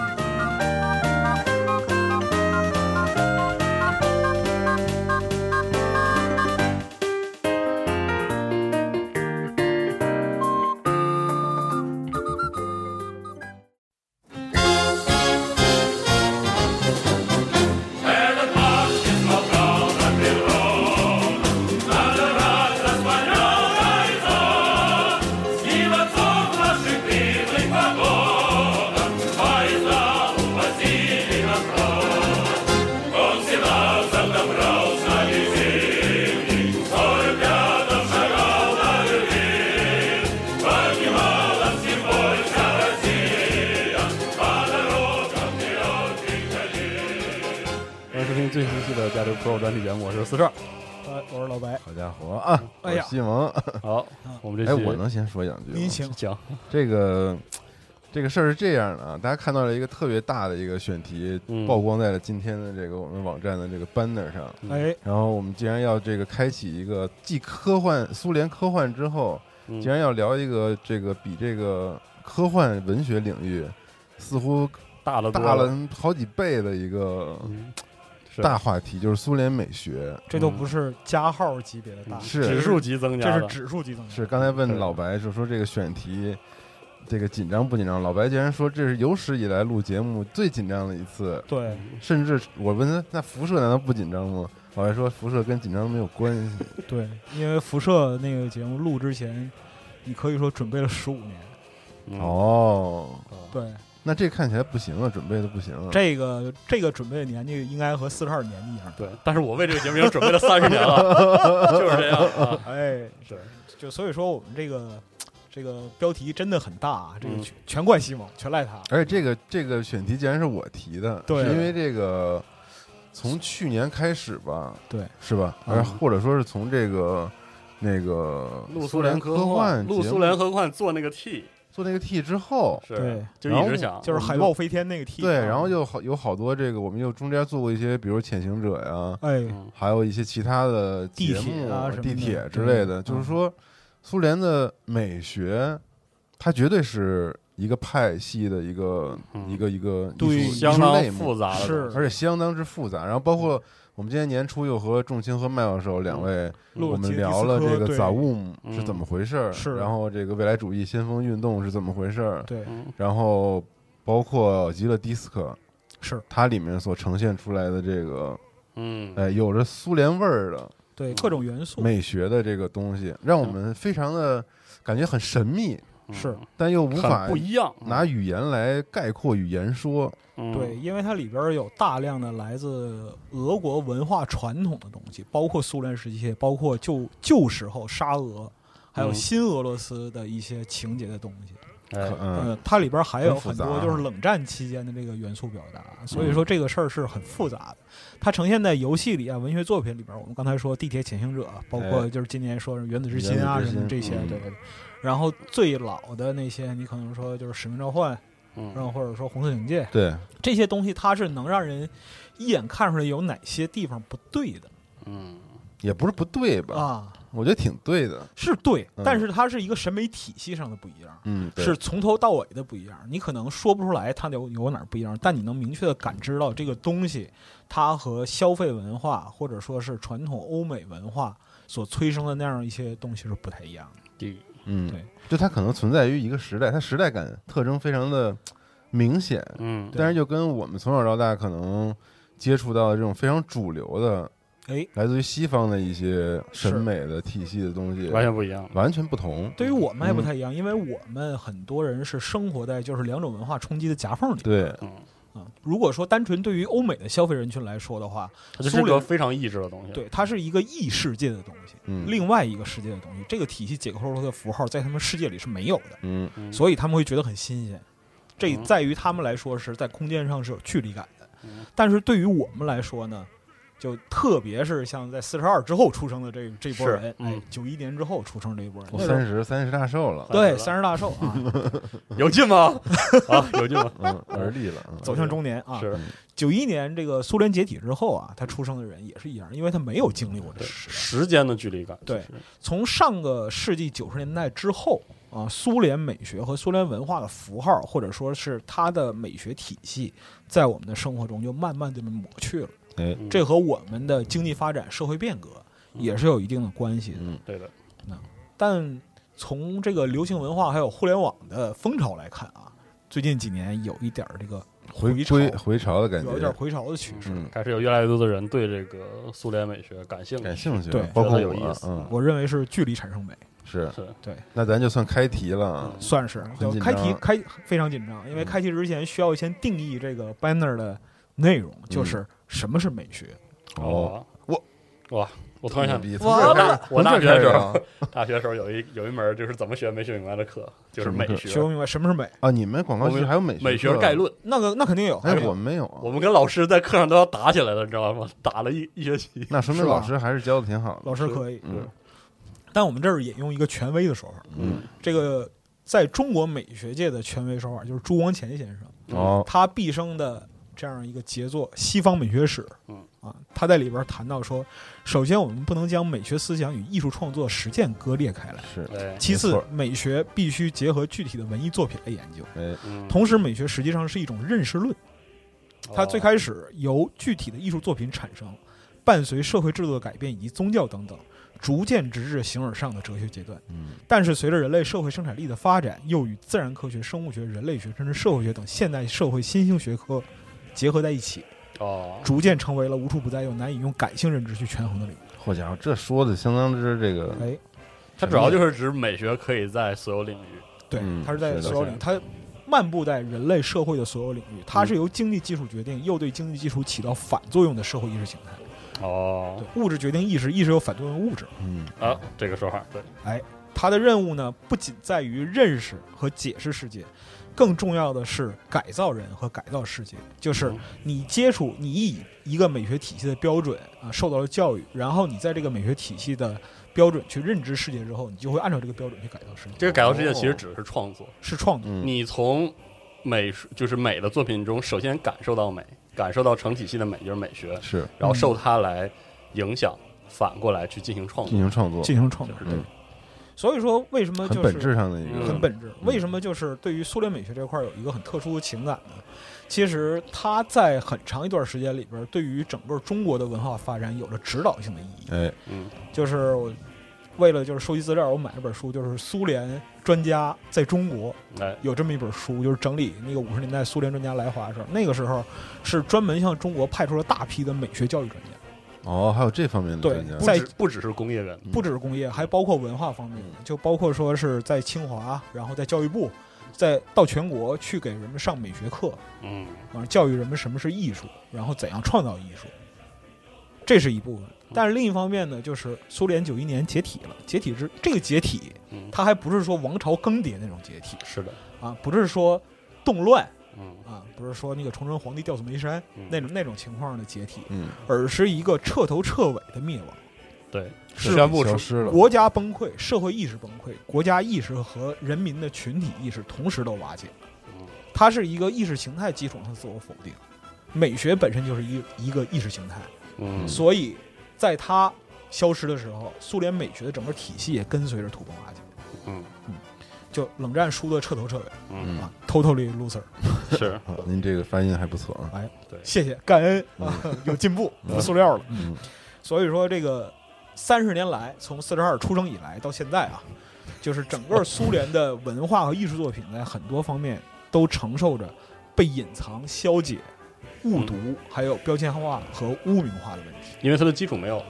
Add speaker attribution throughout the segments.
Speaker 1: 欢迎收听最新一期的《加州 Pro》专题节目，我是四十二。
Speaker 2: 哎，我是老白，
Speaker 3: 好家伙啊！
Speaker 2: 哎呀
Speaker 3: 我是西蒙，
Speaker 1: 好，我们这
Speaker 3: 哎，
Speaker 1: 期
Speaker 3: 我能先说两句吗？
Speaker 2: 您请
Speaker 1: 讲
Speaker 3: 这个这个事儿是这样的啊，大家看到了一个特别大的一个选题
Speaker 1: 嗯，
Speaker 3: 曝光在了今天的这个我们网站的这个 banner 上。
Speaker 2: 哎，
Speaker 3: 然后我们竟然要这个开启一个继科幻苏联科幻之后，
Speaker 1: 嗯
Speaker 3: 竟然要聊一个这个比这个科幻文学领域似乎
Speaker 1: 大了多
Speaker 3: 大了好几倍的一个
Speaker 1: 嗯是
Speaker 3: 大话题，就是苏联美学。
Speaker 2: 这都不是加号级别的大，
Speaker 3: 嗯是
Speaker 1: 嗯指数级增加
Speaker 2: 这是
Speaker 1: 的，
Speaker 2: 指数级增长。
Speaker 3: 是刚才
Speaker 1: 对
Speaker 3: 问老白，就说这个选题，这个紧张不紧张？老白竟然说这是有史以来录节目最紧张的一次，
Speaker 2: 对，
Speaker 3: 甚至我问他，那辐射难道不紧张吗？老白说辐射跟紧张没有关系。
Speaker 2: 对，因为辐射那个节目录之前，你可以说准备了十五年。
Speaker 1: 嗯，
Speaker 3: 哦，
Speaker 2: 对，
Speaker 3: 那这看起来不行啊，准备的不行啊。
Speaker 2: 这个这个准备的年纪应该和四十二年纪一样。
Speaker 1: 对，但是我为这个节目已经准备了 三十年了，就是这样啊，
Speaker 2: 哎，
Speaker 1: 对，
Speaker 2: 就所以说我们这个这个标题真的很大啊，这个
Speaker 1: 嗯
Speaker 2: 全全怪西蒙，全赖他。
Speaker 3: 而且这个这个选题竟然是我提的，
Speaker 2: 对
Speaker 3: 是因为这个从去年开始吧，
Speaker 2: 对，
Speaker 3: 是吧？
Speaker 1: 嗯
Speaker 3: 而或者说是从这个那个
Speaker 1: 录
Speaker 3: 苏联科
Speaker 1: 科幻，录
Speaker 3: 节
Speaker 1: 苏
Speaker 3: 目
Speaker 1: 联科幻做那个 T，
Speaker 3: 做那个 T 之后，
Speaker 1: 是
Speaker 2: 对，
Speaker 1: 就
Speaker 3: 然
Speaker 1: 一
Speaker 3: 后
Speaker 1: 直想，嗯
Speaker 2: 就是海豹飞天那个啊 T。
Speaker 3: 对，然后又好有好多这个，我们又中间做过一些，比如《潜行者》呀，
Speaker 2: 哎，
Speaker 1: 嗯
Speaker 3: 还有一些其他的
Speaker 2: 地
Speaker 3: 节
Speaker 2: 铁
Speaker 3: 目
Speaker 2: 啊什么
Speaker 3: 地
Speaker 2: 的
Speaker 3: 铁
Speaker 2: 对
Speaker 3: 之类的。就
Speaker 2: 嗯
Speaker 3: 是说，苏联的美学，它绝对是一个派系的一个
Speaker 1: 嗯
Speaker 3: 一个一个
Speaker 2: 对
Speaker 3: 艺术
Speaker 1: 相
Speaker 3: 艺术
Speaker 1: 当
Speaker 3: 类目
Speaker 1: 复杂的
Speaker 2: 是
Speaker 3: 而且相当之复杂。然后包括我们今年年初又和仲卿和麦教授两位，
Speaker 2: 录
Speaker 3: 我
Speaker 2: 嗯
Speaker 3: 们
Speaker 2: 杰
Speaker 3: 聊了
Speaker 2: 迪斯科
Speaker 3: 这个
Speaker 2: 对
Speaker 3: 杂物是
Speaker 1: 嗯
Speaker 3: 怎么回事儿，
Speaker 2: 是
Speaker 3: 然后这个未来主义先锋运动是怎么回事儿，
Speaker 2: 对
Speaker 1: 嗯
Speaker 3: 然后包括极乐迪斯科，
Speaker 2: 是
Speaker 3: 它里面所呈现出来的这个，
Speaker 1: 嗯，
Speaker 3: 哎，有着苏联味儿的
Speaker 2: 对各种元素
Speaker 3: 美学的这个东西，让我们非常的感觉很神秘，
Speaker 1: 嗯
Speaker 2: 是
Speaker 3: 但又无
Speaker 1: 很
Speaker 3: 法
Speaker 1: 不一样，啊
Speaker 3: 拿语言来概括与言说。
Speaker 1: 嗯
Speaker 2: 对，，因为它里边儿有大量的来自俄国文化传统的东西，包括苏联时期，包括旧旧时候沙俄，还有
Speaker 1: 嗯
Speaker 2: 新俄罗斯的一些情节的东西。
Speaker 1: 哎
Speaker 3: 可嗯，
Speaker 2: 呃，它里边儿还有
Speaker 3: 很复
Speaker 2: 很
Speaker 3: 杂啊嗯
Speaker 2: 多就是冷战期间的这个元素表达，所以说这个事儿是很复杂的。它呈现在游戏里啊，文学作品里边儿，我们刚才说《地铁潜行者》，包括
Speaker 3: 哎
Speaker 2: 就是今年说《原子之心》
Speaker 3: 原
Speaker 2: 啊
Speaker 3: 子之
Speaker 2: 什么
Speaker 3: 心
Speaker 2: 这些，
Speaker 3: 嗯
Speaker 2: 对对对。然后最老的那些，你可能说就是《使命召唤》，
Speaker 1: 嗯
Speaker 2: 然后或者说《红色警戒》，
Speaker 3: 对，
Speaker 2: 这些东西它是能让人一眼看出来有哪些地方不对的
Speaker 1: 嗯
Speaker 3: 也不是不对吧？
Speaker 2: 啊，
Speaker 3: 我觉得挺对的。
Speaker 2: 是对，
Speaker 3: 嗯
Speaker 2: 但是它是一个审美体系上的不一样，
Speaker 3: 嗯，对
Speaker 2: 是从头到尾的不一样。你可能说不出来它有有哪儿不一样，但你能明确的感知到这个东西，它和消费文化或者说是传统欧美文化所催生的那样一些东西是不太一样的。
Speaker 1: 对
Speaker 3: 嗯，
Speaker 2: 对，
Speaker 3: 就它可能存在于一个时代，它时代感特征非常的明显，
Speaker 1: 嗯，
Speaker 3: 但是又跟我们从小到大可能接触到的这种非常主流的，
Speaker 2: 哎，
Speaker 3: 来自于西方的一些审
Speaker 2: 是
Speaker 3: 美的体系的东西，
Speaker 1: 完全不一样。
Speaker 3: 完全不同。
Speaker 2: 对于我们还不太一
Speaker 3: 嗯
Speaker 2: 样，因为我们很多人是生活在就是两种文化冲击的夹缝里
Speaker 3: 对，
Speaker 1: 嗯，
Speaker 2: 啊。如果说单纯对于欧美的消费人群来说的话，
Speaker 1: 它就是
Speaker 2: 苏
Speaker 1: 个
Speaker 2: 联
Speaker 1: 非常益智的东西。
Speaker 2: 对，它是一个异世界的东西，
Speaker 3: 嗯，
Speaker 2: 另外一个世界的东西。这个体系解构出的符号在他们世界里是没有的，
Speaker 3: 嗯
Speaker 1: 嗯，
Speaker 2: 所以他们会觉得很新鲜。这
Speaker 1: 嗯
Speaker 2: 在于他们来说是在空间上是有距离感的
Speaker 1: 嗯，
Speaker 2: 但是对于我们来说呢，就特别是像在四十二之后出生的这这波
Speaker 1: 是
Speaker 2: 人，
Speaker 1: 嗯
Speaker 2: 哎，九一年之后出生这一波人，
Speaker 3: 我
Speaker 2: 那时候
Speaker 3: 哦三十三十大寿了，
Speaker 2: 对
Speaker 1: 三
Speaker 2: 三十大寿啊，
Speaker 1: 有劲吗？啊，有劲 吗？
Speaker 3: 嗯，而立了，嗯
Speaker 2: 走向中年啊，
Speaker 1: 是，
Speaker 2: 九一年这个苏联解体之后啊，他出生的人也是一样，因为他没有经历过
Speaker 1: 对
Speaker 2: 这个时代。
Speaker 1: 时间的距离感。
Speaker 2: 对
Speaker 1: 其实，
Speaker 2: 从上个世纪九十年代之后啊，苏联美学和苏联文化的符号，或者说是它的美学体系，在我们的生活中就慢慢的抹去了。
Speaker 3: 哎，
Speaker 1: 嗯
Speaker 2: 这和我们的经济发展、社会变革也是有一定的关系的。
Speaker 3: 嗯
Speaker 1: 对的，
Speaker 2: 但从这个流行文化还有互联网的风潮来看啊，最近几年有一点儿这个
Speaker 3: 回
Speaker 2: 潮，
Speaker 3: 归回潮的感
Speaker 2: 有一点儿
Speaker 3: 觉，
Speaker 2: 回潮的趋势。
Speaker 3: 嗯，
Speaker 1: 开始有越来越多的人对这个苏联美学感兴趣。
Speaker 3: 感兴趣，
Speaker 2: 对
Speaker 3: 包括
Speaker 1: 觉得有
Speaker 3: 我
Speaker 1: 意，思
Speaker 3: 嗯，
Speaker 2: 我认为是距离产生美。
Speaker 3: 是，
Speaker 1: 是，
Speaker 3: 那咱就算开题了啊，
Speaker 1: 嗯
Speaker 2: 算是
Speaker 3: 很
Speaker 2: 就
Speaker 3: 紧
Speaker 2: 开题
Speaker 3: 张啊
Speaker 2: 开非常紧张，因为
Speaker 3: 嗯
Speaker 2: 开题之前需要先定义这个 banner 的内容，
Speaker 3: 嗯
Speaker 2: 就是什么是美学。
Speaker 3: 哦，
Speaker 1: 我哇，我突然想
Speaker 3: 牛，逼
Speaker 2: 我
Speaker 3: 从这儿开始
Speaker 1: 我大
Speaker 3: 从
Speaker 1: 学
Speaker 3: 这
Speaker 1: 的时
Speaker 3: 儿开始
Speaker 1: 候
Speaker 3: 啊，
Speaker 1: 大学的时候有一有一门就是怎么学没学明白的课，哦就是
Speaker 3: 什么
Speaker 1: 美
Speaker 3: 课
Speaker 1: 学
Speaker 2: 学不明白什么是美，
Speaker 3: 啊，你们广告
Speaker 1: 我
Speaker 3: 系
Speaker 1: 们
Speaker 3: 还有美
Speaker 1: 美
Speaker 3: 学
Speaker 1: 学
Speaker 3: 课啊
Speaker 1: 概，论。
Speaker 2: 那个那肯定有。
Speaker 3: 哎
Speaker 2: 还，有
Speaker 3: 我们没有啊，
Speaker 1: 我们跟老师在课上都要打起来了，你知道吗？打了一一学期。
Speaker 3: 那说明
Speaker 2: 是吧
Speaker 3: 老师还是教的挺好的，
Speaker 2: 老师可以，
Speaker 3: 嗯
Speaker 2: 但我们这儿引用一个权威的说法，
Speaker 3: 嗯，
Speaker 2: 这个在中国美学界的权威说法就是朱光潜先生，
Speaker 1: 嗯
Speaker 3: 哦，
Speaker 2: 他毕生的这样一个杰作《西方美学史》。
Speaker 1: 嗯
Speaker 2: 啊，他在里边谈到说，首先我们不能将美学思想与艺术创作实践割裂开
Speaker 1: 嗯
Speaker 2: 来。
Speaker 3: 是，
Speaker 1: 对，
Speaker 2: 其
Speaker 3: 没
Speaker 2: 次
Speaker 3: 错，
Speaker 2: 美学必须结合具体的文艺作品来研究。
Speaker 3: 哎，
Speaker 1: 嗯
Speaker 2: 同时，美学实际上是一种认识论，
Speaker 1: 哦
Speaker 2: 它最开始由具体的艺术作品产生，伴随社会制度的改变以及宗教等等，逐渐直至形而上的哲学阶段。
Speaker 3: 嗯，
Speaker 2: 但是，随着人类社会生产力的发展，又与自然科学、生物学、人类学甚至社会学等现代社会新兴学科结合在一起，
Speaker 1: 哦，
Speaker 2: 逐渐成为了无处不在又难以用感性认知去权衡的领域。
Speaker 3: 好家伙，这说的相当之这
Speaker 1: 嗯
Speaker 3: 个，
Speaker 2: 哎，
Speaker 1: 它主要就是指美学可以在所有领域。
Speaker 2: 对
Speaker 3: 嗯，
Speaker 2: 它是在
Speaker 3: 是的嗯
Speaker 2: 所有领域，它漫步在人类社会的所有领域，它是由经济基础决定，又对经济基础起到反作用的社会意识形态。
Speaker 1: 哦，
Speaker 2: 对，物质决定意识，意识有反作用物质。
Speaker 3: 嗯，
Speaker 1: 啊，这个说法对，
Speaker 2: 它的任务呢，不仅在于认识和解释世界，更重要的是改造人和改造世界。就是
Speaker 1: 嗯
Speaker 2: 你接触，你以一个美学体系的标准啊，受到了教育，然后你在这个美学体系的标准去认知世界之后，你就会按照这个标准去改造世界。
Speaker 1: 这个改造世界
Speaker 2: 哦
Speaker 1: 其实只是创作。
Speaker 2: 是创作，
Speaker 3: 嗯，
Speaker 1: 你从美术就是美的作品中，首先感受到美，感受到成体系的美就是美学，
Speaker 3: 是
Speaker 1: 然后受它来影响，反过来去进行创
Speaker 3: 进
Speaker 1: 作。
Speaker 3: 行创作，
Speaker 2: 进行创作。
Speaker 1: 就是
Speaker 3: 嗯
Speaker 2: 所以说，为什么
Speaker 3: 很
Speaker 2: 就
Speaker 3: 本
Speaker 2: 是
Speaker 3: 质上的一个，
Speaker 2: 很
Speaker 1: 嗯
Speaker 2: 本质？为什么就是对于苏联美学这块儿有一个很特殊的情感呢？其实它在很长一段时间里边儿，对于整个中国的文化发展有了指导性的意义。
Speaker 3: 哎，
Speaker 1: 嗯，
Speaker 2: 就是我为了就是收集资料，我买了本书，就是苏联专家在中国
Speaker 1: 来，
Speaker 2: 有这么一本书，就是整理那个五十年代苏联专家来华的时候，那个时候是专门向中国派出了大批的美学教育专家，
Speaker 3: 哦，还有这方面的
Speaker 2: 对
Speaker 3: 专家，
Speaker 1: 不
Speaker 2: 在
Speaker 1: 只不只是工业人，
Speaker 3: 嗯
Speaker 2: 不只是工业，还包括文化方面，就包括说是在清华，然后在教育部，在到全国去给人们上美学课，
Speaker 1: 嗯，
Speaker 2: 啊，教育人们什么是艺术，然后怎样创造艺术，这是一部分。但是另一方面呢，就是苏联九一年解体了，解体之这个解体，
Speaker 1: 嗯
Speaker 2: 它还不是说王朝更迭那种解体
Speaker 1: 是的，
Speaker 2: 啊，不是说动乱
Speaker 1: 嗯
Speaker 2: 啊，不是说那个崇祯皇帝吊死煤山
Speaker 1: 嗯
Speaker 2: 那种那种情况的解体，
Speaker 3: 嗯，
Speaker 2: 而是一个彻头彻尾的灭亡，
Speaker 1: 对，
Speaker 3: 是啊
Speaker 1: 宣布
Speaker 3: 消
Speaker 1: 出
Speaker 3: 失了，
Speaker 2: 国家崩溃，社会意识崩溃，国家意识和人民的群体意识同时都瓦解。
Speaker 1: 嗯
Speaker 2: 它是一个意识形态基础上的自我否定。美学本身就是一一个意识形态，
Speaker 1: 嗯
Speaker 2: 所以在它消失的时候，苏联美学的整个体系也跟随着土崩瓦解。
Speaker 1: 嗯
Speaker 2: 就冷战输的彻头彻尾
Speaker 1: 嗯，
Speaker 2: 啊，totally loser。
Speaker 1: 是
Speaker 3: 啊，您这个发音还不错啊，
Speaker 2: 谢谢，感恩啊， 有进步，
Speaker 3: 嗯
Speaker 2: 不塑料了。
Speaker 3: 嗯，
Speaker 2: 所以说，这个三十年来，从四十二出生以来到现在啊，就是整个苏联的文化和艺术作品在很多方面都承受着被隐藏、消解、误读，还有标签化和污名化的问题。
Speaker 1: 因为它的基础没有了。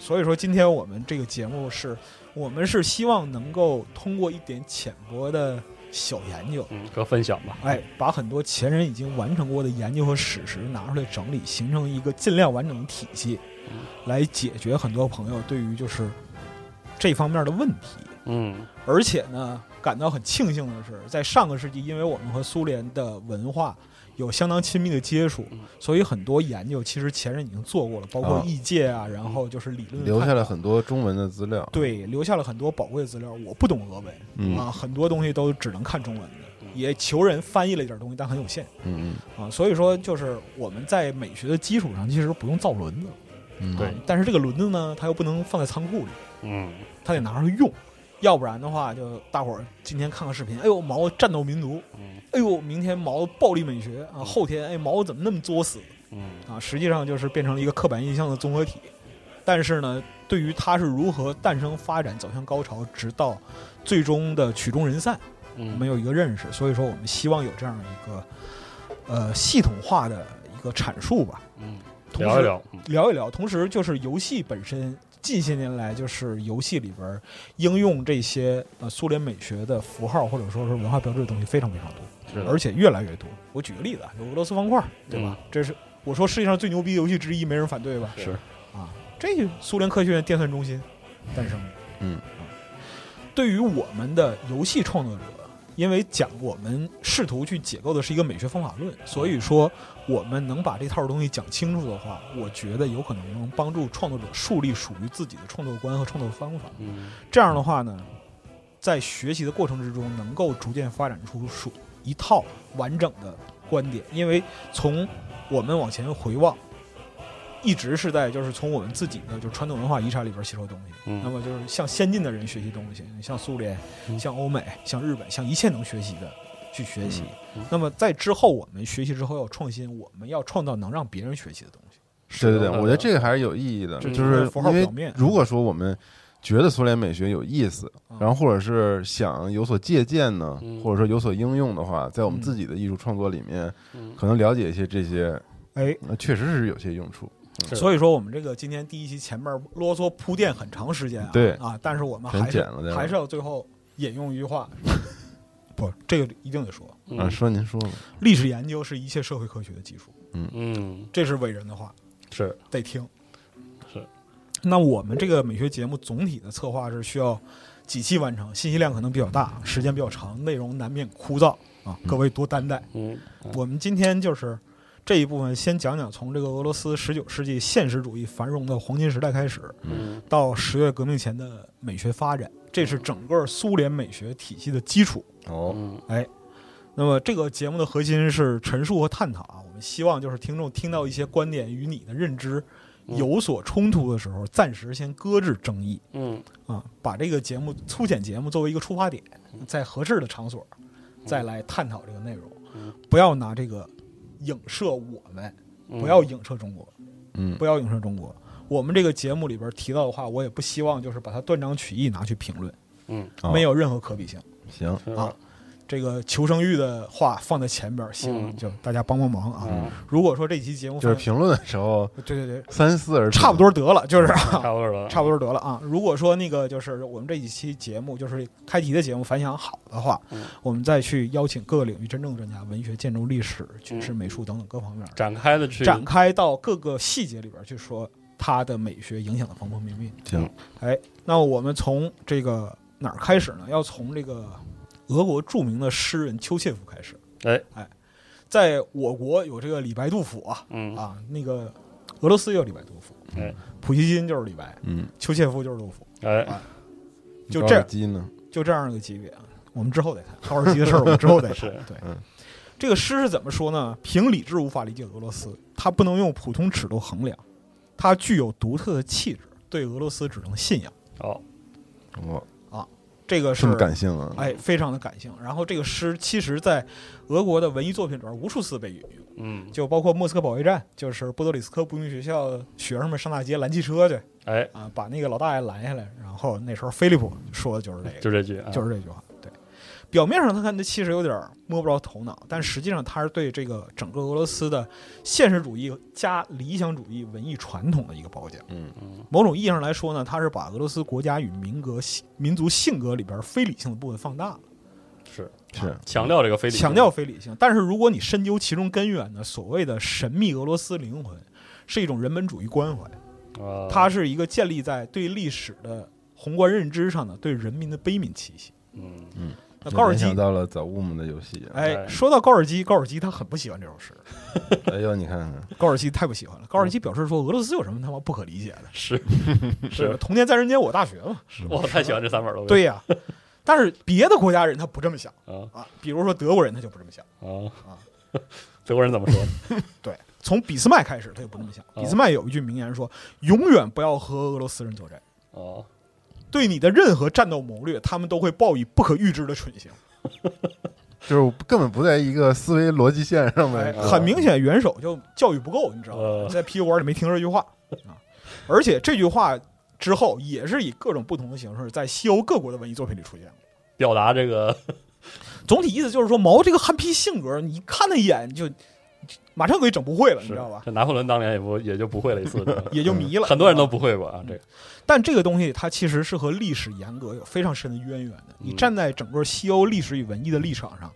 Speaker 2: 所以说，今天我们这个节目是，我们是希望能够通过一点浅薄的小研究，
Speaker 1: 嗯，和分享吧。
Speaker 2: 哎，把很多前人已经完成过的研究和史实拿出来整理，形成一个尽量完整的体系，来解决很多朋友对于就是这方面的问题。
Speaker 1: 嗯，
Speaker 2: 而且呢，感到很庆幸的是，在上个世纪，因为我们和苏联的文化有相当亲密的接触，所以很多研究其实前人已经做过了，包括
Speaker 3: 啊
Speaker 2: 异界啊，然后就是理论的
Speaker 3: 留下
Speaker 2: 探
Speaker 3: 了
Speaker 2: 讨
Speaker 3: 很多中文的资料。
Speaker 2: 对，留下了很多宝贵的资料。我不懂俄文、
Speaker 3: 嗯
Speaker 2: 啊，很多东西都只能看中文的，也求人翻译了一点东西，但很有限
Speaker 3: 嗯
Speaker 2: 啊。所以说，就是我们在美学的基础上，其实不用造轮子，
Speaker 3: 嗯，
Speaker 1: 对
Speaker 2: 啊，但是这个轮子呢，它又不能放在仓库里，
Speaker 1: 嗯，
Speaker 2: 它得拿出去用，要不然的话，就大伙儿今天看看视频，哎呦毛战斗民族
Speaker 1: 嗯，
Speaker 2: 哎呦明天毛暴力美学啊，后天哎毛怎么那么作死
Speaker 1: 嗯，
Speaker 2: 啊？实际上就是变成了一个刻板印象的综合体。但是呢，对于它是如何诞生、发展、走向高潮，直到最终的曲终人散，
Speaker 1: 嗯，
Speaker 2: 没有一个认识。所以说，我们希望有这样一个呃系统化的一个阐述吧。
Speaker 1: 嗯，
Speaker 2: 同
Speaker 1: 聊
Speaker 2: 时
Speaker 1: 一聊，嗯
Speaker 2: 聊一聊。同时，就是游戏本身，近些年来就是游戏里边儿应用这些呃苏联美学的符号或者说是文化标志的东西非常非常多，
Speaker 1: 是的嗯
Speaker 2: 而且越来越多。我举个例子啊，有俄罗斯方块，对吧？这是我说世界上最牛逼游戏之一，没人反对吧？
Speaker 1: 是
Speaker 2: 啊，这苏联科学院电算中心诞生的。
Speaker 3: 嗯
Speaker 2: 啊，对于我们的游戏创作者，因为讲我们试图去解构的是一个美学方法论，所以说我们能把这套东西讲清楚的话，我觉得有可能能帮助创作者树立属于自己的创作观和创作方法。
Speaker 1: 嗯，
Speaker 2: 这样的话呢，在学习的过程之中，能够逐渐发展出属一套完整的观点。因为从我们往前回望，一直是在就是从我们自己的就是传统文化遗产里边吸收东西。
Speaker 1: 嗯
Speaker 2: 那么就是向先进的人学习东西，像苏联、
Speaker 1: 嗯
Speaker 2: 像欧美、像日本、像一切能学习的去学习。
Speaker 1: 嗯嗯
Speaker 2: 那么在之后，我们学习之后要创新，我们要创造能让别人学习的东西。
Speaker 3: 对对对，
Speaker 1: 的
Speaker 3: 我觉得这个还是有意义的，
Speaker 1: 这
Speaker 3: 就
Speaker 1: 就是
Speaker 3: 是
Speaker 2: 符号
Speaker 3: 因为
Speaker 2: 表面
Speaker 3: 如果说我们觉得苏联美学有意思
Speaker 2: 嗯，
Speaker 3: 然后或者是想有所借鉴呢
Speaker 1: 嗯，
Speaker 3: 或者说有所应用的话，在我们
Speaker 2: 嗯
Speaker 3: 自己的艺术创作里面
Speaker 1: 嗯，
Speaker 3: 可能了解一些这些，
Speaker 2: 哎，
Speaker 3: 呃确实是有些用处。
Speaker 1: 是
Speaker 2: 所以说，我们这个今天第一期前面啰嗦铺垫很长时间啊，
Speaker 3: 对
Speaker 2: 啊，但是我们
Speaker 3: 全
Speaker 2: 还是
Speaker 3: 剪了对吧
Speaker 2: 还是要最后引用一句话， 不，这个一定得说，
Speaker 3: 啊，
Speaker 1: 嗯，
Speaker 3: 说您说吧，
Speaker 2: 历史研究是一切社会科学的基础，
Speaker 1: 嗯，
Speaker 2: 这是伟人的话，
Speaker 1: 是
Speaker 2: 得听。
Speaker 1: 是，
Speaker 2: 那我们这个美学节目总体的策划是需要几期完成，信息量可能比较大，时间比较长，内容难免枯燥啊，各位多担待。
Speaker 1: 嗯，
Speaker 2: 我们今天就是这一部分，先讲讲从这个俄罗斯十九世纪现实主义繁荣的黄金时代开始，
Speaker 1: 嗯，
Speaker 2: 到十月革命前的美学发展，这是整个苏联美学体系的基础。
Speaker 3: 哦，
Speaker 1: 嗯，
Speaker 2: 那么这个节目的核心是陈述和探讨啊，我们希望就是听众听到一些观点与你的认知
Speaker 1: 嗯
Speaker 2: 有所冲突的时候，暂时先搁置争议
Speaker 1: 嗯，
Speaker 2: 啊，把这个节目粗浅节目作为一个出发点，在合适的场所再来探讨这个内容
Speaker 1: 嗯，
Speaker 2: 不要拿这个影射我们，
Speaker 1: 嗯
Speaker 2: 不要，影射中国。
Speaker 3: 嗯
Speaker 2: 不要影射中国。我们这个节目里边提到的话，我也不希望就是把它断章取义拿去评论，
Speaker 1: 嗯，
Speaker 3: 哦
Speaker 2: 没有任何可比性。
Speaker 3: 行，
Speaker 1: 是
Speaker 2: 啊这个求生欲的话放在前边，希望
Speaker 1: 嗯
Speaker 2: 就大家帮帮忙啊。
Speaker 1: 嗯，
Speaker 2: 如果说这期节目
Speaker 3: 就是
Speaker 2: 发
Speaker 3: 评论的时候
Speaker 2: 对对对，
Speaker 3: 三思而
Speaker 2: 差不多得了，
Speaker 3: 嗯
Speaker 2: 就是啊
Speaker 1: 差不多了，
Speaker 2: 差不多得了啊。如果说那个就是我们这几期节目就是开题的节目反响好的话
Speaker 1: 嗯，
Speaker 2: 我们再去邀请各个领域真正专家，文学、建筑、历史、军
Speaker 1: 嗯
Speaker 2: 事、美术等等各方面，
Speaker 1: 展开的去
Speaker 2: 展开到各个细节里边去说它的美学影响的方方面面。
Speaker 3: 行，
Speaker 2: 哎，那我们从这个哪儿开始呢？要从这个俄国著名的诗人丘切夫开始。
Speaker 1: 哎
Speaker 2: 哎，在我国有这个李白、杜甫啊
Speaker 1: 嗯
Speaker 2: 啊，那个俄罗斯也有李白、杜甫，
Speaker 1: 哎
Speaker 2: 普希金就是李白，
Speaker 3: 嗯，
Speaker 2: 丘切夫就是杜甫，
Speaker 1: 哎，
Speaker 2: 就
Speaker 3: 高
Speaker 2: 这
Speaker 3: 尔
Speaker 2: 样
Speaker 3: 基呢，
Speaker 2: 就这样一个级别啊。我们之后再谈高尔基的事儿，我们之后再谈
Speaker 1: 是。
Speaker 2: 对
Speaker 3: 嗯，
Speaker 2: 这个诗是怎么说呢？凭理智无法理解俄罗斯，它不能用普通尺度衡量，它具有独特的气质，对俄罗斯只能信仰。
Speaker 1: 好，
Speaker 3: 我
Speaker 2: 这个
Speaker 3: 这
Speaker 2: 是
Speaker 3: 么感性啊？
Speaker 2: 哎，非常的感性。然后这个诗其实，在俄国的文艺作品里边无数次被引用，
Speaker 1: 嗯，
Speaker 2: 就包括莫斯科保卫战，就是波多里斯科步兵学校学生们上大街拦汽车去
Speaker 1: 哎，
Speaker 2: 啊，把那个老大爷拦下来。然后那时候菲利普说的就是这个，
Speaker 1: 就这句啊，
Speaker 2: 哎就是这句话。对，表面上他看他其实有点摸不着头脑，但实际上他是对这个整个俄罗斯的现实主义加理想主义文艺传统的一个褒奖。
Speaker 3: 嗯
Speaker 1: 嗯
Speaker 2: 某种意义上来说呢，他是把俄罗斯国家与民格性民族性格里边非理性的部分放大了，
Speaker 1: 是
Speaker 3: 是
Speaker 1: 强调这个非理性，
Speaker 2: 强调非理性。但是如果你深究其中根源呢，所谓的神秘俄罗斯灵魂是一种人本主义关怀，
Speaker 1: 啊，
Speaker 2: 它是一个建立在对历史的宏观认知上的对人民的悲悯气息。
Speaker 1: 嗯
Speaker 2: 那高尔
Speaker 3: 联
Speaker 2: 基
Speaker 3: 想到了早 w 们的游戏，
Speaker 2: 哎，
Speaker 1: 哎
Speaker 2: 说到高尔基，高尔基他很不喜欢这首诗，
Speaker 3: 哎呦，你看看，
Speaker 2: 高尔基太不喜欢了。高尔基表示说，俄罗斯有什么他妈不可理解的？
Speaker 1: 是
Speaker 2: 吧
Speaker 1: 是，
Speaker 2: 童年在人间我大学嘛，
Speaker 1: 我太喜欢这三本了，
Speaker 2: 对呀、但是别的国家人他不这么想
Speaker 1: 啊
Speaker 2: 啊，比如说德国人他就不这么想。
Speaker 1: 啊， 德国人怎么 说？
Speaker 2: 对，从俾斯麦开始他就不这么想。
Speaker 1: 哦
Speaker 2: 俾斯麦有一句名言说：“永远不要和俄罗斯人作战，
Speaker 1: 哦，
Speaker 2: 对你的任何战斗谋略，他们都会报以不可预知的蠢行。”
Speaker 3: 就是根本不在一个思维逻辑线上
Speaker 2: 哎，
Speaker 3: 面。
Speaker 1: 啊
Speaker 2: 很明显，元首就教育不够，你知道吗
Speaker 1: 呃？
Speaker 2: 在啤酒馆里没听这句话啊，而且这句话之后也是以各种不同的形式在西欧各国的文艺作品里出现过。
Speaker 1: 表达这个
Speaker 2: 总体意思就是说，毛这个憨批性格，你一看他一眼就马上给整不会了，你
Speaker 1: 是
Speaker 2: 知道吧？
Speaker 1: 这拿破仑当年也不也就不会了一 次，
Speaker 2: 也就迷了。
Speaker 1: 很多人都
Speaker 2: 啊
Speaker 1: 不会过啊，这个
Speaker 2: 但这个东西它其实是和历史严格有非常深的渊源的。你
Speaker 1: 嗯
Speaker 2: 站在整个西欧历史与文艺的立场上，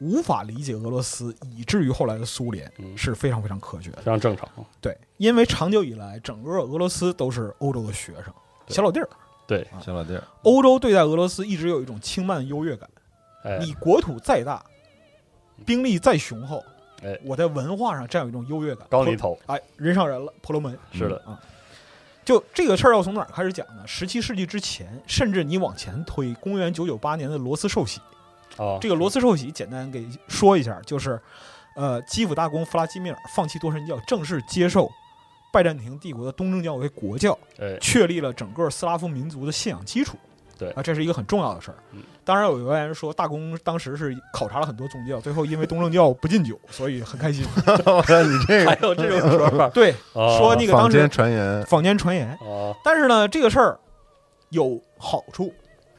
Speaker 2: 无法理解俄罗斯，以至于后来的苏联
Speaker 1: 嗯
Speaker 2: 是非常非常科学的
Speaker 1: 非。常正常，
Speaker 2: 对，因为长久以来，整个俄罗斯都是欧洲的学生、
Speaker 1: 对嗯
Speaker 2: 小老弟儿。
Speaker 1: 对，
Speaker 3: 小老弟儿，
Speaker 2: 欧洲对待俄罗斯一直有一种轻慢的优越感。
Speaker 1: 哎，
Speaker 2: 你国土再大，兵力再雄厚，
Speaker 1: 哎
Speaker 2: 我在文化上占有一种优越感。
Speaker 1: 高你一头，
Speaker 2: 哎，人上人了，婆罗门。
Speaker 1: 是的，
Speaker 2: 啊就这个事儿要从哪儿开始讲呢？十七世纪之前，甚至你往前推，公元九九八年的罗斯受洗。
Speaker 1: 哦，
Speaker 2: 嗯这个罗斯受洗，简单给说一下，就是，呃，基辅大公弗拉基米尔放弃多神教，正式接受拜占庭帝国的东正教为国教。
Speaker 1: 哎，
Speaker 2: 确立了整个斯拉夫民族的信仰基础。
Speaker 1: 对
Speaker 2: 啊，这是一个很重要的事儿
Speaker 1: 嗯。
Speaker 2: 当然，有谣言说大公当时是考察了很多宗教，最后因为东正教不禁酒，所以很 开心。
Speaker 3: 我看你 这
Speaker 1: 还
Speaker 3: 个
Speaker 1: 有这种说法，
Speaker 2: 对，
Speaker 1: 哦
Speaker 2: 说哎那个
Speaker 3: 坊
Speaker 2: 当
Speaker 3: 间
Speaker 2: 时
Speaker 3: 传言，
Speaker 2: 坊间传言。
Speaker 1: 哦，
Speaker 2: 但是呢，这个事儿有好处，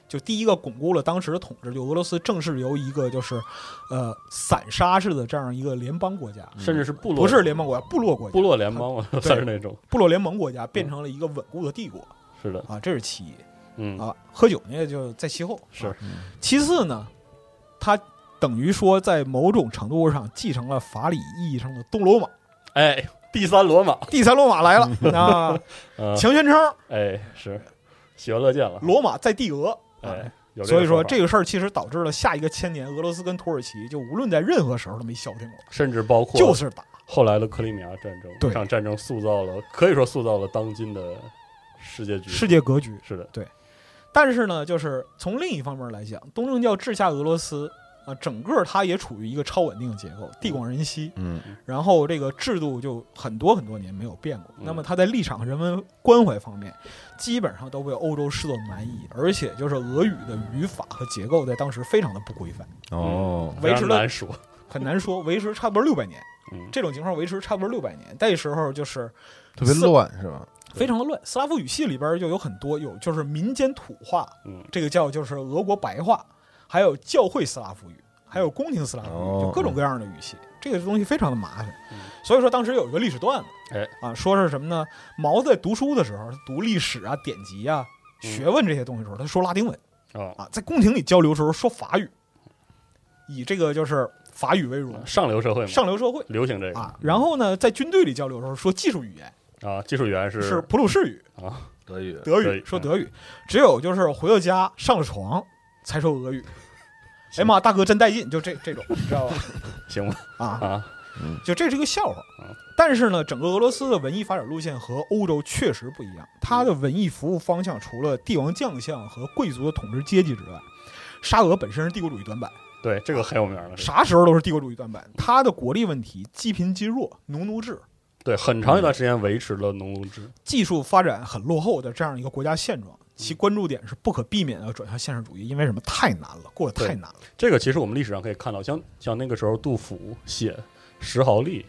Speaker 2: 就第一个巩固了当时的统治，就俄罗斯正式由一个就是，呃，散沙式的这样一个联邦国家，
Speaker 1: 甚至嗯是部落，
Speaker 2: 不是联邦国家，部落国家，
Speaker 1: 部落联邦嘛，算是那种，
Speaker 2: 部落联盟国家变成了一个稳固的帝国
Speaker 1: 是的，
Speaker 2: 啊，这是其一。
Speaker 1: 嗯，
Speaker 2: 啊，喝酒那个就在其后啊
Speaker 1: 是
Speaker 3: 嗯
Speaker 2: 其次呢，它等于说在某种程度上继承了法理意义上的东罗马，
Speaker 1: 哎，第三罗马，
Speaker 2: 第三罗马来了。 那
Speaker 1: 嗯，
Speaker 2: 强宣称
Speaker 1: 哎，是喜闻乐见了，
Speaker 2: 罗马在帝俄，啊
Speaker 1: 哎，有
Speaker 2: 所以说
Speaker 1: 法
Speaker 2: 这个事儿其实导致了下一个千年俄罗斯跟土耳其就无论在任何时候都没消停过，
Speaker 1: 甚至包括
Speaker 2: 就是打。
Speaker 1: 后来的克里米亚战争，
Speaker 2: 对
Speaker 1: 这场战争塑造了，可以说塑造了当今的世界局势。
Speaker 2: 世界格局。
Speaker 1: 是的，
Speaker 2: 但是呢，就是从另一方面来讲，东正教治下俄罗斯啊，整个它也处于一个超稳定的结构，地广人稀。
Speaker 3: 嗯，
Speaker 2: 然后这个制度就很多很多年没有变过。
Speaker 1: 嗯
Speaker 2: 那么它在立场和人文关怀方面，基本上都被欧洲视作蛮夷，而且就是俄语的语法和结构在当时非常的不规范，
Speaker 3: 哦，
Speaker 2: 维
Speaker 1: 非
Speaker 2: 持
Speaker 1: 常
Speaker 2: 了
Speaker 1: 难说。
Speaker 2: 很难说维持差不多六百年。
Speaker 1: 嗯
Speaker 2: 这种情况维持差不多六百年，那时候就是
Speaker 3: 特别
Speaker 2: 四
Speaker 3: 乱是吧？
Speaker 2: 非常的乱。斯拉夫语系里边就有很多有就是民间土话，
Speaker 1: 嗯，
Speaker 2: 这个叫就是俄国白话，还有教会斯拉夫语，还有宫廷斯拉夫语，
Speaker 3: 哦
Speaker 2: 就各种各样的语系。这个东西非常的麻烦
Speaker 1: 嗯，
Speaker 2: 所以说当时有一个历史段子，
Speaker 1: 哎
Speaker 2: 啊，说是什么呢？毛在读书的时候，读历史啊、典籍啊、
Speaker 1: 嗯
Speaker 2: 学问这些东西的时候，他说拉丁文
Speaker 1: 啊、
Speaker 2: 啊，在宫廷里交流的时候说法语，以这个就是法语为荣，
Speaker 1: 上流社会嘛，
Speaker 2: 上流社会
Speaker 1: 流行这个
Speaker 2: 啊。然后呢，在军队里交流的时候说技术语言
Speaker 1: 啊，技术员是
Speaker 2: 是普鲁士语，
Speaker 1: 啊，
Speaker 3: 德语
Speaker 2: 德
Speaker 1: 德
Speaker 2: 语
Speaker 1: 语
Speaker 2: 说
Speaker 1: 嗯
Speaker 2: 德语，只有就是回到家上了床才说俄语。哎呀妈，大哥真带劲！就这这种，你知道吧？
Speaker 1: 行吧
Speaker 2: 啊，
Speaker 1: 啊，
Speaker 2: 就这是一个笑话
Speaker 1: 嗯。
Speaker 2: 但是呢，整个俄罗斯的文艺发展路线和欧洲确实不一样。它的文艺服务方向除了帝王将相和贵族的统治阶级之外，沙俄本身是帝国主义短板，
Speaker 1: 对，这个很有名了，
Speaker 2: 啥时候都是帝国主义短板。它的国力问题，积贫积弱、农奴制，
Speaker 1: 对，很长一段时间维持了农奴制，嗯
Speaker 2: 技术发展很落后的这样一个国家现状，其关注点是不可避免的转向现实主义，因为什么？太难了，过得太难了。
Speaker 1: 这个其实我们历史上可以看到，像像那个时候杜甫写《石壕吏》，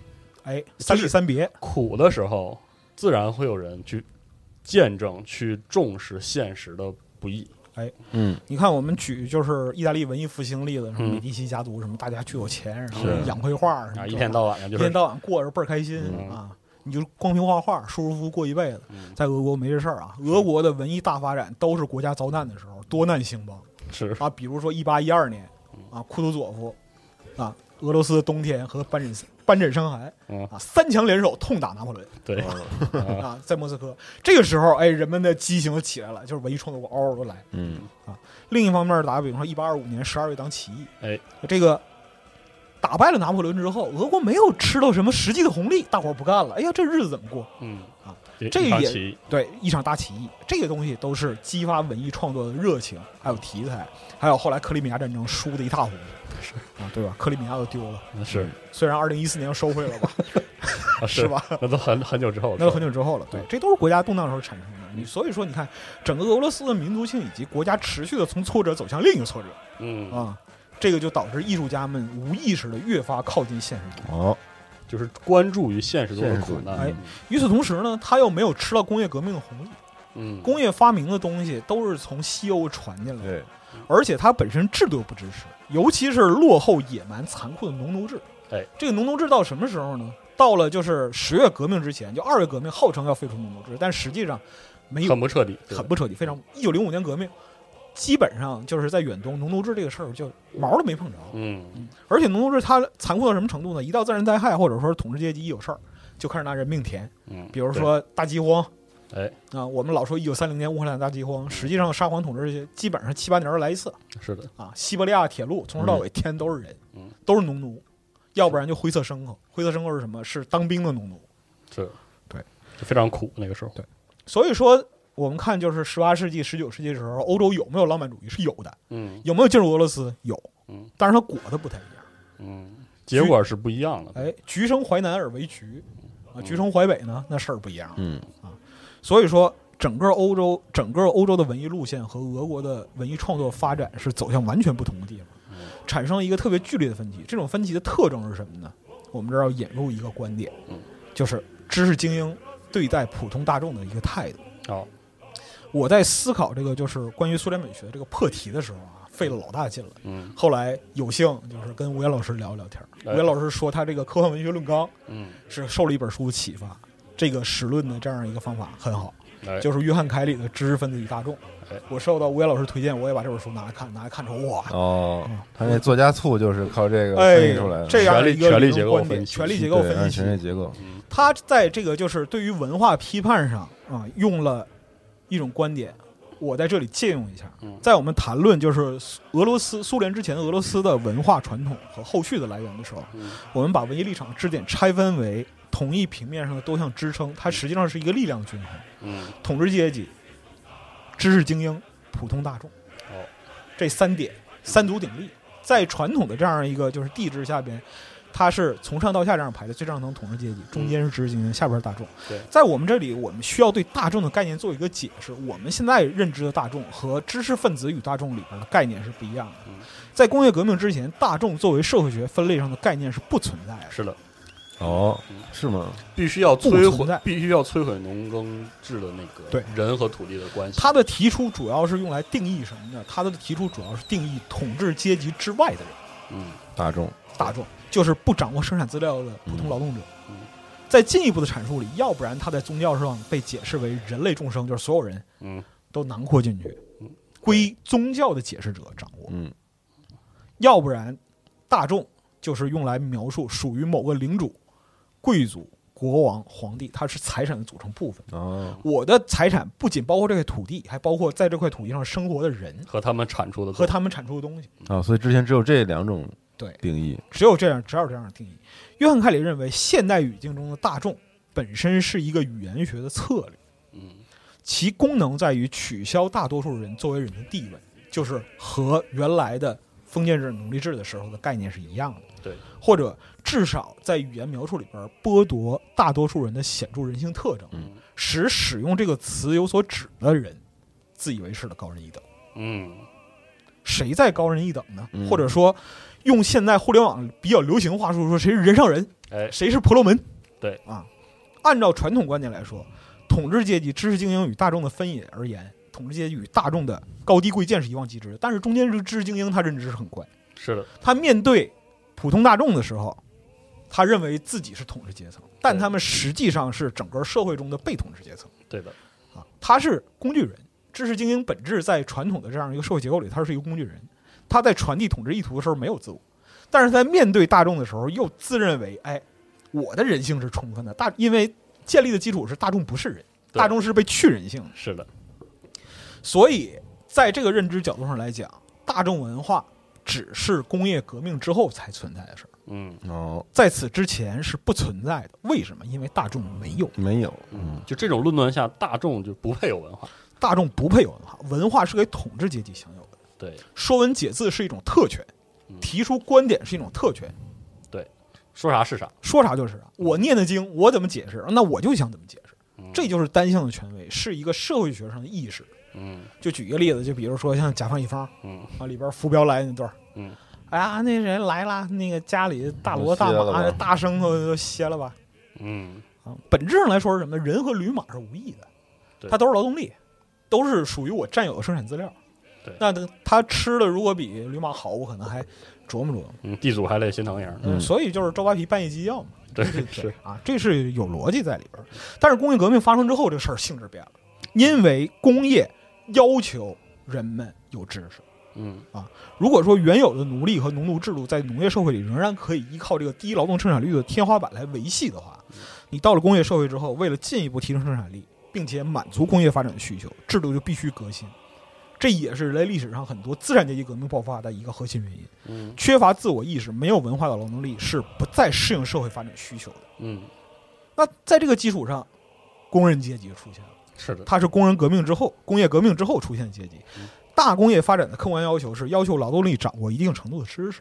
Speaker 2: 哎，三立三别，
Speaker 1: 苦的时候，自然会有人去见证、去重视现实的不易。
Speaker 3: 嗯，
Speaker 2: 你看我们举就是意大利文艺复兴例子，什么
Speaker 1: 嗯
Speaker 2: 美第奇家族，什么大家巨有钱，然后
Speaker 1: 是
Speaker 2: 养绘画什么
Speaker 1: 啊，
Speaker 2: 这
Speaker 1: 一天到晚上
Speaker 2: 嗯一
Speaker 1: 就是
Speaker 2: 天到晚过着倍儿开心、
Speaker 1: 嗯
Speaker 2: 啊！你就光凭画画，舒舒服服过一辈子。
Speaker 1: 嗯
Speaker 2: 在俄国没这事儿啊，俄国的文艺大发展都是国家遭难的时候，多难兴邦
Speaker 1: 是
Speaker 2: 啊。比如说一八一二年啊，库图佐夫啊，俄罗斯的冬天和班疹班疹伤寒
Speaker 1: 嗯
Speaker 2: 啊，三强联手痛打拿破仑
Speaker 1: 对，啊
Speaker 2: 啊，在莫斯科。这个时候，哎，人们的激情就起来了，就是文艺创作者嗷嗷的来。
Speaker 3: 嗯
Speaker 2: 另一方面，打个比方说，一八二五年十二月党起义，
Speaker 1: 哎，
Speaker 2: 这个打败了拿破仑之后，俄国没有吃到什么实际的红利，大伙儿不干了，哎呀，这日子怎么过？
Speaker 1: 嗯
Speaker 2: 啊，
Speaker 1: 这
Speaker 2: 这个
Speaker 1: 一盘
Speaker 2: 也
Speaker 1: 棋
Speaker 2: 对，一场大起义，这个东西都是激发文艺创作的热情，还有题材，还有后来克里米亚战争输的一塌糊涂，
Speaker 1: 是
Speaker 2: 啊，对吧？克里米亚都丢了，
Speaker 1: 是
Speaker 2: 虽然二零一四年收回了 吧，
Speaker 1: 啊
Speaker 2: 嗯是？吧？
Speaker 1: 那都很很久之后了，
Speaker 2: 那都很久之后了，对
Speaker 1: 对，
Speaker 2: 这都是国家动荡时候产生的。你所以说，你看整个俄罗斯的民族性以及国家持续的从挫折走向另一个挫折，
Speaker 1: 嗯，
Speaker 2: 啊，这个就导致艺术家们无意识的越发靠近现实主义。
Speaker 3: 好，
Speaker 1: 就是关注于现实中的苦
Speaker 2: 现
Speaker 1: 难
Speaker 2: 实，哎与此同时呢，他又没有吃到工业革命的红利，
Speaker 1: 嗯，
Speaker 2: 工业发明的东西都是从西欧传进来的，
Speaker 3: 对，
Speaker 2: 而且它本身制度不支持，尤其是落后、野蛮、残酷的农奴制。
Speaker 1: 哎，
Speaker 2: 这个农奴制到什么时候呢？到了就是十月革命之前，就二月革命号称要废除农奴制，但实际上没有
Speaker 1: 很，不彻底，对
Speaker 2: 很不彻底，非常。一九零五年革命，基本上就是在远东农奴制这个事儿就毛都没碰着。
Speaker 1: 嗯，
Speaker 2: 而且农奴制它残酷到什么程度呢？一到自然灾害或者说是统治阶级一有事儿，就开始拿人命填，
Speaker 1: 嗯，
Speaker 2: 比如说大饥荒。
Speaker 1: 对，哎，
Speaker 2: 啊，我们老说一九三零年乌克兰大饥荒，实际上沙皇统治基本上七八年儿来一次
Speaker 1: 是的，
Speaker 2: 啊。西伯利亚铁路从头到尾填都是人，
Speaker 1: 嗯
Speaker 2: 都是农奴，要不然就灰色牲口。灰色牲口是什么？是当兵的农奴。
Speaker 1: 是，
Speaker 2: 对，
Speaker 1: 就非常苦那个时候，
Speaker 2: 所以说，我们看就是十八世纪、十九世纪的时候，欧洲有没有浪漫主义是有的，
Speaker 1: 嗯
Speaker 2: 有没有进入俄罗斯有
Speaker 1: 嗯，
Speaker 2: 但是它裹得不太一样。
Speaker 1: 嗯，结果是不一样的，
Speaker 2: 哎，橘生淮南而为橘，
Speaker 1: 嗯
Speaker 2: 啊，橘生淮北呢，那事儿不一样了。
Speaker 3: 嗯
Speaker 2: 所以说，整个欧洲整个欧洲的文艺路线和俄国的文艺创作发展是走向完全不同的地方，
Speaker 1: 嗯
Speaker 2: 产生了一个特别剧烈的分歧。这种分歧的特征是什么呢？我们这儿要引入一个观点
Speaker 1: 嗯，
Speaker 2: 就是知识精英对待普通大众的一个态度。
Speaker 1: 好，
Speaker 2: 我在思考这个就是关于苏联美学这个破题的时候啊，费了老大劲了。
Speaker 1: 嗯
Speaker 2: 后来有幸就是跟吴岩老师聊一聊天儿，
Speaker 1: 哎
Speaker 2: 吴岩老师说他这个科幻文学论纲
Speaker 1: 嗯，
Speaker 2: 是受了一本书的启发，这个史论的这样一个方法很好。
Speaker 1: 哎，
Speaker 2: 就是约翰凯里的《知识分子与大众》
Speaker 1: 哎。
Speaker 2: 我受到吴岩老师推荐，我也把这本书拿来看，拿来看之后，哇，
Speaker 3: 哦
Speaker 2: 嗯，
Speaker 3: 他那作家醋就是靠这个分
Speaker 2: 哎
Speaker 3: 析出来的，，
Speaker 2: 这样一个
Speaker 1: 权力
Speaker 2: 理论观点，权
Speaker 1: 权
Speaker 2: 力
Speaker 1: 力
Speaker 2: 结
Speaker 1: 结
Speaker 2: 构
Speaker 3: 对，
Speaker 2: 分
Speaker 3: 按
Speaker 2: 析
Speaker 3: 权力
Speaker 2: 学，
Speaker 3: 结构，
Speaker 1: 嗯
Speaker 2: 他在这个就是对于文化批判上啊、用了一种观点，我在这里借用一下
Speaker 1: 嗯，
Speaker 2: 在我们谈论就是苏俄罗斯苏联之前俄罗斯的文化传统和后续的来源的时候，
Speaker 1: 嗯
Speaker 2: 我们把文艺立场支点拆分为同一平面上的多项支撑，它实际上是一个力量均衡。
Speaker 1: 嗯，
Speaker 2: 统治阶级、知识精英、普通大众，
Speaker 1: 哦，
Speaker 2: 这三点三足鼎立，在传统的这样一个就是地制下边，它是从上到下这样排的，最上层统治阶级，中间是知识精英，下边是大众
Speaker 1: 嗯对。
Speaker 2: 在我们这里，我们需要对大众的概念做一个解释。我们现在认知的大众和知识分子与大众里边的概念是不一样的
Speaker 1: 嗯。
Speaker 2: 在工业革命之前，大众作为社会学分类上的概念是不存在的。
Speaker 1: 是的，
Speaker 3: 哦
Speaker 1: 嗯，
Speaker 3: 是吗？
Speaker 1: 必须要
Speaker 2: 不
Speaker 1: 摧
Speaker 2: 存在
Speaker 1: 毁，必须要摧毁农耕制的那个
Speaker 2: 对
Speaker 1: 人和土地的关系，
Speaker 2: 他的提出主要是用来定义什么呢？他的提出主要是定义统治阶级之外的人。
Speaker 1: 嗯
Speaker 3: 大众，
Speaker 2: 大众，就是不掌握生产资料的普通劳动者
Speaker 1: 嗯嗯。
Speaker 2: 在进一步的阐述里，要不然他在宗教上被解释为人类众生，就是所有人
Speaker 1: 嗯
Speaker 2: 都囊括进去
Speaker 1: 嗯，
Speaker 2: 归宗教的解释者掌握；
Speaker 3: 嗯
Speaker 2: 要不然，大众就是用来描述属于某个领主、贵族、国王、皇帝，它是财产的组成部分。
Speaker 3: 哦，
Speaker 2: 我的财产不仅包括这块土地，还包括在这块土地上生活的人
Speaker 1: 和他们产出的
Speaker 2: 和他们产出的东西。
Speaker 3: 啊，所以之前只有这两种
Speaker 2: 对
Speaker 3: 定义，
Speaker 2: 只有这样，只有这样的定义。约翰·凯里认为，现代语境中的大众本身是一个语言学的策略，
Speaker 1: 嗯
Speaker 2: 其功能在于取消大多数人作为人的地位，就是和原来的封建制、奴隶制的时候的概念是一样的。
Speaker 1: 对，
Speaker 2: 或者至少在语言描述里边剥夺大多数人的显著人性特征，
Speaker 3: 嗯
Speaker 2: 使使用这个词有所指的人自以为是的高人一等。
Speaker 1: 嗯
Speaker 2: 谁在高人一等呢？
Speaker 3: 嗯
Speaker 2: 或者说，用现在互联网比较流行话术说，谁是人上人，
Speaker 1: 哎
Speaker 2: 谁是婆罗门？
Speaker 1: 对
Speaker 2: 啊，按照传统观念来说，统治阶级知识精英与大众的分野而言，统治阶级与大众的高低贵贱是一望即知的。但是中间这个知识精英他认知是很宽，
Speaker 1: 是的，
Speaker 2: 他面对普通大众的时候，他认为自己是统治阶层，但
Speaker 1: 对
Speaker 2: 他们实际上是整个社会中的被统治阶层。
Speaker 1: 对的，
Speaker 2: 啊，他是工具人。知识精英本质在传统的这样一个社会结构里，他是一个工具人。他在传递统治意图的时候没有自我，但是在面对大众的时候，又自认为，哎，我的人性是充分的。大因为建立的基础是大众不是人，
Speaker 1: 对
Speaker 2: 大众是被去人性的。
Speaker 1: 是的，
Speaker 2: 所以在这个认知角度上来讲，大众文化只是工业革命之后才存在的事儿，
Speaker 1: 嗯
Speaker 3: 哦，
Speaker 2: 在此之前是不存在的。为什么？因为大众没有，
Speaker 3: 没有，
Speaker 1: 嗯
Speaker 3: 嗯，，
Speaker 1: 就这种论断下，大众就不配有文化，
Speaker 2: 大众不配有文化，文化是给统治阶级享有的。
Speaker 1: 对，
Speaker 2: 说文解字是一种特权
Speaker 1: 嗯，
Speaker 2: 提出观点是一种特权，
Speaker 1: 说啥是啥，
Speaker 2: 说啥就是啥。我念的经，我怎么解释，那我就想怎么解释，
Speaker 1: 嗯
Speaker 2: 这就是单向的权威，是一个社会学上的意识。
Speaker 1: 嗯
Speaker 2: 就举一个例子，就比如说像甲方乙方
Speaker 1: 嗯
Speaker 2: 啊里边浮标来那段儿
Speaker 1: 嗯，
Speaker 2: 哎呀，那人来啦，那个家里大罗
Speaker 3: 歇
Speaker 2: 大
Speaker 3: 了
Speaker 2: 马
Speaker 3: 吧
Speaker 2: 大牲口都歇了吧。
Speaker 1: 嗯
Speaker 2: 啊，本质上来说是什么？人和驴马是无异的，
Speaker 1: 对
Speaker 2: 它都是劳动力，都是属于我占有的生产资料
Speaker 1: 对。
Speaker 2: 那它吃的如果比驴马好，我可能还琢磨琢磨。
Speaker 1: 嗯，地主还得先尝一样，
Speaker 3: 嗯
Speaker 2: 所以就是周扒皮拌一鸡要嘛，
Speaker 1: 对
Speaker 2: 这
Speaker 1: 是
Speaker 2: 啊，这是有逻辑在里边儿。但是工业革命发生之后，这个事儿性质变了，因为工业要求人们有知识。
Speaker 1: 嗯
Speaker 2: 如果说原有的奴隶和农奴制度在农业社会里仍然可以依靠这个低劳动生产率的天花板来维系的话，你到了工业社会之后，为了进一步提升生产力，并且满足工业发展的需求，制度就必须革新。这也是人类历史上很多资产阶级革命爆发的一个核心原因。
Speaker 1: 嗯
Speaker 2: 缺乏自我意识、没有文化的劳动力是不再适应社会发展需求的。
Speaker 1: 嗯，
Speaker 2: 那在这个基础上，工人阶级就出现了。
Speaker 1: 是的，
Speaker 2: 它是工人革命之后、工业革命之后出现的阶级
Speaker 1: 嗯。
Speaker 2: 大工业发展的客观要求是要求劳动力掌握一定程度的知识，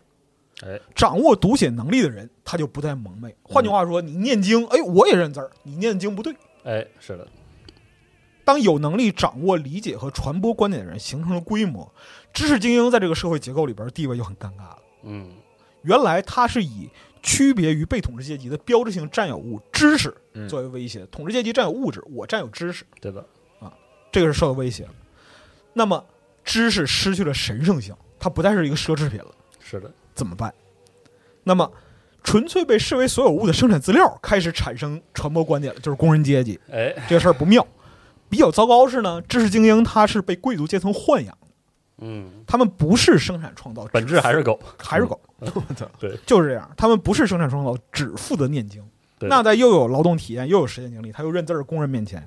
Speaker 1: 哎，嗯
Speaker 2: 掌握读写能力的人，他就不再蒙昧。换句话说，你念经，哎，我也认字儿，你念经不对。
Speaker 1: 哎，是的，
Speaker 2: 当有能力掌握、理解和传播观点的人形成了规模，知识精英在这个社会结构里边地位就很尴尬了。
Speaker 1: 嗯
Speaker 2: 原来他是以区别于被统治阶级的标志性占有物知识
Speaker 3: 嗯
Speaker 2: 作为威胁，统治阶级占有物质，我占有知识，
Speaker 1: 对的，
Speaker 2: 这个是受到威胁了。那么知识失去了神圣性，它不再是一个奢侈品了，
Speaker 1: 是的，
Speaker 2: 怎么办？那么纯粹被视为所有物的生产资料开始产生传播观点了，就是工人阶级
Speaker 1: 哎，
Speaker 2: 这个事儿不妙。比较糟糕是呢，知识精英他是被贵族阶层豢养的，
Speaker 1: 嗯，
Speaker 2: 他们不是生产创造，
Speaker 1: 本质还是狗，
Speaker 2: 还是狗，
Speaker 3: 嗯 我 操，
Speaker 2: 就是这样，他们不是生产创造，只负责念经。
Speaker 1: 对的
Speaker 2: 那在又有劳动体验，又有实践经历，他又认字儿的工人面前，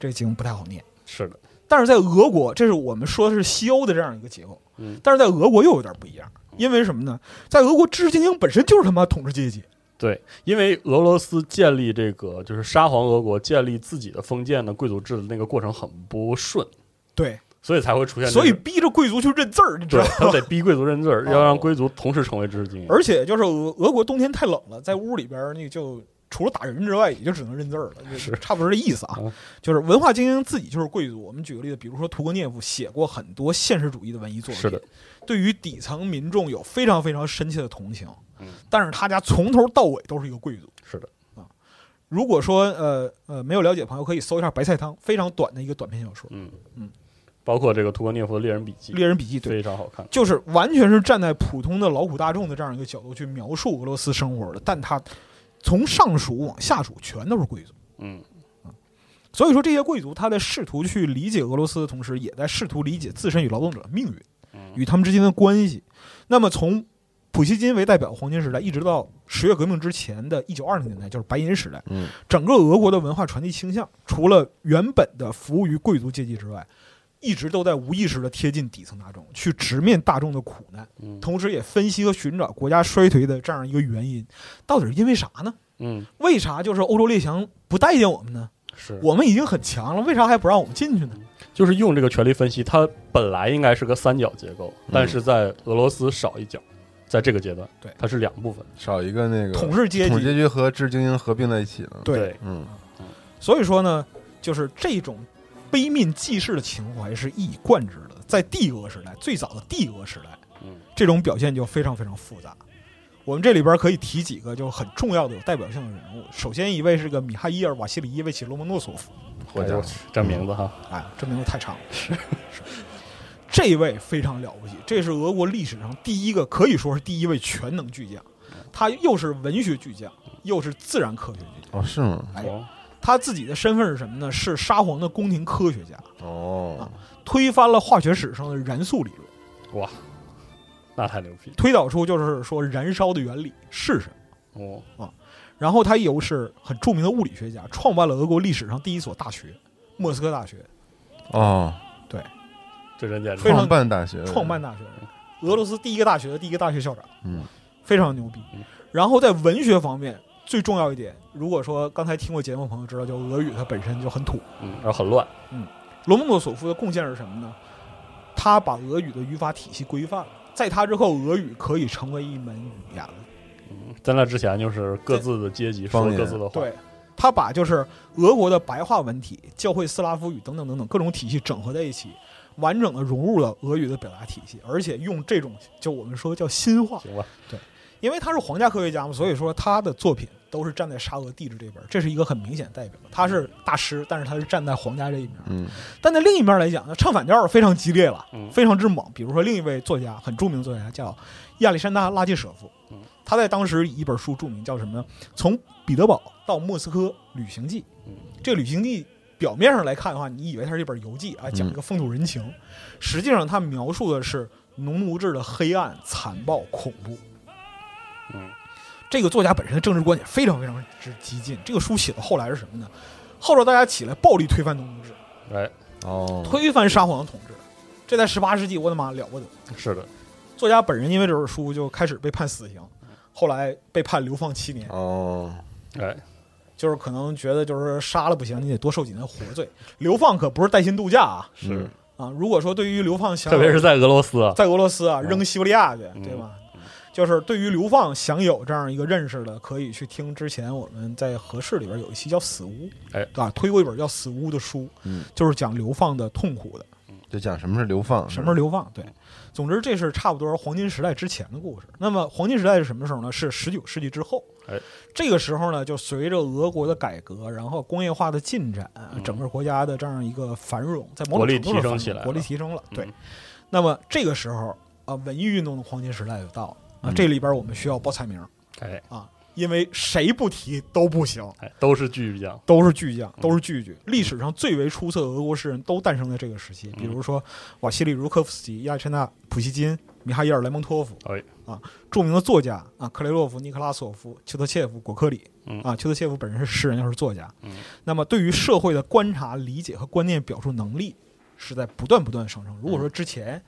Speaker 2: 这经不太好念。
Speaker 1: 是的，
Speaker 2: 但是在俄国，这是我们说的是西欧的这样一个结构，
Speaker 1: 嗯
Speaker 2: 但是在俄国又有点不一样，因为什么呢？在俄国，知识精英本身就是他妈统治阶级，
Speaker 1: 对，因为俄罗斯建立这个就是沙皇俄国建立自己的封建的贵族制的那个过程很不顺，
Speaker 2: 对，
Speaker 1: 所以才会出现这个、
Speaker 2: 所以逼着贵族去认字儿，你知
Speaker 1: 对
Speaker 2: 道吗？
Speaker 1: 他得逼贵族认字儿，
Speaker 2: 哦
Speaker 1: 要让贵族同时成为知识精英。
Speaker 2: 而且就是俄俄国冬天太冷了，在屋里边儿那个就除了打人之外，也就只能认字 儿了，就是差不多这意思啊
Speaker 1: 嗯。
Speaker 2: 就是文化精英自己就是贵族。我们举个例子，比如说屠格涅夫写过很多现实主义的文艺作品，
Speaker 1: 是的，
Speaker 2: 对于底层民众有非常非常深切的同情。
Speaker 1: 嗯
Speaker 2: 但是他家从头到尾都是一个贵族。啊
Speaker 1: 是的，
Speaker 2: 如果说呃呃没有了解的朋友，可以搜一下《白菜汤》，非常短的一个短篇小说，《
Speaker 1: 嗯
Speaker 2: 嗯，
Speaker 1: 包括这个屠格涅夫的《猎人笔记》，
Speaker 2: 猎人笔记》对，
Speaker 1: 非常好看。
Speaker 2: 就是完全是站在普通的劳苦大众的这样一个角度去描述俄罗斯生活的，但他从上数往下数全都是贵族，
Speaker 1: 嗯，
Speaker 2: 所以说这些贵族他在试图去理解俄罗斯的同时，也在试图理解自身与劳动者的命运
Speaker 1: 嗯
Speaker 2: 与他们之间的关系。那么从普希金为代表的黄金时代，一直到十月革命之前的一九二零年代，就是白银时代，
Speaker 3: 嗯，
Speaker 2: 整个俄国的文化传递倾向，除了原本的服务于贵族阶级之外，一直都在无意识地贴近底层大众，去直面大众的苦难，
Speaker 1: 嗯
Speaker 2: 同时也分析和寻找国家衰退的这样一个原因，到底是因为啥呢？
Speaker 1: 嗯，
Speaker 2: 为啥就是欧洲列强不待见我们呢？
Speaker 1: 是，
Speaker 2: 我们已经很强了，为啥还不让我们进去呢？
Speaker 1: 就是用这个权力分析，它本来应该是个三角结构，
Speaker 2: 嗯
Speaker 1: 但是在俄罗斯少一角，在这个阶段，
Speaker 2: 对
Speaker 1: 它是两部分。
Speaker 3: 少一个那个
Speaker 2: 统治阶
Speaker 3: 统
Speaker 2: 级
Speaker 3: 治局和知识精英合并在一起了，
Speaker 2: 对，
Speaker 1: 对
Speaker 3: 嗯，
Speaker 2: 所以说呢，就是这种。悲悯济世的情怀是一以贯之的。在帝俄时代，最早的帝俄时代，
Speaker 1: 嗯
Speaker 2: 这种表现就非常非常复杂。我们这里边可以提几个就很重要的、有代表性的人物。首先一位是个米哈伊尔·瓦西里耶维奇·罗蒙诺索夫，
Speaker 3: 我
Speaker 1: 哎
Speaker 3: 家
Speaker 1: 呦这名字哈，
Speaker 2: 哎，这名字太长了。是是，这一位非常了不起，这是俄国历史上第一个，可以说是第一位全能巨匠。他又是文学巨匠，又是自然科学巨匠。
Speaker 3: 哦，是吗？
Speaker 2: 哎
Speaker 1: 哦
Speaker 2: 他自己的身份是什么呢？是沙皇的宫廷科学家，
Speaker 3: 哦，
Speaker 2: 推翻了化学史上的燃素理论，
Speaker 1: 那太牛逼了
Speaker 2: 推导出就是说燃烧的原理是什么。
Speaker 1: 哦，
Speaker 2: 然后他又是很著名的物理学家，创办了俄国历史上第一所大学——莫斯科大学，
Speaker 3: 哦，
Speaker 1: 这人简直
Speaker 2: 非常
Speaker 3: 创办大学，
Speaker 2: 创办，大学，俄罗斯第一个大学的第一个大学校长。
Speaker 3: 嗯，
Speaker 2: 非常牛逼
Speaker 1: 嗯。
Speaker 2: 然后在文学方面，最重要一点，如果说刚才听过节目的朋友知道，就俄语它本身就很土。
Speaker 1: 嗯，然后很乱，
Speaker 2: 罗蒙诺索夫的贡献是什么呢？他把俄语的语法体系规范了。在他之后，俄语可以成为一门语言了。
Speaker 1: 在那之前就是各自的阶级说
Speaker 3: 方言
Speaker 1: 各自的话，
Speaker 2: 对，他把就是俄国的白话文体、教会斯拉夫语等等等等各种体系整合在一起，完整的融入了俄语的表达体系，而且用这种就我们说叫新化，
Speaker 1: 行吧，
Speaker 2: 因为他是皇家科学家嘛，所以说他的作品都是站在沙俄帝制这边，这是一个很明显的代表。他是大师，但是他是站在皇家这一面。
Speaker 3: 嗯，
Speaker 2: 但在另一面来讲呢，唱反调非常激烈了
Speaker 1: 嗯，
Speaker 2: 非常之猛。比如说另一位作家，很著名的作家叫亚历山大·拉季舍夫
Speaker 1: 嗯，
Speaker 2: 他在当时以一本书著名叫什么呢？从彼得堡到莫斯科旅行记
Speaker 1: 嗯。
Speaker 2: 这个旅行记表面上来看的话，你以为它是一本游记
Speaker 1: 嗯
Speaker 2: 啊，讲一个风土人情，实际上它描述的是农奴制的黑暗、残暴、恐怖。
Speaker 1: 嗯，
Speaker 2: 这个作家本身的政治观点非常非常之激进。这个书写到后来是什么呢？号召大家起来暴力推翻农奴制，
Speaker 1: 哎，
Speaker 3: 哦，
Speaker 2: 推翻沙皇的统治。这在十八世纪，我的妈了不得！
Speaker 1: 是的，
Speaker 2: 作家本人因为这本书就开始被判死刑，后来被判流放七年。
Speaker 3: 哦，
Speaker 1: 哎，
Speaker 2: 就是可能觉得就是杀了不行，你得多受几年活罪。流放可不是带薪度假啊
Speaker 1: 是
Speaker 3: 嗯，
Speaker 2: 啊！如果说对于流放想
Speaker 1: 特别是在俄罗斯啊，
Speaker 2: 在俄罗斯啊，
Speaker 1: 嗯
Speaker 2: 扔西伯利亚去，
Speaker 1: 嗯
Speaker 2: 对吧？就是对于流放享有这样一个认识的，可以去听之前我们在合适里边有一期叫《死屋》，
Speaker 1: 哎
Speaker 2: 对吧？推过一本叫《死屋》的书，
Speaker 3: 嗯
Speaker 2: 就是讲流放的痛苦的，
Speaker 3: 就讲什么是流放，
Speaker 2: 什么是
Speaker 1: 嗯
Speaker 2: 流放？对，总之这是差不多黄金时代之前的故事。那么黄金时代是什么时候呢？是十九世纪之后。
Speaker 1: 哎
Speaker 2: 这个时候呢，就随着俄国的改革，然后工业化的进展，整个国家的这样一个繁荣，在
Speaker 1: 嗯
Speaker 2: 某
Speaker 1: 国
Speaker 2: 种
Speaker 1: 力
Speaker 2: 程度上
Speaker 1: 提升
Speaker 2: 繁
Speaker 1: 起
Speaker 2: 荣
Speaker 1: 来
Speaker 2: 国力
Speaker 1: 了
Speaker 2: 提升了。对
Speaker 1: 嗯，
Speaker 2: 那么这个时候啊，文艺运动的黄金时代就到了啊。
Speaker 3: 嗯
Speaker 2: 这里边我们需要报菜名
Speaker 1: 哎，
Speaker 2: 啊，因为谁不提都不行，
Speaker 1: 哎，都是巨匠，
Speaker 2: 都是巨
Speaker 1: 嗯
Speaker 2: 匠，都是巨巨。历史上最为出色的俄国诗人都诞生在这个时
Speaker 1: 嗯
Speaker 2: 期，比如说瓦西里茹科夫斯基、亚历山大·普希金、米哈伊尔·莱蒙托夫，
Speaker 1: 哎
Speaker 2: 啊，著名的作家啊，克雷洛夫、尼克拉索夫、丘德切夫、果克里
Speaker 1: 嗯，
Speaker 2: 啊，丘德切夫本人是诗人，又是作家
Speaker 1: 嗯。
Speaker 2: 那么对于社会的观察、理解和观念表述能力是在不断不断地上升。如果说之前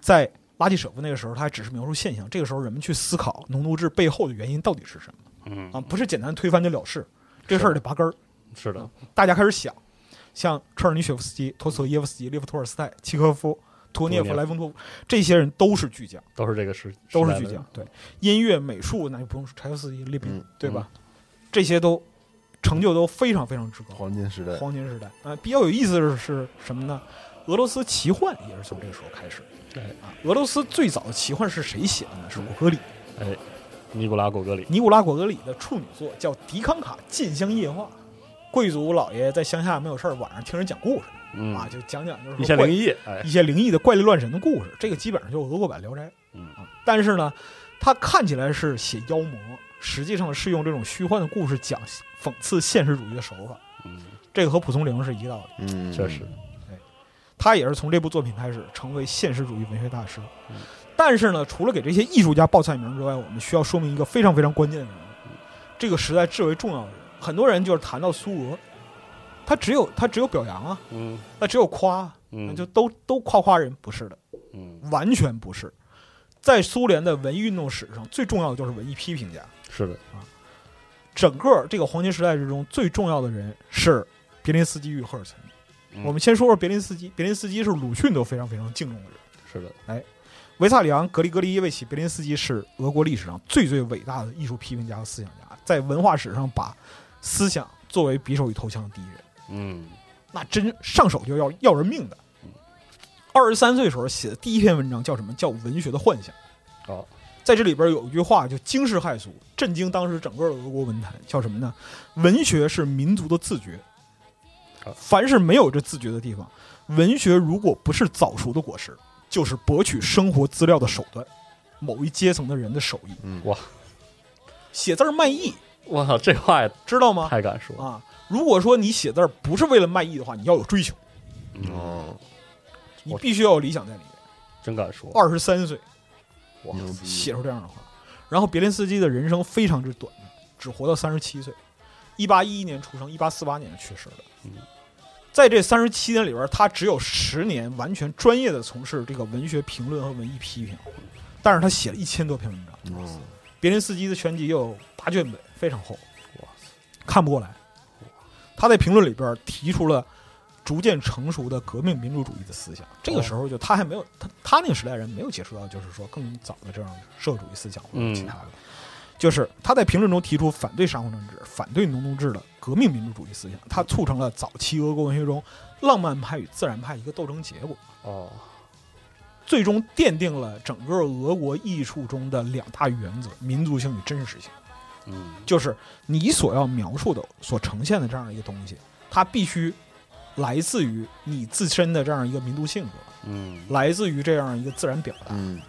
Speaker 2: 在拉季舍夫那个时候，他还只是描述现象，这个时候人们去思考农奴制背后的原因到底是什么
Speaker 1: 嗯
Speaker 2: 啊，，不是简单推翻就了事，这事儿得拔根儿。
Speaker 1: 是的，
Speaker 2: 大家开始想，像车尔尼雪夫斯基、托斯托耶夫斯基、列夫托尔斯泰、契诃夫、托涅
Speaker 1: 托涅
Speaker 2: 夫、
Speaker 1: 夫
Speaker 2: 莱翁托夫，这些人都是巨匠，
Speaker 1: 都是这个时，
Speaker 2: 都
Speaker 1: 时
Speaker 2: 是
Speaker 1: 代
Speaker 2: 巨
Speaker 1: 的
Speaker 2: 匠。对，音乐、美术那就不用说，柴可夫斯基、列宾
Speaker 3: 嗯，
Speaker 2: 对吧？这些都成就都非常非常之高，
Speaker 3: 黄金时代，
Speaker 2: 黄金时代。啊，比较有意思的是什么呢？俄罗斯奇幻也是从这个时候开始
Speaker 1: 哎。
Speaker 2: 啊，俄罗斯最早的奇幻是谁写的呢？是果戈里，
Speaker 1: 尼古拉·果戈里，
Speaker 2: 尼古拉·果戈里的处女作叫《迪康卡进香夜话》，贵族老爷在乡下没有事儿，晚上听人讲故事。
Speaker 1: 嗯，
Speaker 2: 啊，就讲讲就是
Speaker 1: 一
Speaker 2: 说
Speaker 1: 千
Speaker 2: 怪
Speaker 1: 零一夜，哎
Speaker 2: 一，些灵异的怪力乱神的故事。这个基本上就是俄国版《聊斋》
Speaker 1: 嗯
Speaker 2: 啊。但是呢，它看起来是写妖魔，实际上是用这种虚幻的故事讲讽刺现实主义的手法。
Speaker 1: 嗯，
Speaker 2: 这个和蒲松龄是一个道理。
Speaker 3: 嗯，
Speaker 1: 确实，
Speaker 2: 他也是从这部作品开始成为现实主义文学大师
Speaker 1: 嗯。
Speaker 2: 但是呢，除了给这些艺术家报菜名之外，我们需要说明一个非常非常关键的人
Speaker 1: 嗯
Speaker 2: 物，这个时代至为重要的人。很多人就是谈到苏俄，他只有他只有表扬啊，
Speaker 1: 嗯
Speaker 2: 他只有夸啊，那
Speaker 1: 嗯，
Speaker 2: 就都都夸夸人，不是的。
Speaker 1: 嗯，
Speaker 2: 完全不是。在苏联的文艺运动史上，最重要的就是文艺批评家。
Speaker 1: 是的，
Speaker 2: 整个这个黄金时代之中，最重要的人是别林斯基与赫尔岑尼。
Speaker 1: 嗯
Speaker 2: 我们先说说别林斯基，别林斯基是鲁迅都非常非常敬重的人。
Speaker 1: 是的，
Speaker 2: 维萨里昂·格里格里耶维奇·别林斯基是俄国历史上最最伟大的艺术批评家和思想家，在文化史上把思想作为匕首与头枪的第一人。
Speaker 1: 嗯，
Speaker 2: 那真上手就要要人命的。二十三岁时候写的第一篇文章叫什么？叫《文学的幻想》。
Speaker 1: 哦，
Speaker 2: 在这里边有一句话就惊世骇俗，震惊当时整个的俄国文坛，叫什么呢？文学是民族的自觉
Speaker 1: 好，
Speaker 2: 凡是没有这自觉的地方，文学如果不是早熟的果实，就是博取生活资料的手段，某一阶层的人的手艺。
Speaker 3: 嗯
Speaker 1: 哇，
Speaker 2: 写字儿卖艺，
Speaker 1: 我操，这话也
Speaker 2: 知道吗？
Speaker 1: 太敢说了，
Speaker 2: 啊，如果说你写字儿不是为了卖艺的话，你要有追求，
Speaker 3: 哦，
Speaker 2: 你
Speaker 1: 我
Speaker 2: 必须要有理想在里面。
Speaker 1: 真敢说，
Speaker 2: 二十三岁
Speaker 1: 哇，
Speaker 3: 牛逼，
Speaker 2: 写出这样的话，然后别林斯基的人生非常之短，只活到三十七岁，一八一一年出生，一八四八年就去世了
Speaker 1: 嗯。
Speaker 2: 在这三十七年里边，他只有十年完全专业的从事这个文学评论和文艺批评，但是他写了一千多篇文章。
Speaker 3: 嗯
Speaker 2: 别林斯基的全集有八卷本，非常厚，
Speaker 1: 哇
Speaker 2: 看不过来。他在评论里边提出了逐渐成熟的革命民主主义的思想。这个时候就他还没有他他那个时代人没有接触到，就是说更早的这样的社会主义思想或者其他的。就是他在评论中提出反对沙皇专制、反对农奴制的革命民主主义思想，他促成了早期俄国文学中浪漫派与自然派一个斗争结果。
Speaker 1: 哦，
Speaker 2: 最终奠定了整个俄国艺术中的两大原则：民族性与真实性。
Speaker 1: 嗯，
Speaker 2: 就是你所要描述的、所呈现的这样一个东西，它必须来自于你自身的这样一个民族性格，
Speaker 1: 嗯，
Speaker 2: 来自于这样一个自然表达。
Speaker 3: 嗯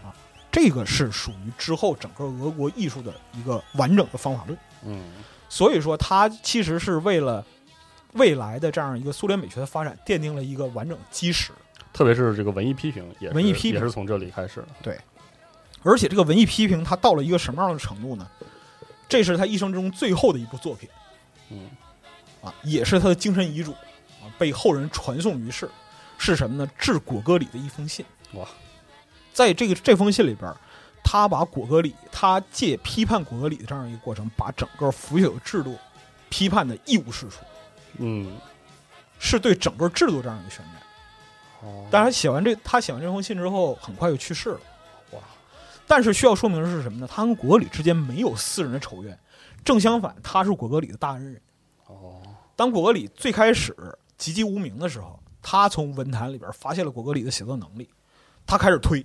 Speaker 2: 这个是属于之后整个俄国艺术的一个完整的方法论。
Speaker 1: 嗯，
Speaker 2: 所以说，它其实是为了未来的这样一个苏联美学的发展奠定了一个完整的基石。
Speaker 1: 特别是这个文艺批评也是，
Speaker 2: 文艺批
Speaker 1: 也
Speaker 2: 评
Speaker 1: 是从这里开始的，
Speaker 2: 而且这个文艺批评它到了一个什么样的程度呢？这是他一生中最后的一部作品
Speaker 1: 嗯，
Speaker 2: 啊，也是他的精神遗嘱啊，被后人传颂于世，是什么呢？致果戈里的一封信。
Speaker 1: 哇，
Speaker 2: 在这个这封信里边，他把果戈里，他借批判果戈里的这样一个过程，把整个腐朽制度批判的一无是处，
Speaker 1: 嗯，
Speaker 2: 是对整个制度这样一个宣战。
Speaker 1: 哦
Speaker 2: 但是他写完这，他写完这封信之后，很快就去世了。
Speaker 1: 哇！
Speaker 2: 但是需要说明的是什么呢？他跟果戈里之间没有私人的仇怨，正相反，他是果戈里的大恩人。
Speaker 1: 哦，
Speaker 2: 当果戈里最开始籍籍无名的时候，他从文坛里边发现了果戈里的写作能力，他开始推，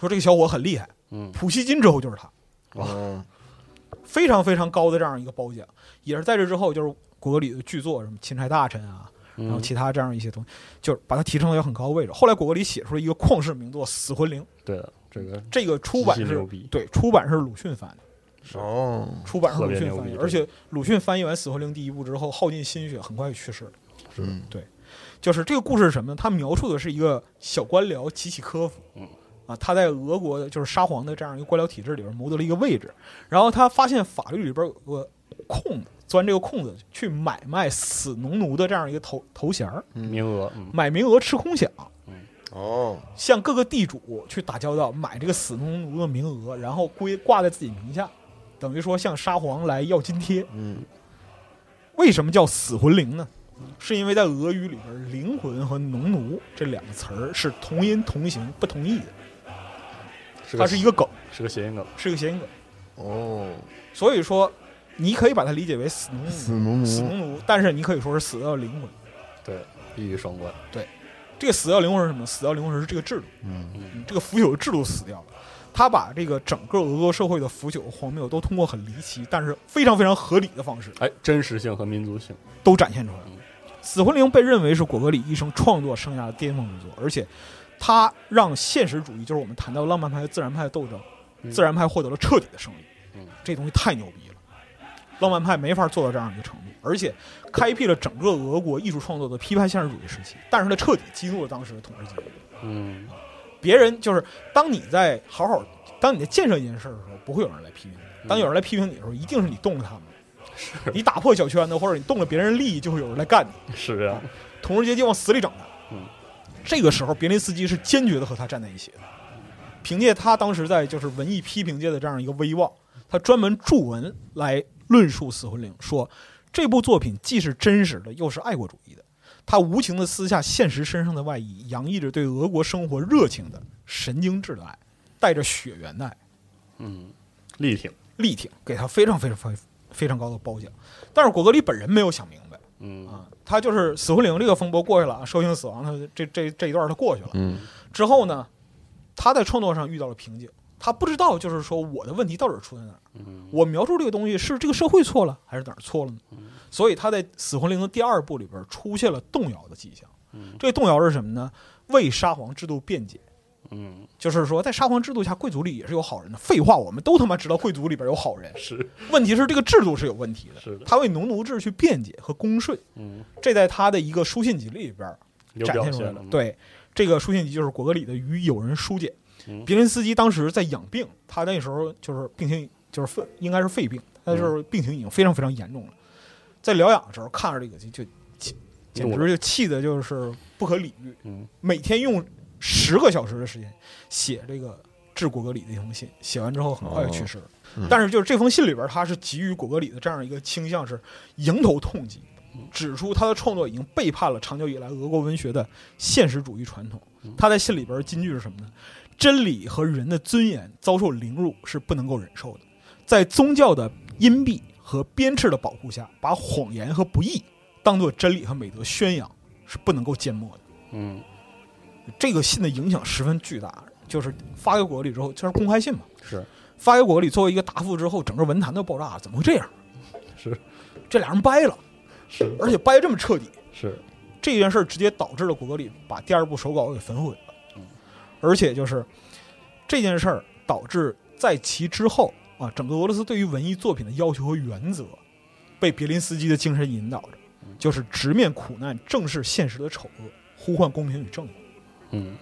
Speaker 2: 说这个小伙很厉害。
Speaker 1: 嗯，
Speaker 2: 普希金之后就是他，
Speaker 3: 哦，
Speaker 2: 非常非常高的这样一个褒奖，也是在这之后，就是果戈里的巨作，什么《钦差大臣》啊，然后
Speaker 1: 嗯
Speaker 2: 其他这样一些东西，就是把它提升到一个很高的位置。后来果戈里写出了一个旷世名作《死魂灵》，
Speaker 1: 嗯对的，这个
Speaker 2: 这个出
Speaker 1: 极
Speaker 2: 版
Speaker 1: 其
Speaker 2: 是
Speaker 1: 牛逼，
Speaker 2: 对出版是鲁迅翻的，
Speaker 3: 哦，
Speaker 2: 出版是鲁迅
Speaker 1: 特别牛
Speaker 2: 翻译
Speaker 1: 逼
Speaker 2: 的，而且鲁迅翻译完《死魂灵》第一部之后，耗尽心血，很快就去世了。
Speaker 1: 是
Speaker 3: 嗯
Speaker 2: 就是这个故事是什么呢？它描述的是一个小官僚齐齐科夫
Speaker 1: 嗯，
Speaker 2: 啊，他在俄国的就是沙皇的这样一个官僚体制里边谋得了一个位置，然后他发现法律里边有个空子，钻这个空子去买卖死农奴的这样一个头头衔儿，
Speaker 1: 名额，嗯，
Speaker 2: 买名额吃空饷，
Speaker 3: 哦，
Speaker 2: 向各个地主去打交道，买这个死农奴的名额，然后归挂在自己名下，等于说向沙皇来要津贴。
Speaker 3: 嗯，
Speaker 2: 为什么叫死魂灵呢？是因为在俄语里边，灵魂和农奴这两个词儿是同音同形不同义的，
Speaker 1: 是
Speaker 2: 它
Speaker 1: 个
Speaker 2: 是一个梗，
Speaker 1: 是个谐音梗，
Speaker 2: 是一个谐音梗。
Speaker 3: 哦，
Speaker 2: 所以说，你可以把它理解为死农奴，
Speaker 3: 死农
Speaker 2: 死
Speaker 3: 奴，
Speaker 2: 农奴，但是你可以说是死掉的灵魂。
Speaker 1: 对，一语双关，
Speaker 2: 这个死掉灵魂是什么？死掉灵魂是这个制度，
Speaker 3: 嗯
Speaker 1: 嗯，
Speaker 2: 嗯这个腐朽的制度死掉了。他把这个整个俄国社会的腐朽、荒谬，都通过很离奇，但是非常非常合理的方式，
Speaker 1: 哎，真实性和民族性，
Speaker 2: 都展现出来了
Speaker 1: 嗯。
Speaker 2: 死魂灵被认为是果戈里一生创作生涯的巅峰之作，而且他让现实主义，就是我们谈到浪漫派和自然派的斗争，
Speaker 1: 嗯
Speaker 2: 自然派获得了彻底的胜利。
Speaker 1: 嗯
Speaker 2: 这东西太牛逼了，浪漫派没法做到这样一个程度，而且开辟了整个俄国艺术创作的批判现实主义时期，但是他彻底激怒了当时的统治阶级。
Speaker 1: 嗯，
Speaker 2: 别人就是当你在好好，当你在建设一件事儿的时候，不会有人来批评你；当有人来批评你的时候，一定是你动了他们，
Speaker 1: 嗯是
Speaker 2: 你打破小圈子，或者你动了别人利益，就会有人来干你。
Speaker 1: 嗯是这样，
Speaker 2: 统治阶级往死里整他。
Speaker 1: 嗯，
Speaker 2: 这个时候别林斯基是坚决的和他站在一起的，凭借他当时在就是文艺批评界的这样一个威望，他专门著文来论述《死魂灵》，说这部作品既是真实的，又是爱国主义的。他无情的撕下现实身上的外衣，洋溢着对俄国生活热情的神经质的爱，带着血缘的爱。
Speaker 1: 嗯，力挺，
Speaker 2: 力挺，给他非常非常非常非常高的褒奖。但是果戈里本人没有想明白，
Speaker 1: 嗯
Speaker 2: 啊。他就是死魂灵这个风波过去了啊，兽性死亡，他这这这一段他过去了。
Speaker 3: 嗯
Speaker 2: 之后呢，他在创作上遇到了瓶颈，他不知道就是说我的问题到底出在哪儿，
Speaker 1: 嗯
Speaker 2: 我描述这个东西是这个社会错了还是哪儿错了呢？所以他在《死魂灵》的第二部里边出现了动摇的迹象
Speaker 1: 嗯。
Speaker 2: 这个动摇是什么呢？为沙皇制度辩解，
Speaker 1: 嗯，
Speaker 2: 就是说在沙皇制度下，贵族里也是有好人的。废话，我们都他妈知道贵族里边有好人，
Speaker 1: 是
Speaker 2: 问题是这个制度是有问题的。
Speaker 1: 是的，
Speaker 2: 他为农奴制去辩解和公税，
Speaker 1: 嗯，
Speaker 2: 这在他的一个书信集里边
Speaker 1: 有
Speaker 2: 展
Speaker 1: 表
Speaker 2: 现出来
Speaker 1: 现
Speaker 2: 了
Speaker 1: 了，。
Speaker 2: 对，这个书信集就是果戈里的《与友人书简》
Speaker 1: 嗯
Speaker 2: 别林斯基当时在养病，他那时候就是病情就是肺应该是肺病，他就是病情已经非常非常严重了，在疗养的时候看着这个就就气，简
Speaker 1: 怒
Speaker 2: 直就气的就是不可理喻，
Speaker 1: 嗯
Speaker 2: 每天用十个小时的时间写这个致果戈里的一封信，写完之后很快就去世了。
Speaker 3: 嗯
Speaker 2: 但是就是这封信里边，他是给予果戈里的这样一个倾向是迎头痛击，指出他的创作已经背叛了长久以来俄国文学的现实主义传统。他在信里边金句是什么呢？真理和人的尊严遭受凌辱是不能够忍受的，在宗教的阴蔽和鞭笞的保护下，把谎言和不义当作真理和美德宣扬是不能够缄默的。
Speaker 1: 嗯，
Speaker 2: 这个信的影响十分巨大，就是发给果戈里之后，就是公开信嘛，
Speaker 1: 是
Speaker 2: 发给果戈里作为一个答复之后，整个文坛都爆炸了，怎么会这样？
Speaker 1: 是
Speaker 2: 这俩人掰了，
Speaker 1: 是
Speaker 2: 而且掰这么彻底，
Speaker 1: 是，
Speaker 2: 这件事儿直接导致了果戈里把第二部手稿给焚毁了
Speaker 1: 嗯，
Speaker 2: 而且就是这件事儿导致在其之后啊，整个俄罗斯对于文艺作品的要求和原则被别林斯基的精神引导着，
Speaker 1: 嗯
Speaker 2: 就是直面苦难，正视现实的丑恶，呼唤公平与正义。
Speaker 1: 嗯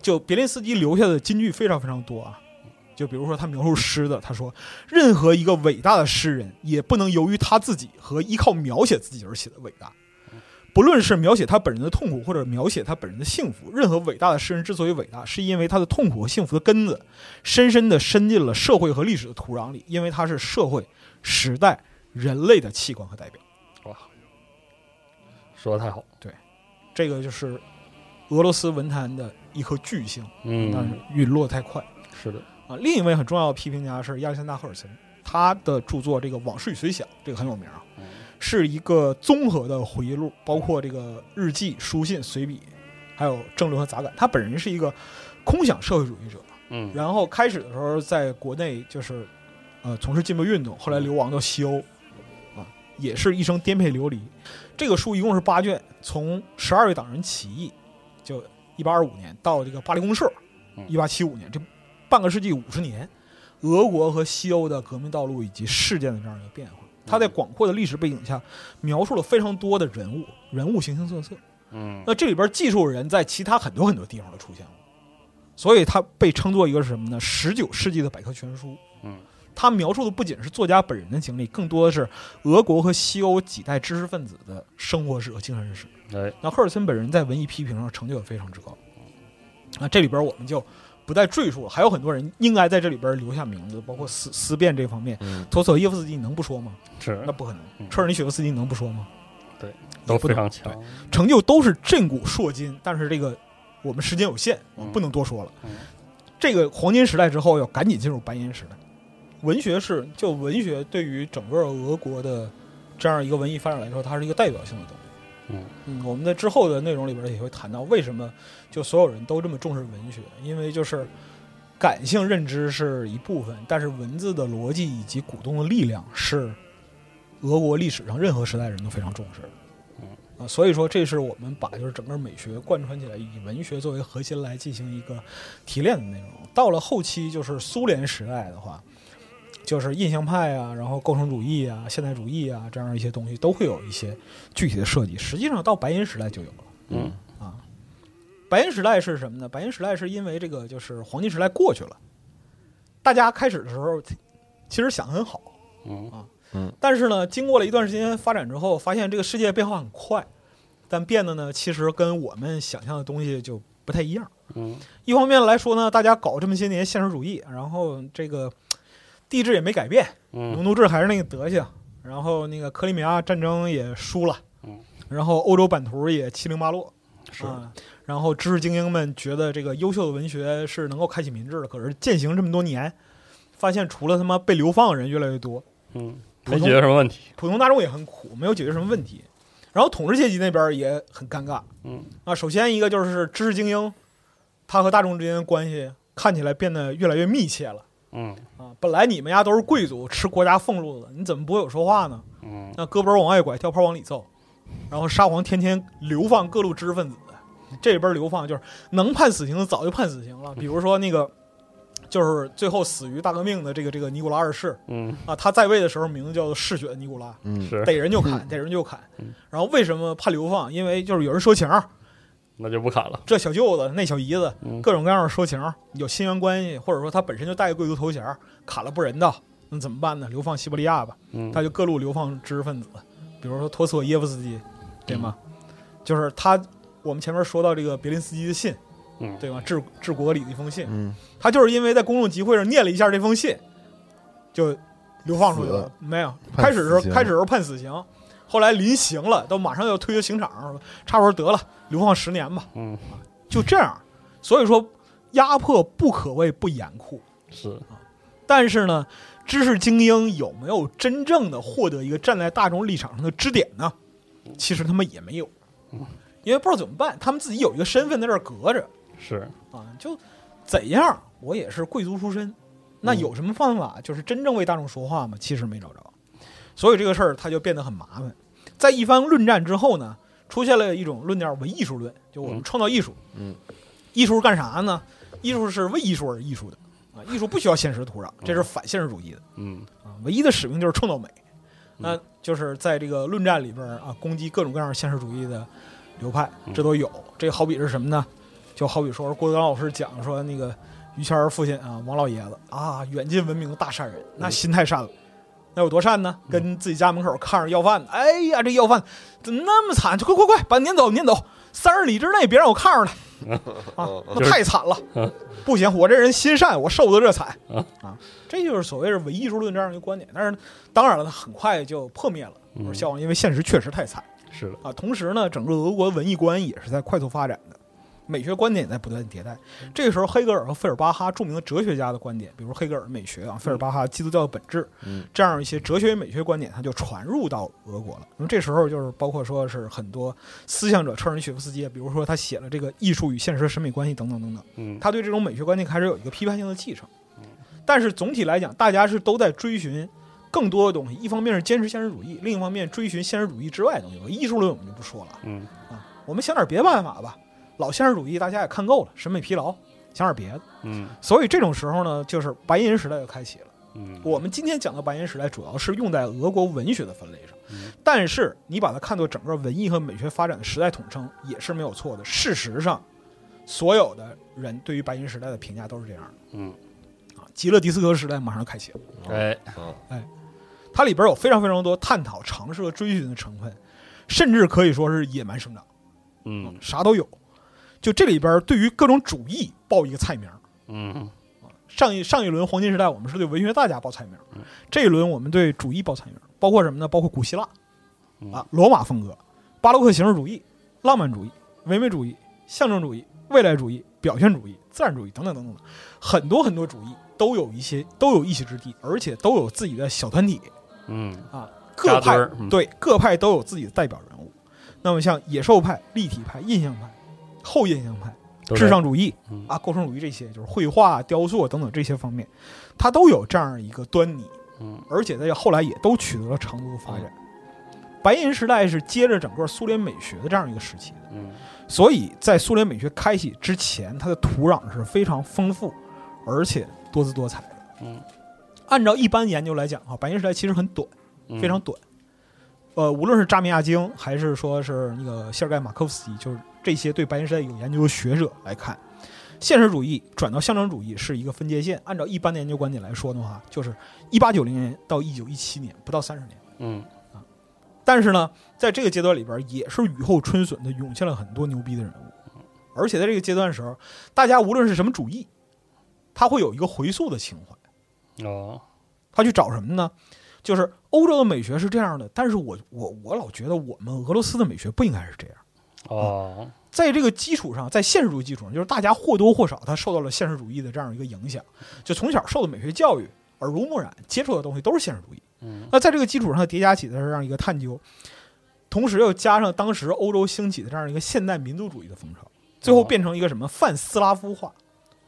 Speaker 2: 就别林斯基留下的金句非常非常多啊。就比如说他描述诗的，他说：“任何一个伟大的诗人也不能由于他自己和依靠描写自己而显得伟大。不论是描写他本人的痛苦，或者描写他本人的幸福，任何伟大的诗人之所以伟大，是因为他的痛苦和幸福的根子深深地伸进了社会和历史的土壤里，因为他是社会、时代、人类的器官和代表。”
Speaker 1: 说的太好。
Speaker 2: 这个就是俄罗斯文坛的一颗巨星，但是
Speaker 1: 嗯，
Speaker 2: 陨落太快。
Speaker 1: 是的，
Speaker 2: 啊，另一位很重要的批评家是亚历山大·赫尔岑，他的著作《这个往事与随想》这个很有名啊，是一个综合的回忆录，包括这个日记、书信、随笔，还有政论和杂感。他本人是一个空想社会主义者，
Speaker 1: 嗯
Speaker 2: 然后开始的时候在国内就是呃从事进步运动，后来
Speaker 1: 嗯
Speaker 2: 流亡到西欧，啊，也是一生颠沛流离。这个书一共是八卷，从十二月党人起义，就一八二五年到这个巴黎公社
Speaker 1: 嗯，
Speaker 2: 一八七五年，这半个世纪五十年，俄国和西欧的革命道路以及事件的这样一个变化。他
Speaker 1: 嗯
Speaker 2: 在广阔的历史背景下，描述了非常多的人物，人物形形色色。
Speaker 1: 嗯
Speaker 2: 那这里边技术人在其他很多很多地方都出现过，所以他被称作一个是什么呢？十九世纪的百科全书。
Speaker 1: 嗯，
Speaker 2: 他描述的不仅是作家本人的经历，更多的是俄国和西欧几代知识分子的生活史和精神史。
Speaker 1: 哎
Speaker 2: 那赫尔森本人在文艺批评上成就也非常之高。啊，这里边我们就不再赘述了，还有很多人应该在这里边留下名字，包括思思辨这方面，
Speaker 3: 嗯，
Speaker 2: 陀索耶夫斯基你能不说吗？
Speaker 1: 是
Speaker 2: 那不可能。
Speaker 1: 嗯
Speaker 2: 车尔尼雪夫斯基你能不说吗？
Speaker 1: 对
Speaker 2: 也
Speaker 1: 都
Speaker 2: 不
Speaker 1: 非常
Speaker 2: 能
Speaker 1: 强。
Speaker 2: 成就都是震古烁今，但是这个我们时间有限，我们不能多说了。
Speaker 1: 嗯
Speaker 2: 这个黄金时代之后，要赶紧进入白银时代。文学是就文学对于整个俄国的这样一个文艺发展来说，它是一个代表性的东西。
Speaker 1: 嗯
Speaker 2: 嗯，我们在之后的内容里边也会谈到为什么就所有人都这么重视文学，因为就是感性认知是一部分，但是文字的逻辑以及鼓动的力量是俄国历史上任何时代人都非常重视的。啊，所以说这是我们把就是整个美学贯穿起来，以文学作为核心来进行一个提炼的内容。到了后期就是苏联时代的话，就是印象派啊，然后构成主义啊、现代主义啊这样一些东西都会有一些具体的设计。实际上到白银时代就有了。
Speaker 1: 嗯
Speaker 2: 白银时代是什么呢？白银时代是因为这个就是黄金时代过去了，大家开始的时候其实想得很好，
Speaker 1: 嗯
Speaker 2: 但是呢，经过了一段时间发展之后，发现这个世界变化很快，但变得呢，其实跟我们想象的东西就不太一样。
Speaker 1: 嗯
Speaker 2: 一方面来说呢，大家搞这么些年现实主义，然后这个嘖地质也没改变，农
Speaker 1: 嗯
Speaker 2: 奴制还是那个德行，然后那个克里米亚战争也输了
Speaker 1: 嗯，
Speaker 2: 然后欧洲版图也七零八落，
Speaker 1: 是
Speaker 2: 啊，然后知识精英们觉得这个优秀的文学是能够开启民智的，可是践行这么多年，发现除了他妈被流放的人越来越多。
Speaker 1: 嗯没
Speaker 2: 普
Speaker 1: 解决
Speaker 2: 通
Speaker 1: 什么问题。
Speaker 2: 普通大众也很苦，没有解决什么问题。然后统治阶级那边也很尴尬，
Speaker 1: 嗯
Speaker 2: 啊，首先一个就是知识精英，他和大众之间的关系看起来变得越来越密切了
Speaker 1: 嗯
Speaker 2: 啊。本来你们家都是贵族，吃国家俸禄的，你怎么不会有说话呢？
Speaker 1: 嗯，
Speaker 2: 那胳膊往外拐，跳炮往里揍，然后沙皇天天流放各路知识分子，这边流放就是能判死刑的早就判死刑了，比如说那个就是最后死于大革命的这个这个尼古拉二世
Speaker 1: 嗯
Speaker 2: 啊，他在位的时候名字叫做嗜血尼古拉，
Speaker 3: 嗯，
Speaker 1: 是，
Speaker 2: 逮人就砍，逮人就砍
Speaker 1: 嗯。
Speaker 2: 然后为什么判流放？因为就是有人说情儿，
Speaker 1: 那就不砍了。
Speaker 2: 这小舅子那小姨子
Speaker 1: 嗯
Speaker 2: 各种各样的说情儿，有亲缘关系，或者说他本身就带个贵族头衔儿，砍了不人道，那怎么办呢？流放西伯利亚吧。
Speaker 1: 嗯，
Speaker 2: 他就各路流放知识分子，比如说托斯妥耶夫斯基，对吗？
Speaker 1: 嗯
Speaker 2: 就是他，我们前面说到这个别林斯基的信，
Speaker 1: 嗯
Speaker 2: 对吗？治治国里的一封信，
Speaker 3: 嗯，
Speaker 2: 他就是因为在公众集会上念了一下这封信，就流放出去
Speaker 3: 死
Speaker 2: 了。没有，
Speaker 3: 判
Speaker 2: 开始的时候
Speaker 3: 死刑
Speaker 2: 开始的时候判死刑，后来临刑了，都马上要退休刑场上了，差不多得了，流放十年吧，
Speaker 1: 嗯
Speaker 2: 就这样。所以说，压迫不可谓不严酷。
Speaker 1: 是，
Speaker 2: 但是呢，知识精英有没有真正的获得一个站在大众立场上的支点呢？其实他们也没有，因为不知道怎么办，他们自己有一个身份在这儿隔着
Speaker 1: 是，
Speaker 2: 啊，就怎样，我也是贵族出身，
Speaker 1: 嗯
Speaker 2: 那有什么办法就是真正为大众说话吗？其实没找着，所以这个事儿它就变得很麻烦。在一番论战之后呢，出现了一种论调为艺术论，就我们
Speaker 1: 嗯
Speaker 2: 创造艺术，
Speaker 3: 嗯，
Speaker 2: 艺术是干啥呢？艺术是为艺术而艺术的啊，艺术不需要现实土壤，这是反现实主义的。
Speaker 1: 嗯
Speaker 2: 啊，唯一的使命就是创造美。那
Speaker 1: 嗯
Speaker 2: 就是在这个论战里边儿啊，攻击各种各样现实主义的流派，这都有。这好比是什么呢？就好比说是郭德纲老师讲说那个于谦儿父亲啊，王老爷子啊，远近闻名的大善人，那心太善了。那有多善呢？跟自己家门口看着要饭的，哎呀，这要饭怎么那么惨？就快快快，把他撵走，撵走，三十里之内别让我看着他啊！那太惨了，不行，我这人心善，我受得这惨啊！这就是所谓是唯艺术论这样一个观点。但是当然了，它很快就破灭了，
Speaker 1: 嗯
Speaker 2: 而效应，因为现实确实太惨
Speaker 1: 是的，
Speaker 2: 啊。同时呢，整个俄国文艺观也是在快速发展的，美学观点也在不断地迭代。
Speaker 3: 嗯
Speaker 2: 这个时候，黑格尔和费尔巴哈著名的哲学家的观点，比如黑格尔美学啊，费尔巴哈基督教的本质，
Speaker 3: 嗯
Speaker 2: 这样一些哲学与美学观点，它就传入到俄国了。那么这时候就是包括说是很多思想者车尔尼雪夫斯基，啊比如说他写了这个艺术与现实的审美关系等等等等。
Speaker 1: 嗯
Speaker 2: 他对这种美学观念开始有一个批判性的继承。但是总体来讲，大家是都在追寻更多的东西，一方面是坚持现实主义，另一方面追寻现实主义之外的东西。艺术论我们就不说了
Speaker 1: 嗯
Speaker 2: 啊，我们想点别的办法吧。老现实主义大家也看够了，审美疲劳，想点别的。
Speaker 1: 嗯
Speaker 2: 所以这种时候呢，就是白银时代就开启了。
Speaker 1: 嗯，
Speaker 2: 我们今天讲的白银时代，主要是用在俄国文学的分类上
Speaker 1: 嗯，
Speaker 2: 但是你把它看作整个文艺和美学发展的时代统称也是没有错的。事实上，所有的人对于白银时代的评价都是这样的
Speaker 1: 嗯
Speaker 2: 啊。极乐迪斯科时代马上开启了，
Speaker 1: 哎
Speaker 3: 嗯
Speaker 2: 它里边有非常非常多探讨、尝试和追寻的成分，甚至可以说是野蛮生长，
Speaker 1: 嗯
Speaker 2: 啥都有。就这里边对于各种主义报一个菜名儿。
Speaker 1: 嗯
Speaker 2: 上一上一轮黄金时代，我们是对文学大家报菜名儿，
Speaker 1: 嗯
Speaker 2: 这一轮我们对主义报菜名儿，包括什么呢？包括古希腊
Speaker 1: 嗯
Speaker 2: 啊、罗马风格、巴洛克形式主义、浪漫主义、唯美主义、象征主义、未来主义、表现主义、自然主义等等等等，很多很多主义都有一些都有一席之地，而且都有自己的小团体
Speaker 1: 嗯
Speaker 2: 啊，
Speaker 1: 扎
Speaker 2: 各
Speaker 1: 堆
Speaker 2: 派
Speaker 1: 儿嗯
Speaker 2: 对各派都有自己的代表人物。那么像野兽派、立体派、印象派、后印象派。
Speaker 1: 都
Speaker 2: 至
Speaker 1: 在
Speaker 2: 上主义
Speaker 1: 嗯
Speaker 2: 啊、构成主义这些，就是绘画、雕塑等等这些方面，它都有这样一个端倪，
Speaker 1: 嗯
Speaker 2: 而且在后来也都取得了长足的发展。白银时代是接着整个苏联美学的这样一个时期的，
Speaker 1: 嗯
Speaker 2: 所以在苏联美学开启之前，它的土壤是非常丰富，而且多姿多彩的。
Speaker 1: 嗯
Speaker 2: 按照一般研究来讲啊哈，白银时代其实很短，
Speaker 1: 嗯
Speaker 2: 非常短。呃，无论是扎米亚京还是说是那个谢尔盖马科夫斯基，就是这些对白银时代有研究的学者来看，现实主义转到象征主义是一个分界线。按照一般的研究观点来说的话，就是一八九零年到一九一七年，不到三十年。
Speaker 1: 嗯
Speaker 2: 但是呢，在这个阶段里边，也是雨后春笋的涌现了很多牛逼的人物，而且在这个阶段的时候，大家无论是什么主义，他会有一个回溯的情怀。
Speaker 1: 哦
Speaker 2: 他去找什么呢？就是欧洲的美学是这样的，但是我我我老觉得我们俄罗斯的美学不应该是这样。
Speaker 1: 哦
Speaker 2: 在这个基础上，在现实主义基础上，就是大家或多或少他受到了现实主义的这样一个影响，就从小受的美学教育耳濡目染，接触的东西都是现实主义。
Speaker 1: 嗯
Speaker 2: 那在这个基础上叠加起的这样一个探究，同时又加上当时欧洲兴起的这样一个现代民族主义的风潮，最后变成一个什么泛斯拉夫化。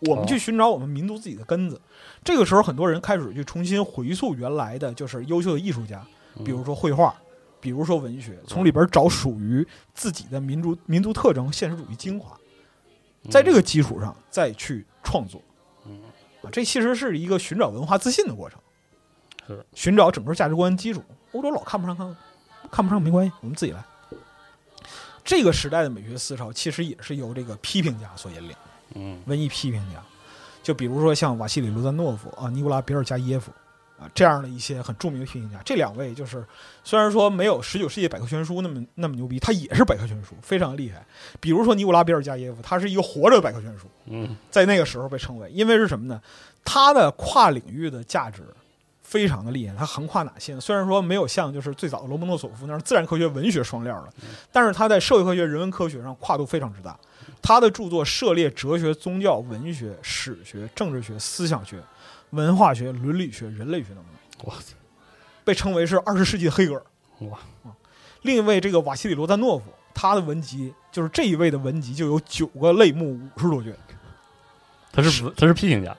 Speaker 2: 我们去寻找我们民族自己的根子。这个时候，很多人开始去重新回溯原来的，就是优秀的艺术家，比
Speaker 1: 嗯
Speaker 2: 如说绘画，比如说文学，从里边找属于自己的民族民族特征、现实主义精华，在
Speaker 1: 嗯
Speaker 2: 这个基础上再去创作。啊，这其实是一个寻找文化自信的过程，
Speaker 1: 是
Speaker 2: 寻找整个价值观基础。欧洲老看不上看，看不上没关系，我们自己来。这个时代的美学思潮其实也是由这个批评家所引领。
Speaker 1: 嗯
Speaker 2: 文艺批评家，就比如说像瓦西里·卢赞诺夫啊、尼古拉·比尔加耶夫啊这样的一些很著名的批评家。这两位就是虽然说没有十九世纪百科全书那么那么牛逼，他也是百科全书，非常厉害。比如说尼古拉·比尔加耶夫，他是一个活着的百科全书，
Speaker 1: 嗯
Speaker 2: 在那个时候被称为，因为是什么呢？他的跨领域的价值。非常的厉害，他横跨哪些呢？虽然说没有像就是最早的罗蒙诺索夫那样自然科学、文学双料了，但是他在社会科学、人文科学上跨度非常之大。他的著作涉猎哲学、宗教、文学、史学、政治学、思想学、文化学、伦理学、人类学等等，
Speaker 1: 哇塞
Speaker 2: 被称为是二十世纪的黑格尔。
Speaker 1: 哇
Speaker 2: 啊！另一位这个瓦西里·罗赞诺夫，他的文集就是这一位的文集就有九个类目，五十多卷，
Speaker 1: 他是他是批评家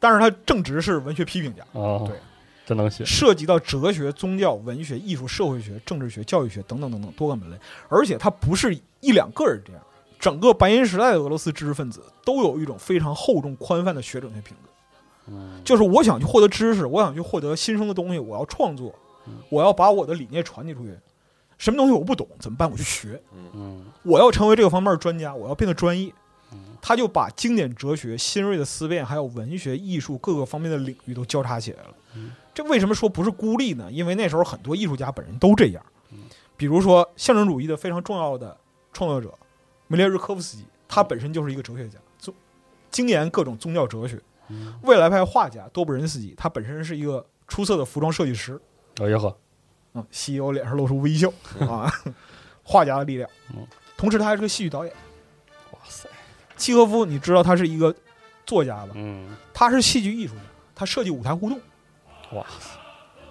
Speaker 2: 但是他正职是文学批评家，
Speaker 1: 哦，
Speaker 2: 对，
Speaker 1: 真能写，
Speaker 2: 涉及到哲学、宗教、文学、艺术、社会学、政治学、教育学等等等等多个门类，而且他不是一两个人这样，整个白银时代的俄罗斯知识分子都有一种非常厚重、宽泛的学者性品格。
Speaker 1: 嗯
Speaker 2: 就是我想去获得知识，我想去获得新生的东西，我要创作，我要把我的理念传递出去。什么东西我不懂怎么办？我去学，
Speaker 1: 嗯
Speaker 2: 我要成为这个方面的专家，我要变得专业。他就把经典哲学、新锐的思辨，还有文学、艺术各个方面的领域都交叉起来了。这为什么说不是孤立呢？因为那时候很多艺术家本人都这样，比如说象征主义的非常重要的创作者梅列日科夫斯基，他本身就是一个哲学家，宗精研各种宗教哲学。
Speaker 1: 嗯，
Speaker 2: 未来派画家多布仁斯基，他本身是一个出色的服装设计师，
Speaker 1: 哎呦呵，
Speaker 2: 嗯，西欧脸上露出微笑啊， 画家的力量
Speaker 1: 嗯。
Speaker 2: 同时，他还是个戏剧导演。
Speaker 1: 哇塞，
Speaker 2: 契诃夫，你知道他是一个作家吧？
Speaker 1: 嗯
Speaker 2: 他是戏剧艺术家，他设计舞台互动，
Speaker 1: 哇，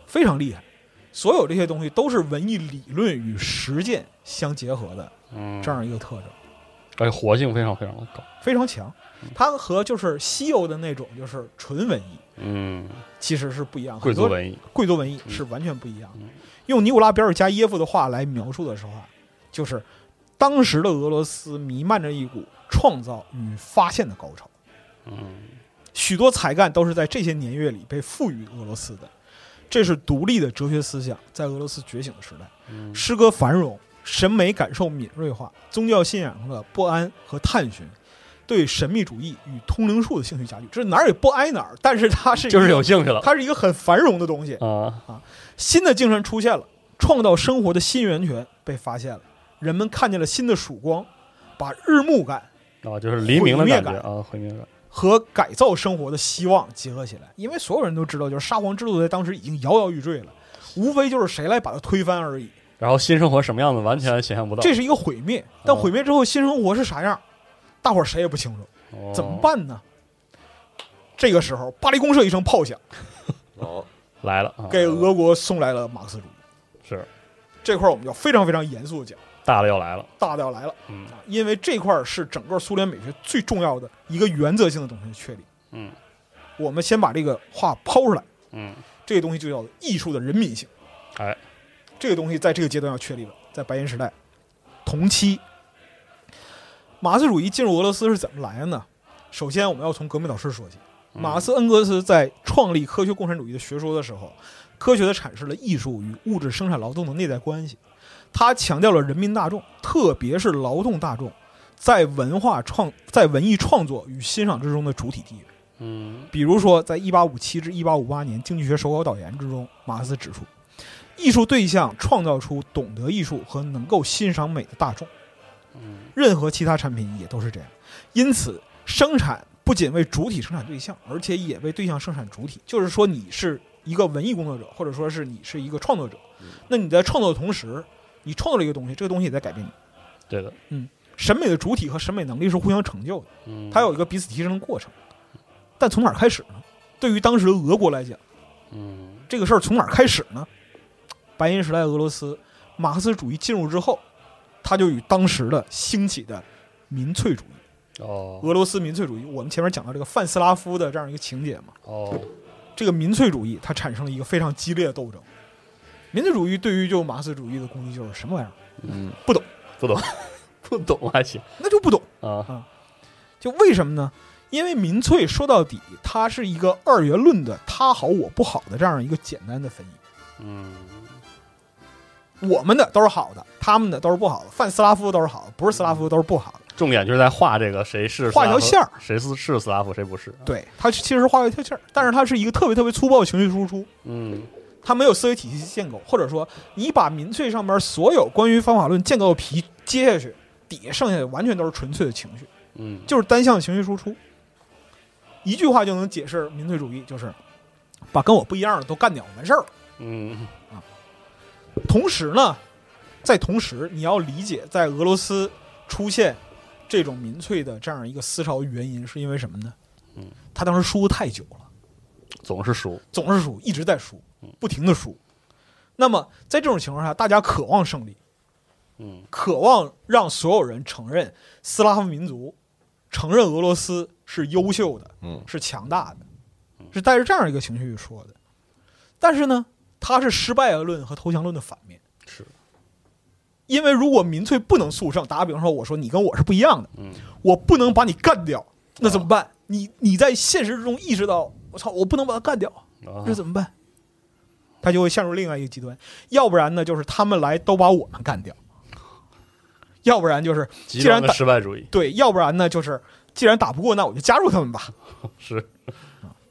Speaker 2: 非常厉害。所有这些东西都是文艺理论与实践相结合的
Speaker 1: 嗯，
Speaker 2: 这样一个特征，
Speaker 1: 哎，活性非常非常的高，
Speaker 2: 非常强。
Speaker 1: 嗯
Speaker 2: 它和就是西欧的那种就是纯文艺
Speaker 1: 嗯，
Speaker 2: 其实是不一样，
Speaker 1: 贵
Speaker 2: 很
Speaker 1: 族
Speaker 2: 多
Speaker 1: 文艺，
Speaker 2: 贵族文艺
Speaker 1: 嗯
Speaker 2: 是完全不一样的
Speaker 1: 嗯。
Speaker 2: 用尼古拉·比尔加耶夫的话来描述的时候啊，就是当时的俄罗斯弥漫着一股创造与发现的高潮，
Speaker 1: 嗯
Speaker 2: 许多才干都是在这些年月里被赋予俄罗斯的。这是独立的哲学思想在俄罗斯觉醒的时代，
Speaker 1: 嗯
Speaker 2: 诗歌繁荣，审美感受敏锐化，宗教信仰上的不安和探寻。对神秘主义与通灵术的兴趣加剧，这哪儿也不挨哪儿，但是它是一个
Speaker 1: 就是有兴趣了
Speaker 2: 它是一个很繁荣的东西，
Speaker 1: 啊，
Speaker 2: 新的精神出现了，创造生活的新源泉被发现了，人们看见了新的曙光，把日暮感
Speaker 1: 啊，就是黎明的
Speaker 2: 毁灭
Speaker 1: 感觉
Speaker 2: 感
Speaker 1: 啊，毁灭感，
Speaker 2: 和改造生活的希望结合起来。因为所有人都知道，就是沙皇制度在当时已经摇摇欲坠了，无非就是谁来把它推翻而已。
Speaker 1: 然后新生活什么样子完全想象不到，
Speaker 2: 这是一个毁灭，但
Speaker 1: 哦
Speaker 2: 毁灭之后新生活是啥样，大伙儿谁也不清楚，
Speaker 1: 哦
Speaker 2: 怎么办呢？这个时候，巴黎公社一声炮响，
Speaker 4: 哦，
Speaker 1: 来了啊？
Speaker 2: 给俄国送来了马克思主义。
Speaker 1: 是
Speaker 2: 这块儿我们要非常非常严肃的讲，
Speaker 1: 大的要来了，
Speaker 2: 大调来了。
Speaker 1: 嗯
Speaker 2: 啊因为这块儿是整个苏联美学最重要的一个原则性的东西的确立。
Speaker 1: 嗯，
Speaker 2: 我们先把这个话抛出来，
Speaker 1: 嗯，
Speaker 2: 这个东西就叫艺术的人民性。
Speaker 1: 哎，
Speaker 2: 这个东西在这个阶段要确立了，在白银时代，同期，马克思主义进入俄罗斯是怎么来的呢？首先，我们要从革命导师说起。
Speaker 1: 嗯
Speaker 2: 马克思恩格斯在创立科学共产主义的学说的时候，科学的阐释了艺术与物质生产劳动的内在关系。他强调了人民大众，特别是劳动大众，在文化创、在文艺创作与欣赏之中的主体地位。
Speaker 1: 嗯
Speaker 2: 比如说，在1857至1858年《经济学手稿导言》之中，马克思指出，艺术对象创造出懂得艺术和能够欣赏美的大众，
Speaker 1: 嗯
Speaker 2: 任何其他产品也都是这样。因此，生产不仅为主体生产对象，而且也为对象生产主体。就是说，你是一个文艺工作者，或者说是你是一个创作者，那你在创作的同时，你创作了一个东西，这个东西也在改变你。
Speaker 1: 对的，
Speaker 2: 审美的主体和审美能力是互相成就的。
Speaker 1: 嗯，
Speaker 2: 它有一个彼此提升的过程。但从哪儿开始呢？对于当时的俄国来讲，
Speaker 1: 嗯
Speaker 2: 这个事儿从哪儿开始呢？白银时代俄罗斯，马克思主义进入之后，它就与当时的兴起的民粹主义。
Speaker 1: 哦
Speaker 2: 俄罗斯民粹主义，我们前面讲到这个泛斯拉夫的这样一个情节嘛，
Speaker 1: 哦，
Speaker 2: 这个民粹主义它产生了一个非常激烈的斗争。民粹主义对于就马克思主义的攻击就是什么玩意儿，
Speaker 3: 嗯，
Speaker 2: 不懂，
Speaker 1: 不懂，不懂还行
Speaker 2: 那就不懂。
Speaker 1: 啊，
Speaker 2: 就为什么呢？因为民粹说到底，它是一个二元论的“他好我不好”的这样一个简单的分析。
Speaker 1: 嗯
Speaker 2: 我们的都是好的，他们的都是不好的。泛斯拉夫都是好的，不是斯拉夫都是不好的。
Speaker 1: 重点就是在画这个谁是斯
Speaker 2: 画
Speaker 1: 拉夫
Speaker 2: 条线儿，
Speaker 1: 谁是是斯拉夫，谁不是。
Speaker 2: 对，它其实是画外跳气儿，但是它是一个特别特别粗暴的情绪输出。
Speaker 1: 嗯
Speaker 2: 它没有思维体系建构，或者说你把民粹上面所有关于方法论建构的皮揭下去，底下剩下的完全都是纯粹的情绪，
Speaker 1: 嗯，
Speaker 2: 就是单向情绪输出。一句话就能解释民粹主义，就是把跟我不一样的都干掉，完事儿了。
Speaker 1: 嗯
Speaker 2: 同时呢，在同时你要理解，在俄罗斯出现这种民粹的这样一个思潮原因是因为什么呢？
Speaker 1: 嗯，
Speaker 2: 他当时输太久了。
Speaker 1: 总是输。
Speaker 2: 总是输，一直在输
Speaker 1: 嗯，
Speaker 2: 不停的输。那么在这种情况下，大家渴望胜利，
Speaker 1: 嗯
Speaker 2: 渴望让所有人承认斯拉夫民族，承认俄罗斯是优秀的，
Speaker 3: 嗯
Speaker 2: 是强大的，是带着这样一个情绪去说的。但是呢，它是失败论和投降论的反面。
Speaker 1: 是，
Speaker 2: 因为如果民粹不能速胜，打个比方说，我说你跟我是不一样的，
Speaker 1: 嗯啊
Speaker 2: 我不能把你干掉，那怎么办？你你在现实中意识到，我操，我不能把他干掉，
Speaker 1: 啊
Speaker 2: 这怎么办？他就会陷入另外一个极端，要不然呢，就是他们来都把我们干掉；要不然就是
Speaker 1: 极端
Speaker 2: 既然
Speaker 1: 的
Speaker 2: 打
Speaker 1: 失败主义
Speaker 2: 对，要不然呢，就是既然打不过，那我就加入他们吧。 啊
Speaker 1: 是。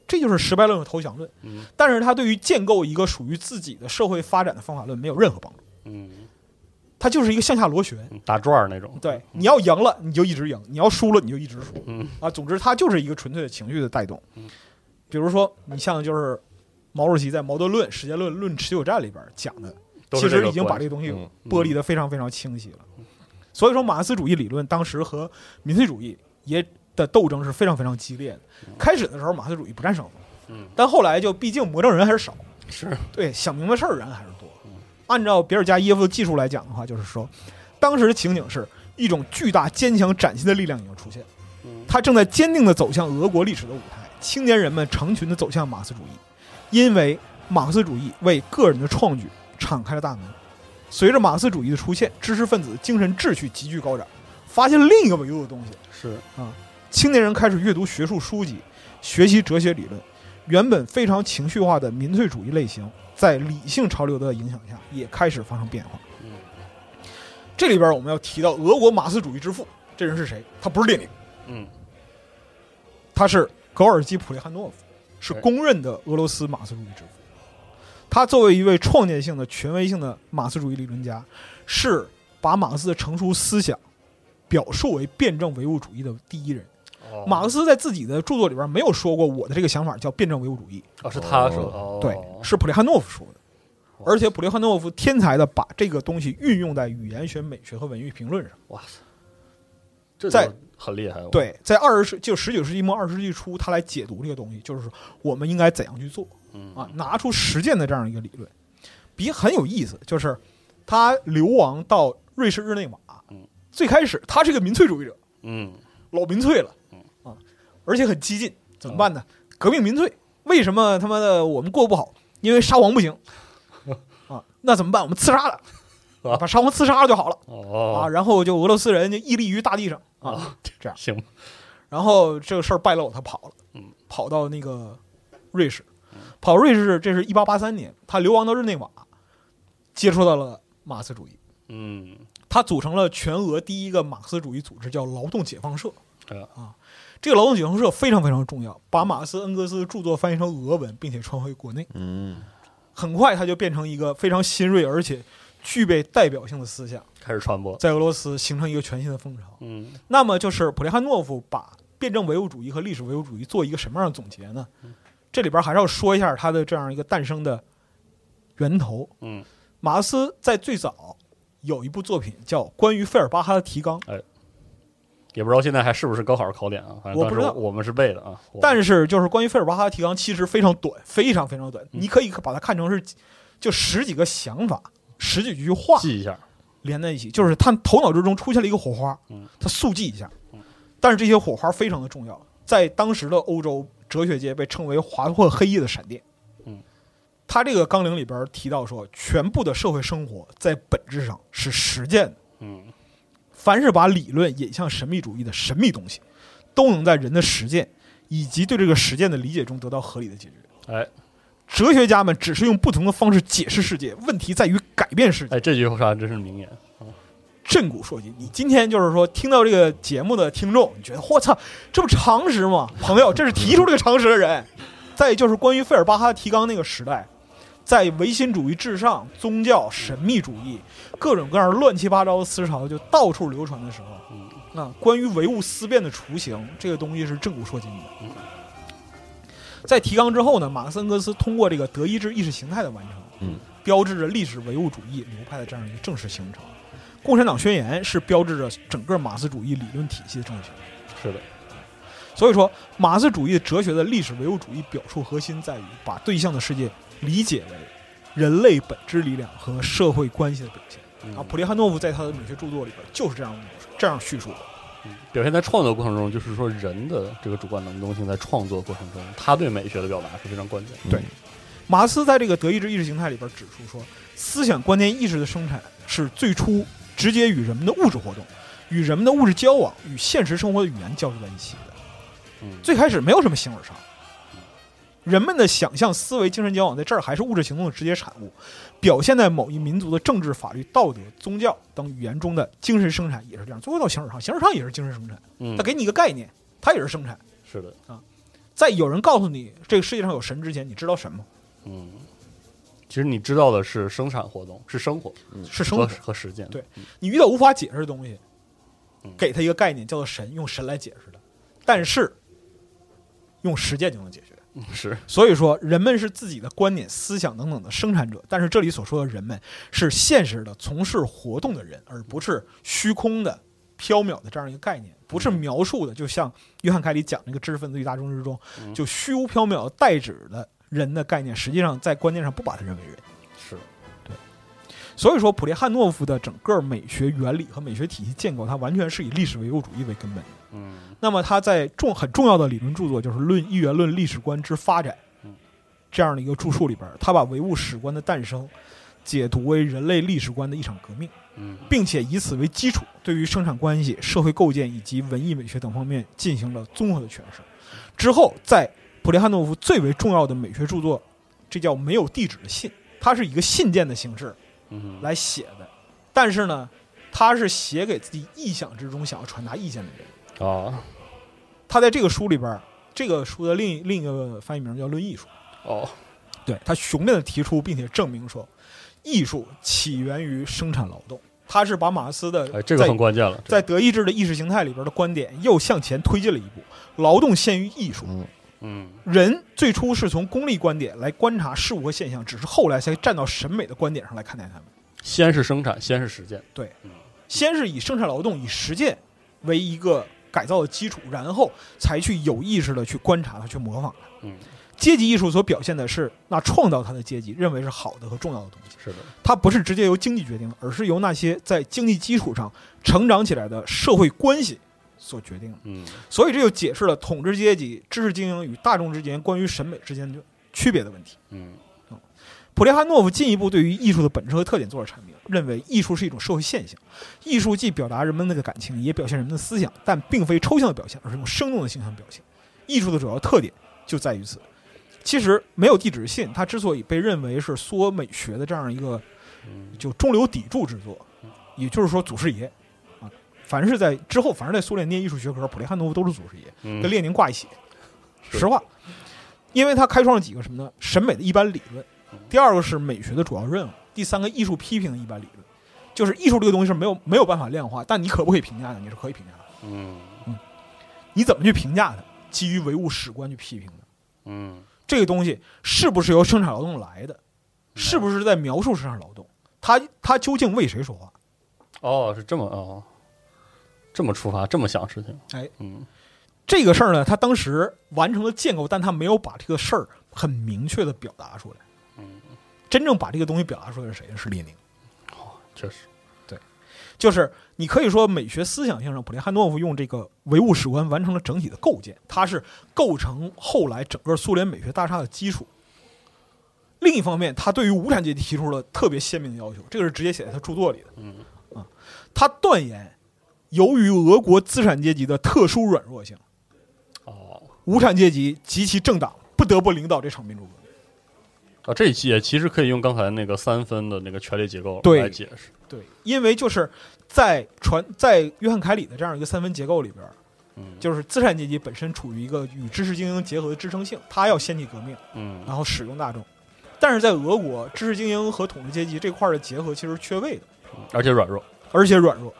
Speaker 2: 这就是失败论和投降论。
Speaker 1: 嗯
Speaker 2: 但是他对于建构一个属于自己的社会发展的方法论没有任何帮助，
Speaker 1: 嗯，
Speaker 2: 它就是一个向下螺旋。
Speaker 1: 嗯打转儿那种。
Speaker 2: 对，你要赢了你就一直赢，你要输了你就一直输。
Speaker 1: 嗯
Speaker 2: 啊，总之它就是一个纯粹的情绪的带动
Speaker 1: 嗯。
Speaker 2: 比如说，你像就是毛主席在《矛盾论》《实践论》《论持久战》里边讲的，
Speaker 1: 都
Speaker 2: 其
Speaker 1: 是这
Speaker 2: 实
Speaker 1: 个
Speaker 2: 已经把
Speaker 1: 关
Speaker 2: 这
Speaker 1: 系
Speaker 2: 个东西
Speaker 3: 嗯
Speaker 2: 剥离的非常非常清晰了。所以说，马克思主义理论当时和民粹主义也的斗争是非常非常激烈的。开始的时候，马克思主义不占上风，
Speaker 1: 嗯
Speaker 2: 但后来就毕竟魔怔人还是少，
Speaker 1: 是
Speaker 2: 对想明白事儿人还是多。按照比尔加耶夫的技术来讲的话，就是说，当时的情景是一种巨大、坚强、崭新的力量已经出现，
Speaker 1: 嗯
Speaker 2: 它正在坚定地走向俄国历史的舞台。青年人们成群地走向马克思主义，因为马克思主义为个人的创举敞开了大门。随着马克思主义的出现，知识分子精神志趣急剧高涨，发现另一个维度的东西。
Speaker 1: 是
Speaker 2: 青年人开始阅读学术书籍，学习哲学理论。原本非常情绪化的民粹主义类型，在理性潮流的影响下，也开始发生变化。
Speaker 1: 嗯
Speaker 2: 这里边我们要提到俄国马克思主义之父，这人是谁？他不是列宁，
Speaker 1: 嗯
Speaker 2: 他是格尔基·普列汉诺夫，是
Speaker 1: 哎
Speaker 2: 公认的俄罗斯马克思主义之父。他作为一位创建性的、权威性的马克思主义理论家，是把马克思的成熟思想表述为辩证唯物主义的第一人。
Speaker 1: 哦
Speaker 2: 马克思在自己的著作里边没有说过我的这个想法叫辩证唯物主义，
Speaker 1: 哦是他说的哦
Speaker 2: 对，是普列汉诺夫说的。
Speaker 1: 哦
Speaker 2: 而且普列汉诺夫天才的把这个东西运用在语言学、美学和文艺评论上。
Speaker 1: 哇塞，这
Speaker 2: 在
Speaker 1: 就很厉害哦
Speaker 2: 对，在二十世就十九世纪末二十世纪初，他来解读这个东西，就是说我们应该怎样去做
Speaker 1: 嗯
Speaker 2: 啊，拿出实践的这样一个理论，比很有意思。就是他流亡到瑞士日内瓦
Speaker 1: 嗯，
Speaker 2: 最开始他是个民粹主义者，
Speaker 1: 嗯
Speaker 2: 老民粹了
Speaker 1: 嗯
Speaker 2: 啊，而且很激进，怎么办呢？革命民粹，为什么他妈的我们过得不好？因为沙皇 不行啊，那怎么办？我们刺杀
Speaker 1: 啊
Speaker 2: 他，把沙皇刺杀了就好了啊。
Speaker 1: 哦
Speaker 2: 然后就俄罗斯人就屹立于大地上啊，
Speaker 1: 啊
Speaker 2: 这样
Speaker 1: 行
Speaker 2: 然后这个事儿败露，他跑了，
Speaker 1: 嗯
Speaker 2: 跑到那个瑞士，跑瑞士，这是一八八三年，他流亡到日内瓦，接触到了马克思主义，
Speaker 1: 嗯
Speaker 2: 他组成了全俄第一个马克思主义组织，叫劳动解放社
Speaker 1: 哎呀。
Speaker 2: 啊，这个劳动解放社非常非常重要，把马克思、恩格斯的著作翻译成俄文，并且传回国内，
Speaker 3: 嗯，
Speaker 2: 很快他就变成一个非常新锐而且具备代表性的思想，
Speaker 1: 开始传播
Speaker 2: 在俄罗斯形成一个全新的风潮。
Speaker 1: 嗯
Speaker 2: 那么就是普列汉诺夫把辩证唯物主义和历史唯物主义做一个什么样的总结呢？
Speaker 1: 嗯
Speaker 2: 这里边还是要说一下它的这样一个诞生的源头。
Speaker 1: 嗯
Speaker 2: 马克思在最早有一部作品叫《关于费尔巴哈的提纲》，
Speaker 1: 哎，也不知道现在还是不是高考考点啊，反正
Speaker 2: 我不知道
Speaker 1: 当时我们是背的啊。我
Speaker 2: 但是就是关于费尔巴哈提纲，其实非常短，非常非常短。
Speaker 1: 嗯
Speaker 2: 你可以把它看成是就十几个想法、十几句话
Speaker 1: 记一下，
Speaker 2: 连在一起，就是他头脑之中出现了一个火花
Speaker 1: 嗯，
Speaker 2: 他速记一下
Speaker 1: 嗯。
Speaker 2: 但是这些火花非常的重要，在当时的欧洲哲学界被称为划破黑夜的闪电
Speaker 1: 嗯。
Speaker 2: 他这个纲领里边提到说，全部的社会生活在本质上是实践的，
Speaker 1: 嗯
Speaker 2: 凡是把理论引向神秘主义的神秘东西，都能在人的实践以及对这个实践的理解中得到合理的解决。
Speaker 1: 哎
Speaker 2: 哲学家们只是用不同的方式解释世界，问题在于改变世界。
Speaker 1: 哎，这句话真是名言。
Speaker 2: 震古烁今，你今天就是说听到这个节目的听众，你觉得我操，这不常识吗？朋友，这是提出这个常识的人。再就是关于费尔巴哈提纲那个时代，在唯心主义至上、宗教、神秘主义各种各样乱七八糟的思潮就到处流传的时候，
Speaker 1: 嗯
Speaker 2: 那关于唯物思辨的雏形，这个东西是正骨说今的
Speaker 1: 嗯。
Speaker 2: 在提纲之后呢，马克思恩格斯通过这个德意志意识形态的完成，
Speaker 3: 嗯，
Speaker 2: 标志着历史唯物主义流派的这样一个正式形成。共产党宣言是标志着整个马克思主义理论体系的正式形成。
Speaker 1: 是的，
Speaker 2: 所以说，马克思主义哲学的历史唯物主义表述核心在于把对象的世界理解为人类本质力量和社会关系的表现。
Speaker 1: 嗯
Speaker 2: 啊，普列汉诺夫在他的美学著作里边就是这样描述这样叙述的。
Speaker 1: 嗯表现在创作过程中，就是说人的这个主观能动性在创作过程中，他对美学的表达是非常关键的。
Speaker 2: 对马克思在这个德意志意识形态里边指出说，思想观念意识的生产是最初直接与人们的物质活动、与人们的物质交往、与现实生活的语言交织在一起的。
Speaker 1: 嗯，
Speaker 2: 最开始没有什么形而上，人们的想象、思维、精神交往在这儿还是物质行动的直接产物，表现在某一民族的政治、法律、道德、宗教等语言中的精神生产也是这样。最后到形而上，形而上也是精神生产，
Speaker 1: 嗯
Speaker 2: 它，给你一个概念，它也是生产。
Speaker 1: 是的，
Speaker 2: 在有人告诉你这个世界上有神之前，你知道神吗？
Speaker 1: 嗯。其实你知道的是生产活动，是生活
Speaker 2: 嗯是生
Speaker 1: 和
Speaker 2: 活。
Speaker 1: 和实践。
Speaker 2: 对你遇到无法解释的东西
Speaker 1: 嗯，
Speaker 2: 给他一个概念叫做神，用神来解释的，但是用实践就能解决。
Speaker 1: 嗯 是
Speaker 2: 所以说，人们是自己的观点、思想等等的生产者，但是这里所说的人们是现实的从事活动的人，而不是虚空的、缥缈的这样一个概念，不
Speaker 1: 嗯
Speaker 2: 是描述的，就像约翰·凯里讲那个知识分子与大众之中，
Speaker 1: 嗯
Speaker 2: 就虚无缥缈代指的人的概念，实际上在观念上不把它认为人。
Speaker 1: 是，
Speaker 2: 所以说，普列汉诺夫的整个美学原理和美学体系建构，它完全是以历史唯物主义为根本。
Speaker 1: 嗯
Speaker 2: 那么，他在重很重要的理论著作就是《论一元论历史观之发展
Speaker 1: 嗯》
Speaker 2: 这样的一个著述里边，他把唯物史观的诞生解读为人类历史观的一场革命，
Speaker 1: 嗯
Speaker 2: 并且以此为基础，对于生产关系、社会构建以及文艺美学等方面进行了综合的诠释。之后，在普列汉诺夫最为重要的美学著作，这叫《没有地址的信》，它是以一个信件的形式
Speaker 1: 嗯，
Speaker 2: 来写的，但是呢，他是写给自己臆想之中想要传达意见的人。
Speaker 1: 啊
Speaker 2: 他在这个书里边儿，这个书的另一另一个翻译名叫《论艺术
Speaker 1: 哦》，
Speaker 2: 对他雄辩的提出并且证明说，艺术起源于生产劳动。他是把马克思的
Speaker 1: 哎，这个
Speaker 2: 在
Speaker 1: 很关键了。
Speaker 2: 在德意志的意识形态里边的观点又向前推进了一步，劳动先于艺术。
Speaker 3: 嗯，
Speaker 1: 嗯
Speaker 2: 人最初是从功利观点来观察事物和现象，只是后来才站到审美的观点上来看待它们。
Speaker 1: 先是生产，先是实践。
Speaker 2: 先是以生产劳动、以实践为一个改造的基础，然后才去有意识的去观察它、去模仿它。
Speaker 1: 嗯，
Speaker 2: 阶级艺术所表现的是那创造它的阶级认为是好的和重要的东西，
Speaker 1: 是的，
Speaker 2: 它不是直接由经济决定的，而是由那些在经济基础上成长起来的社会关系所决定的。
Speaker 1: 嗯
Speaker 2: 所以这就解释了统治阶级、知识精英与大众之间关于审美之间的区别的问题。
Speaker 1: 嗯
Speaker 2: 普列汉诺夫进一步对于艺术的本质和特点做了阐明，认为艺术是一种社会现象，艺术既表达人们那个感情，也表现人们的思想，但并非抽象的表现，而是用生动的形象表现。艺术的主要特点就在于此。其实，没有地址信，它之所以被认为是苏俄美学的这样一个
Speaker 1: 嗯
Speaker 2: 就中流砥柱之作，也就是说祖师爷啊，凡是在之后，凡是在苏联念艺术学科，普列汉诺夫都是祖师爷。跟
Speaker 1: 嗯
Speaker 2: 列宁挂一起。
Speaker 1: 是
Speaker 2: 实话，因为他开创了几个什么呢？审美的一般理论
Speaker 1: 嗯，
Speaker 2: 第二个是美学的主要任务，第三个艺术批评的一般理论。就是艺术这个东西是没有没有办法量化，但你可不可以评价它？你是可以评价它。
Speaker 1: 嗯
Speaker 2: 你怎么去评价它？基于唯物史观去批评它。
Speaker 1: 嗯，
Speaker 2: 这个东西是不是由生产劳动来的？是不是在描述生产劳动？它它究竟为谁说话？
Speaker 1: 哦，是这么哦，这么出发，这么想事情。
Speaker 2: 哎，
Speaker 1: 嗯，
Speaker 2: 这个事儿呢，他当时完成了建构，但他没有把这个事儿很明确的表达出来。
Speaker 1: 嗯，
Speaker 2: 真正把这个东西表达出来是谁呢？是列宁。
Speaker 1: 确实，
Speaker 2: 就是你可以说美学思想性上，普列汉诺夫用这个唯物史观完成了整体的构建，它是构成后来整个苏联美学大厦的基础。另一方面，他对于无产阶级提出了特别鲜明的要求，这个是直接写在他著作里的。
Speaker 1: 嗯，
Speaker 2: 啊，他断言，由于俄国资产阶级的特殊软弱性，
Speaker 1: 哦，
Speaker 2: 无产阶级及其政党不得不领导这场民主革命。
Speaker 1: 啊，这一期也其实可以用刚才那个三分的那个权力结构
Speaker 2: 对
Speaker 1: 来解释。
Speaker 2: 对，因为就是在传在约翰凯里的这样一个三分结构里边，
Speaker 1: 嗯，
Speaker 2: 就是资产阶级本身处于一个与知识精英结合的支撑性，他要掀起革命，
Speaker 1: 嗯
Speaker 2: 然后使用大众。但是在俄国，知识精英和统治阶级这块儿的结合其实是缺位的，
Speaker 1: 而且软弱。
Speaker 2: 而且软弱。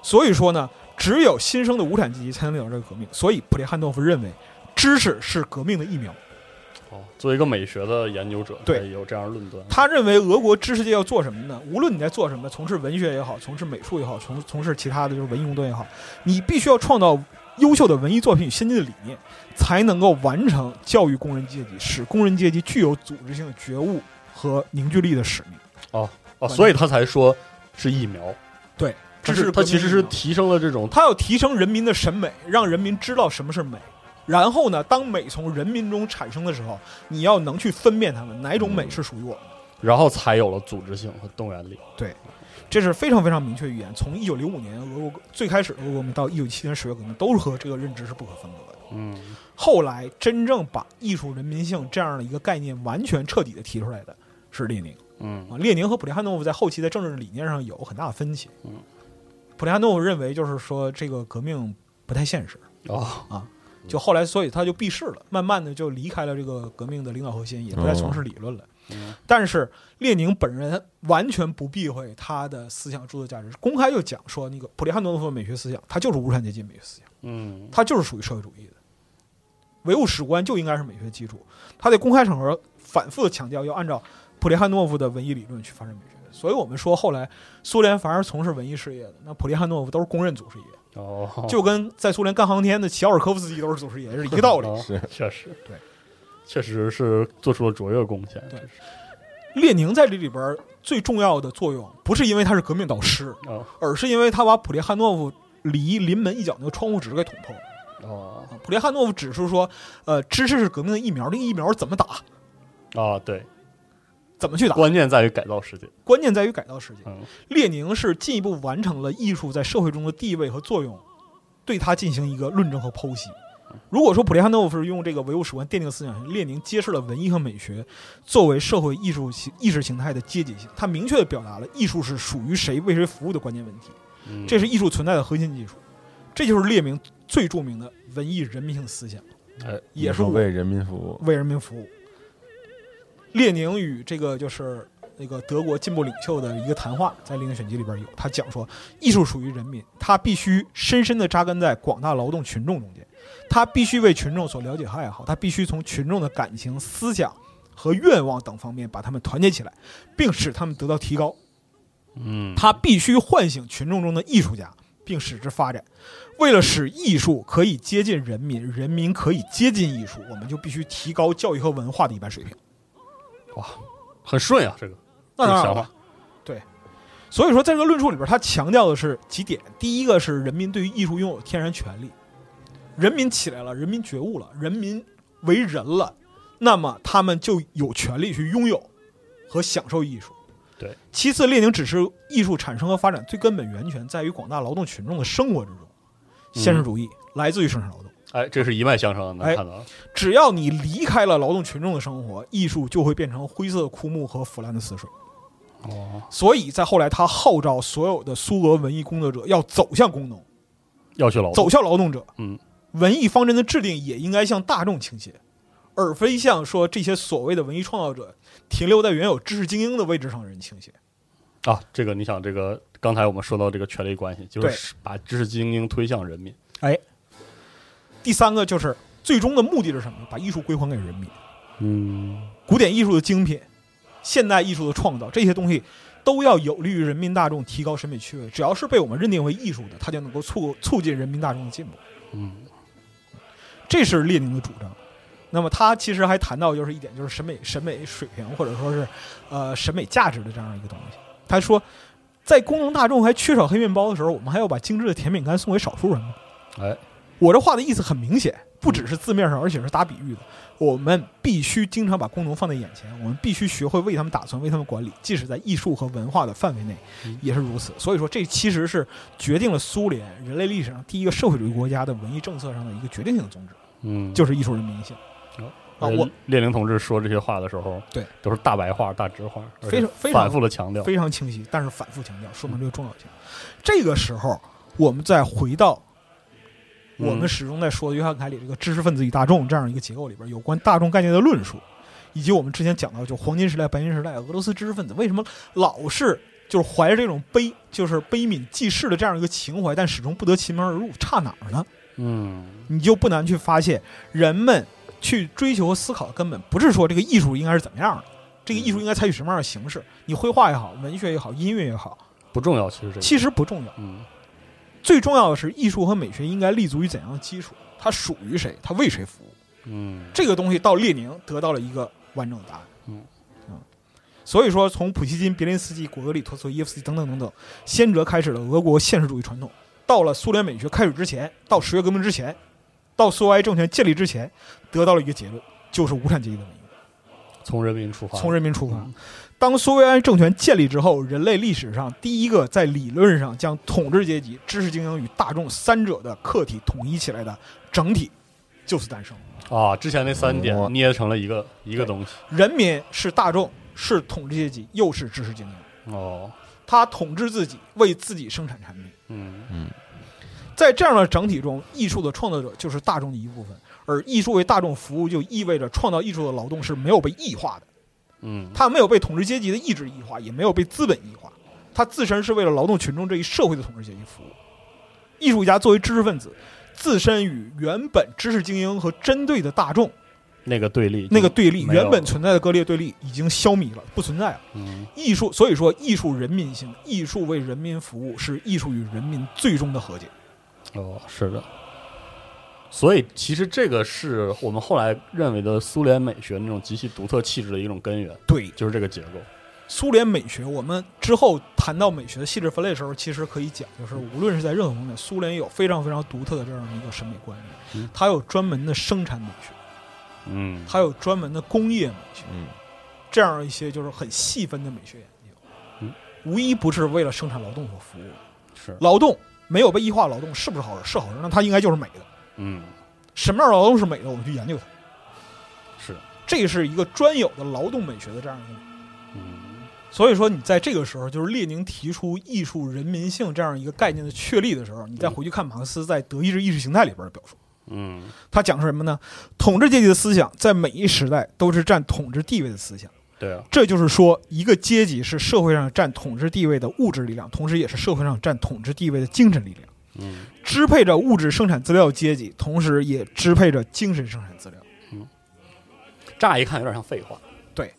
Speaker 2: 所以说呢，只有新生的无产阶级才能领导这个革命。所以普列汉诺夫认为，知识是革命的疫苗。
Speaker 1: 哦，作为一个美学的研究者，
Speaker 2: 对
Speaker 1: 他也有这样论断。
Speaker 2: 他认为俄国知识界要做什么呢？无论你在做什么，从事文学也好，从事美术也好，从从事其他的就是文艺工作也好，你必须要创造优秀的文艺作品与先进的理念，才能够完成教育工人阶级，使工人阶级具有组织性的觉悟和凝聚力的使命。
Speaker 1: 哦，所以他才说是疫苗。
Speaker 2: 这
Speaker 1: 他是
Speaker 2: 是
Speaker 1: 他其实是
Speaker 2: 革命的
Speaker 1: 提升了这种
Speaker 2: 他要提升人民的审美，让人民知道什么是美。然后呢，当美从人民中产生的时候，你要能去分辨它们哪种美
Speaker 1: 嗯
Speaker 2: 是属于我们的。
Speaker 1: 然后才有了组织性和动员力。
Speaker 2: 这是非常非常明确的预言。从一九零五年俄国最开始的俄国革命到一九七年十月革命，都是和这个认知是不可分割的。
Speaker 1: 嗯，
Speaker 2: 后来真正把艺术人民性这样的一个概念完全彻底的提出来的是列宁
Speaker 1: 嗯，
Speaker 2: 啊。列宁和普列汉诺夫在后期在政治理念上有很大的分歧
Speaker 1: 嗯。
Speaker 2: 普列汉诺夫认为就是说这个革命不太现实，
Speaker 1: 哦，
Speaker 2: 就后来所以他就避世了，慢慢的就离开了这个革命的领导核心，也不再从事理论了。
Speaker 1: 嗯
Speaker 2: 但是列宁本人完全不避讳他的思想著作价值，公开就讲说，那个普列汉诺夫的美学思想，它就是无产阶级美学思想，
Speaker 1: 嗯，
Speaker 2: 它就是属于社会主义的，唯物史观就应该是美学基础。他在公开场合反复的强调，要按照普列汉诺夫的文艺理论去发展美学。所以我们说，后来苏联反而从事文艺事业的，那普列汉诺夫都是公认祖师爷，
Speaker 1: 哦，
Speaker 2: 就跟在苏联干航天的齐奥尔科夫斯基都是祖师爷是一个道理。
Speaker 1: 哦
Speaker 3: 是
Speaker 1: 确实，
Speaker 2: 对，
Speaker 1: 确实是做出了卓越贡献。
Speaker 2: 对
Speaker 1: 这是
Speaker 2: 列宁在这里边最重要的作用，不是因为他是革命导师，
Speaker 1: 哦
Speaker 2: 而是因为他把普列汉诺夫离临门一脚那个窗户纸给捅破了。
Speaker 1: 哦
Speaker 2: 啊普列汉诺夫指出说，呃，知识是革命的疫苗，这个疫苗怎么打，
Speaker 1: 啊，对，
Speaker 2: 怎么去打，
Speaker 1: 关键在于改造世界。
Speaker 2: 关键在于改造世界。
Speaker 1: 嗯
Speaker 2: 列宁是进一步完成了艺术在社会中的地位和作用，对它进行一个论证和剖析。如果说普列汉诺夫是用这个唯物史观奠定思想，列宁揭示了文艺和美学作为社会艺术形意识形态的阶级性，他明确地表达了艺术是属于谁、为谁服务的关键问题。
Speaker 1: 嗯，
Speaker 2: 这是艺术存在的核心技术，这就是列宁最著名的文艺人民性思想，
Speaker 1: 哎
Speaker 2: 也是
Speaker 3: 说
Speaker 2: 我
Speaker 3: 为人民服务。
Speaker 2: 为人民服务。列宁与这个就是那个德国进步领袖的一个谈话，在《列宁选集》里边有，他讲说，艺术属于人民，它必须深深地扎根在广大劳动群众中间，它必须为群众所了解和爱好，它必须从群众的感情、思想和愿望等方面把他们团结起来，并使他们得到提高。
Speaker 1: 嗯，
Speaker 2: 他必须唤醒群众中的艺术家，并使之发展。为了使艺术可以接近人民，人民可以接近艺术，我们就必须提高教育和文化的一般水平。
Speaker 1: 很顺呀，这个
Speaker 2: 啊那当
Speaker 1: 这
Speaker 2: 然
Speaker 1: 个想
Speaker 2: 了
Speaker 1: 法。，
Speaker 2: 所以说，在这个论述里边，他强调的是几点：第一个是人民对于艺术拥有天然权利，人民起来了，人民觉悟了，人民为人了，那么他们就有权利去拥有和享受艺术。
Speaker 1: 对。
Speaker 2: 其次，列宁指示艺术产生和发展最根本源泉在于广大劳动群众的生活之中，现实主义来自于生产劳
Speaker 1: 嗯
Speaker 2: 动。
Speaker 1: 哎，这是一脉相承的，能
Speaker 2: 哎
Speaker 1: 看到。
Speaker 2: 只要你离开了劳动群众的生活，艺术就会变成灰色的枯木和腐烂的死水。
Speaker 1: 哦，
Speaker 2: 所以在后来，他号召所有的苏俄文艺工作者要走向工农，
Speaker 1: 要去劳动
Speaker 2: 走向劳动者。
Speaker 1: 哦嗯，
Speaker 2: 文艺方针的制定也应该向大众倾斜，而非向说这些所谓的文艺创造者停留在原有知识精英的位置上的人倾斜。
Speaker 1: 啊，这个你想，这个刚才我们说到这个权力关系，就
Speaker 2: 对
Speaker 1: 是把知识精英推向人民。
Speaker 2: 第三个就是最终的目的是什么？把艺术归还给人民。
Speaker 1: 嗯，
Speaker 2: 古典艺术的精品，现代艺术的创造，这些东西都要有利于人民大众提高审美趣味。只要是被我们认定为艺术的，它就能够促促进人民大众的进步。
Speaker 1: 嗯
Speaker 2: 这是列宁的主张。那么他其实还谈到就是一点，就是审美审美水平或者说是呃审美价值的这样一个东西。他说，在工农大众还缺少黑面包的时候，我们还要把精致的甜饼干送给少数人吗？
Speaker 1: 哎，
Speaker 2: 我这话的意思很明显，不只是字面上，而且是打比喻的。我们必须经常把工农放在眼前，我们必须学会为他们打算，为他们管理，即使在艺术和文化的范围内
Speaker 1: 嗯
Speaker 2: 也是如此。所以说，这其实是决定了苏联人类历史上第一个社会主义国家的文艺政策上的一个决定性的宗旨。
Speaker 1: 嗯，
Speaker 2: 就是艺术人民性
Speaker 1: 哦。
Speaker 2: 啊，我
Speaker 1: 列宁同志说这些话的时候，
Speaker 2: 对，
Speaker 1: 都是大白话、大直话，而且
Speaker 2: 非常非
Speaker 1: 反
Speaker 2: 常
Speaker 1: 复的强调，
Speaker 2: 非常清晰，但是反复强调，说明这个重要性。这个时候，我们再回到
Speaker 1: 嗯
Speaker 2: 我们始终在说约翰凯里这个知识分子与大众这样一个结构里边，有关大众概念的论述，以及我们之前讲到就黄金时代、白银时代，俄罗斯知识分子为什么老是就是怀着这种悲，就是悲悯济世的这样一个情怀，但始终不得其门而入，差哪儿呢？
Speaker 1: 嗯
Speaker 2: 你就不难去发现，人们去追求和思考的根本不是说这个艺术应该是怎么样的，这个艺术应该采取什么样的形式，你绘画也好，文学也好，音乐也好，
Speaker 1: 不重要，其实这个，
Speaker 2: 其实不重要，
Speaker 1: 嗯
Speaker 2: 最重要的是艺术和美学应该立足于怎样的基础，它属于谁，它为谁服务。
Speaker 1: 嗯，
Speaker 2: 这个东西到列宁得到了一个完整的答案。
Speaker 1: 嗯
Speaker 2: 嗯所以说从普希金、别林斯基、果戈里、托斯托耶夫斯基等等等等先哲开始了俄国现实主义传统，到了苏联美学开始之前，到十月革命之前，到苏维埃政权建立之前，得到了一个结论，就是无产阶级的文明
Speaker 1: 从人民出发，
Speaker 2: 从人民出发
Speaker 1: 嗯。
Speaker 2: 当苏维埃政权建立之后，人类历史上第一个在理论上将统治阶级、知识精英与大众三者的客体统一起来的整体，就是诞生了。
Speaker 1: 啊，之前那三点
Speaker 3: 我
Speaker 1: 捏成了一个一个东西，
Speaker 2: 人民是大众，是统治阶级，又是知识精英。
Speaker 1: 哦，
Speaker 2: 他统治自己，为自己生产产品。
Speaker 1: 嗯
Speaker 2: 在这样的整体中，艺术的创作者就是大众的一部分，而艺术为大众服务，就意味着创造艺术的劳动是没有被异化的，
Speaker 1: 嗯
Speaker 2: 它没有被统治阶级的意志异化，也没有被资本异化，它自身是为了劳动群众这一社会的统治阶级服务。艺术家作为知识分子，自身与原本知识精英和针对的大众
Speaker 1: 那个对立，
Speaker 2: 那个对立，
Speaker 1: 没有
Speaker 2: 原本存在的割裂对立已经消弭了，不存在了。
Speaker 1: 嗯
Speaker 2: 艺术，所以说艺术人民性，艺术为人民服务，是艺术与人民最终的和解。
Speaker 1: 哦，是的。所以，其实这个是我们后来认为的苏联美学那种极其独特气质的一种根源，
Speaker 2: 对，
Speaker 1: 就是这个结构。
Speaker 2: 苏联美学，我们之后谈到美学的细致分类的时候，其实可以讲，就是无论是在任何方面，苏联有非常非常独特的这样一个审美观念
Speaker 1: 嗯，
Speaker 2: 它有专门的生产美学，
Speaker 1: 嗯，
Speaker 2: 它有专门的工业美学，
Speaker 3: 嗯
Speaker 2: 这样一些就是很细分的美学研
Speaker 1: 嗯
Speaker 2: 究，无一不是为了生产劳动所服务。
Speaker 1: 是，
Speaker 2: 劳动没有被异化，劳动是不是好事？是好事，那它应该就是美的。
Speaker 1: 嗯，
Speaker 2: 什么样的劳动是美的，我们去研究它。
Speaker 1: 是，
Speaker 2: 这是一个专有的劳动美学的这样一个。
Speaker 1: 嗯
Speaker 2: 所以说，你在这个时候，就是列宁提出艺术人民性这样一个概念的确立的时候，你再回去看马克思在《德意志意识形态》里边的表述，
Speaker 1: 嗯
Speaker 2: 他讲是什么呢？统治阶级的思想在每一时代都是占统治地位的思想，
Speaker 1: 对啊，
Speaker 2: 这就是说，一个阶级是社会上占统治地位的物质力量，同时也是社会上占统治地位的精神力量，
Speaker 1: 嗯
Speaker 2: 支配着物质生产资料的阶级，同时也支配着精神生产资料。
Speaker 1: 乍一看有点像废话，
Speaker 2: 对，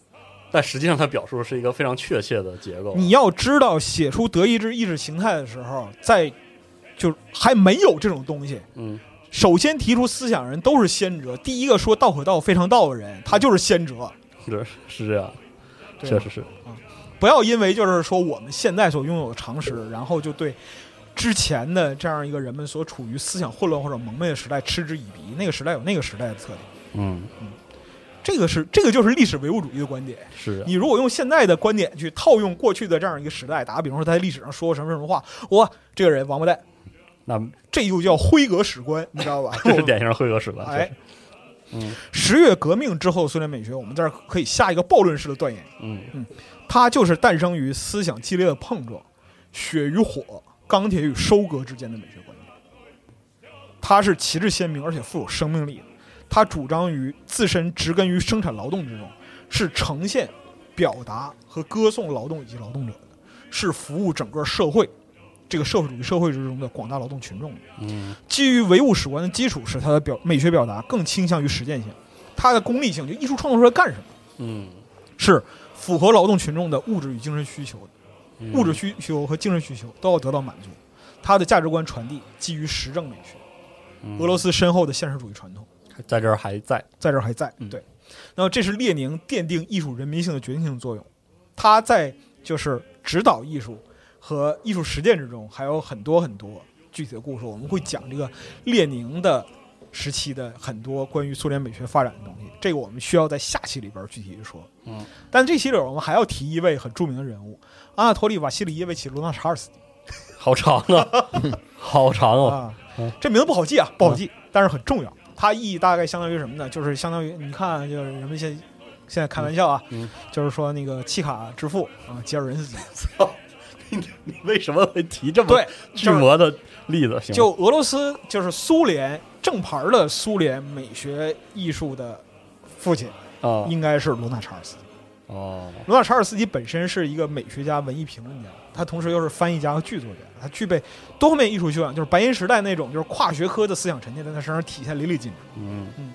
Speaker 1: 但实际上它表述的是一个非常确切的结构。
Speaker 2: 你要知道，写出德意志意识形态的时候，在就是还没有这种东西。
Speaker 1: 嗯
Speaker 2: 首先提出思想人都是先哲，第一个说道可道非常道的人，他就是先哲。
Speaker 1: 对，是这样，
Speaker 2: 对
Speaker 1: 确实是，
Speaker 2: 不要因为就是说我们现在所拥有的常识，然后就对之前的这样一个人们所处于思想混乱或者蒙昧的时代嗤之以鼻。那个时代有那个时代的特点，
Speaker 1: 嗯，
Speaker 2: 这个是这个就是历史唯物主义的观点。
Speaker 1: 是啊
Speaker 2: 你如果用现在的观点去套用过去的这样一个时代，打个比方说，他在历史上说过什么什么话，哇，这个人王八蛋，
Speaker 1: 那？
Speaker 2: 这就叫辉格史观，你知道吧
Speaker 1: 这是典型的会格史观。
Speaker 2: 哎，
Speaker 1: 嗯
Speaker 2: 十月革命之后，苏联美学，我们这儿可以下一个暴论式的断言，
Speaker 1: 嗯
Speaker 2: 它就是诞生于思想激烈的碰撞，血与火、钢铁与收割之间的美学观念。它是旗帜鲜明而且富有生命力的，它主张于自身植根于生产劳动之中，是呈现、表达和歌颂劳动以及劳动者的，是服务整个社会这个社会主义社会之中的广大劳动群众的。
Speaker 1: 嗯
Speaker 2: 基于唯物史观的基础，使它的表美学表达更倾向于实践性，它的功利性就艺术创作出来干什么，
Speaker 1: 嗯
Speaker 2: 是符合劳动群众的物质与精神需求的，
Speaker 1: 嗯
Speaker 2: 物质需求和精神需求都要得到满足。他的价值观传递基于实证美学，
Speaker 1: 嗯
Speaker 2: 俄罗斯深厚的现实主义传统
Speaker 1: 在这儿还在，
Speaker 2: 在这儿还在。
Speaker 1: 嗯
Speaker 2: 对，那么这是列宁奠定艺术人民性的决定性作用。他在就是指导艺术和艺术实践之中，还有很多很多具体的故事，我们会讲这个列宁的时期的很多关于苏联美学发展的东西。这个我们需要在下期里边具体地说。
Speaker 1: 嗯，
Speaker 2: 但这期里边我们还要提一位很著名的人物——阿纳托利·瓦西里耶维奇·罗纳查尔斯基
Speaker 1: 好长 啊，好长哦，
Speaker 2: 啊
Speaker 1: 嗯，
Speaker 2: 这名字不好记啊，不好记，但是很重要。它意义大概相当于什么呢？就是相当于你看，啊就是人们现现在开玩笑啊，
Speaker 1: 嗯嗯
Speaker 2: 就是说那个契卡之父啊，吉尔任斯基。
Speaker 1: 你为什么会提这么
Speaker 2: 对，
Speaker 1: 巨魔的例子？行吗
Speaker 2: 就俄罗斯就是苏联正牌儿的苏联美学艺术的父亲，
Speaker 1: 啊
Speaker 2: 应该是罗纳查尔斯基。
Speaker 1: 哦，
Speaker 2: 罗纳查尔斯基本身是一个美学家、文艺评论家，他同时又是翻译家和剧作家，他具备多方面艺术修养，就是白银时代那种就是跨学科的思想沉淀，在他身上体现淋漓尽致。
Speaker 1: 嗯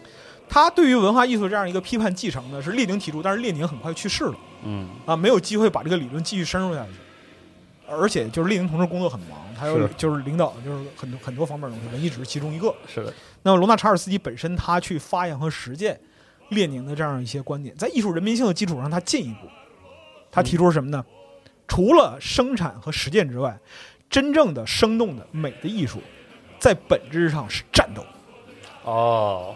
Speaker 2: 他对于文化艺术这样一个批判继承呢，是列宁提出，但是列宁很快去世了
Speaker 1: 嗯
Speaker 2: 啊，没有机会把这个理论继续深入下去。而且就是列宁同志工作很忙，他又
Speaker 1: 是
Speaker 2: 就是领导就是很多很多方面的东西，文艺只是其中一个。
Speaker 1: 是的，
Speaker 2: 那么罗纳查尔斯基本身他去发扬和实践列宁的这样一些观点，在艺术人民性的基础上，他进一步，他提出什么呢？除了生产和实践之外，真正的生动的美的艺术，在本质上是战斗。
Speaker 1: 哦，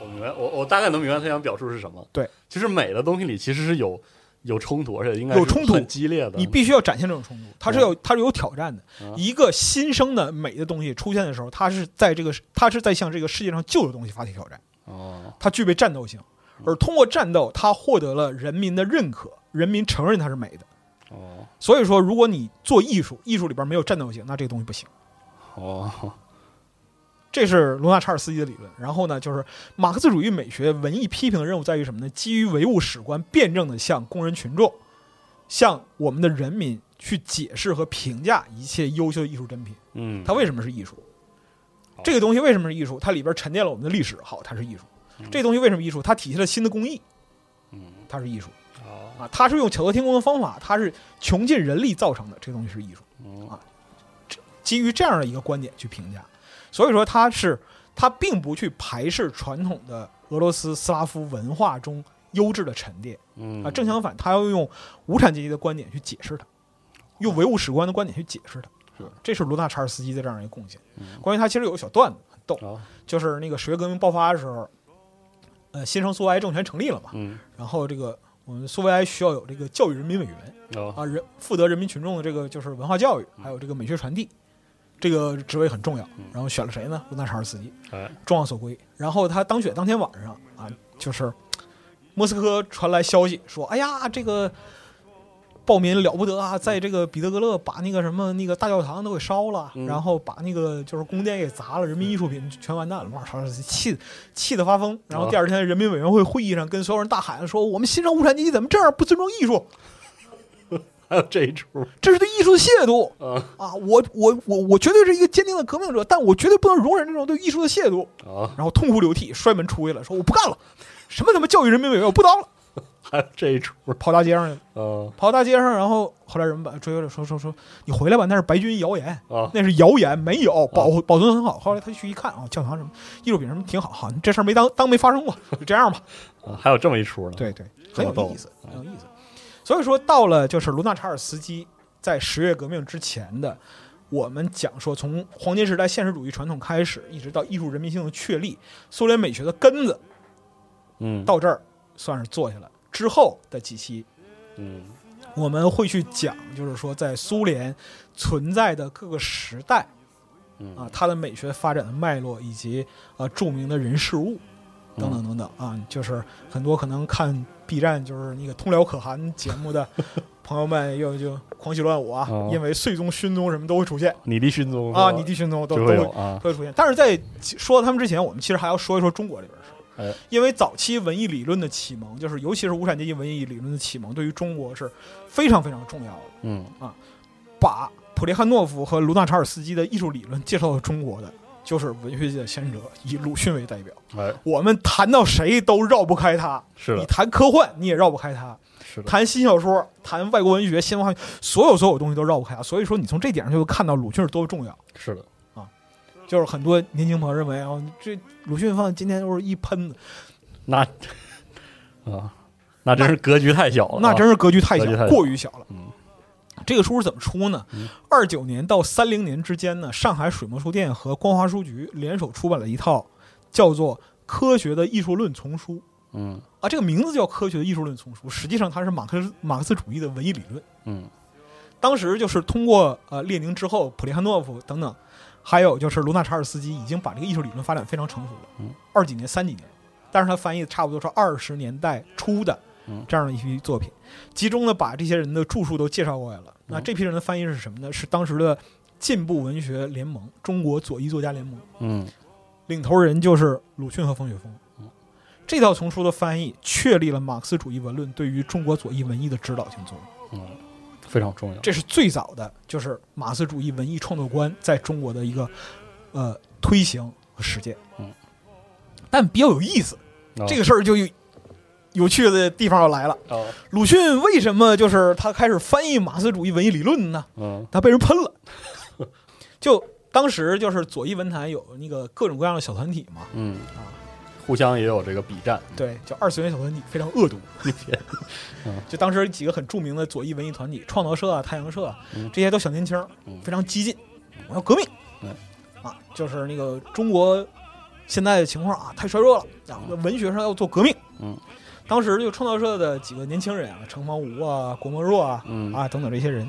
Speaker 1: 我明白，我我大概能明白他想表述是什么。
Speaker 2: 对，
Speaker 1: 就是美的东西里其实是有有冲突，而且应该是
Speaker 2: 有冲突
Speaker 1: 很激烈的。
Speaker 2: 你必须要展现这种冲突，它是有它是有挑战的
Speaker 1: 嗯。
Speaker 2: 一个新生的美的东西出现的时候，它是在这个它是在向这个世界上旧的东西发起挑战，
Speaker 1: 哦，
Speaker 2: 它具备战斗性，
Speaker 1: 嗯
Speaker 2: 而通过战斗，它获得了人民的认可，人民承认它是美的。
Speaker 1: 哦
Speaker 2: 所以说，如果你做艺术，艺术里边没有战斗性，那这个东西不行。
Speaker 1: 哦，
Speaker 2: 这是罗纳查尔斯基的理论。然后呢，就是马克思主义美学文艺批评的任务在于什么呢？基于唯物史观，辩证的向工人群众、向我们的人民去解释和评价一切优秀的艺术珍品，
Speaker 1: 嗯，
Speaker 2: 它为什么是艺术
Speaker 1: 好？
Speaker 2: 这个东西为什么是艺术？它里边沉淀了我们的历史，好，它是艺术。这东西为什么艺术？它体现了新的工艺，
Speaker 1: 嗯
Speaker 2: 它是艺术
Speaker 1: 哦
Speaker 2: 啊！它是用巧夺天工的方法，它是穷尽人力造成的，这东西是艺术。
Speaker 1: 嗯
Speaker 2: 啊基于这样的一个观点去评价。所以说，他是他并不去排斥传统的俄罗斯斯拉夫文化中优质的沉淀
Speaker 1: 嗯
Speaker 2: 啊，正相反，他要用无产阶级的观点去解释它，用唯物史观的观点去解释它。
Speaker 1: 是嗯
Speaker 2: 这是罗纳查尔斯基的这样一个贡献。关于他其实有个小段子很逗，
Speaker 1: 哦
Speaker 2: 就是那个十月革命爆发的时候，呃，新生苏维埃政权成立了嘛，
Speaker 1: 嗯
Speaker 2: 然后这个我们苏维埃需要有这个教育人民委员。
Speaker 1: 哦
Speaker 2: 啊，人负责人民群众的这个就是文化教育，还有这个美学传递，这个职位很重要。然后选了谁呢？罗纳查尔斯基，
Speaker 1: 哎
Speaker 2: 众望所归。然后他当选当天晚上啊，就是莫斯科传来消息说，哎呀，这个暴民了不得啊，在这个彼得格勒把那个什么那个大教堂都给烧了，
Speaker 1: 嗯
Speaker 2: 然后把那个就是宫殿给砸了，人民艺术品全完蛋了。罗纳查尔斯基气得气得发疯，然后第二天人民委员会会议上跟所有人大喊说，我们欣赏无产阶级怎么这样不尊重艺术？
Speaker 1: 还有这一出
Speaker 2: 这是对艺术的亵渎
Speaker 1: 啊
Speaker 2: 啊！我我我我绝对是一个坚定的革命者，但我绝对不能容忍这种对艺术的亵渎。
Speaker 1: 啊，
Speaker 2: 然后痛哭流涕，摔门出去了，说我不干了，什么他妈教育人民委员，我不当了，
Speaker 1: 还有这一出
Speaker 2: 跑大街上去了，
Speaker 1: 啊
Speaker 2: 跑大街上，然后后来人们把追回来，说说说你回来吧，那是白军谣言，
Speaker 1: 啊
Speaker 2: 那是谣言，没有保保存很好。后来他去一看啊，教堂什么艺术品什么挺好，好这事儿没当当没发生过，就这样吧。
Speaker 1: 啊，还有这么一出呢。
Speaker 2: 对对，
Speaker 1: 这
Speaker 2: 很
Speaker 1: 么
Speaker 2: 有
Speaker 1: 逗
Speaker 2: 意思，很有意思。所以说，到了就是卢纳查尔斯基在十月革命之前的，我们讲说从黄金时代现实主义传统开始，一直到艺术人民性的确立，苏联美学的根子
Speaker 1: 嗯
Speaker 2: 到这儿算是做下来。之后的几期，
Speaker 1: 嗯
Speaker 2: 我们会去讲，就是说在苏联存在的各个时代
Speaker 1: 嗯
Speaker 2: 啊，它的美学发展的脉络，以及啊著名的人事物
Speaker 1: 嗯
Speaker 2: 等等等等啊，就是很多可能看 B 站就是那个通辽可汗节目的朋友们，又就狂喜乱舞啊
Speaker 1: 哦，
Speaker 2: 因为岁宗、勋宗什么都会出现
Speaker 1: 你的勋宗
Speaker 2: 啊，你
Speaker 1: 的
Speaker 2: 帝勋宗都
Speaker 1: 就
Speaker 2: 都
Speaker 1: 会有
Speaker 2: 会
Speaker 1: 啊
Speaker 2: 都会出现。但是在其说到他们之前，我们其实还要说一说中国这边的事儿
Speaker 1: 哎，
Speaker 2: 因为早期文艺理论的启蒙，就是尤其是无产阶级文艺理论的启蒙，对于中国是非常非常重要的。
Speaker 1: 嗯
Speaker 2: 把普列汉诺夫和卢纳查尔斯基的艺术理论介绍到中国的，就是文学界的先者，以鲁迅为代表。
Speaker 1: 哎，
Speaker 2: 我们谈到谁都绕不开他，
Speaker 1: 是
Speaker 2: 你
Speaker 1: 的，
Speaker 2: 谈科幻你也绕不开他，
Speaker 1: 是的，
Speaker 2: 谈新小说、谈外国文学、新文化，所有所有东西都绕不开他。所以说，你从这点上就看到鲁迅是多重要。
Speaker 1: 是的，
Speaker 2: 就是很多年轻朋友认为啊，这鲁迅放今天都是一喷子，
Speaker 1: 那啊，那真是格局太小了啊，
Speaker 2: 那真是格局太小
Speaker 1: 格局太，小
Speaker 2: 过于小了。
Speaker 1: 嗯
Speaker 2: 这个书是怎么出呢
Speaker 1: 嗯？
Speaker 2: 二九年到三零年之间呢，上海水墨书店和光华书局联手出版了一套叫做《科学的艺术论丛书》
Speaker 1: 嗯
Speaker 2: 啊，这个名字叫《科学的艺术论丛书》，实际上它是马克思马克思主义的文艺理论。
Speaker 1: 嗯
Speaker 2: 当时就是通过呃列宁之后，普列汉诺夫等等，还有就是卢纳查尔斯基已经把这个艺术理论发展非常成熟了。
Speaker 1: 嗯
Speaker 2: 二几年、三几年，但是他翻译的差不多是二十年代初的
Speaker 1: 嗯
Speaker 2: 这样的一批作品，集中的把这些人的著述都介绍过来了。那这批人的翻译是什么呢？是当时的进步文学联盟——中国左翼作家联盟，
Speaker 1: 嗯
Speaker 2: 领头人就是鲁迅和冯雪峰。这套丛书的翻译确立了马克思主义文论对于中国左翼文艺的指导性作用。
Speaker 1: 嗯，非常重要，
Speaker 2: 这是最早的，就是马克思主义文艺创作观在中国的一个呃推行和实践。
Speaker 1: 嗯，
Speaker 2: 但比较有意思，
Speaker 1: 啊
Speaker 2: 这个事儿就有有趣的地方要来了。
Speaker 1: 啊
Speaker 2: 鲁迅为什么就是他开始翻译马克思主义文艺理论呢？
Speaker 1: 嗯
Speaker 2: 他被人喷了。 就当时就是左翼文坛有那个各种各样的小团体嘛，
Speaker 1: 嗯，互相也有这个比战，
Speaker 2: 对，叫二次元小团体，非常 恶毒
Speaker 1: 别。嗯
Speaker 2: 就当时几个很著名的左翼文艺团体，创造社啊、太阳社啊
Speaker 1: 嗯，
Speaker 2: 这些都小年轻儿
Speaker 1: 嗯，
Speaker 2: 非常激进，我要革命
Speaker 1: 嗯。
Speaker 2: 啊，就是那个中国现在的情况啊，太衰弱了啊，文学上要做革命。
Speaker 1: 嗯，
Speaker 2: 当时就创造社的几个年轻人啊，程房吴啊、郭沫若啊
Speaker 1: 嗯
Speaker 2: 啊等等这些人，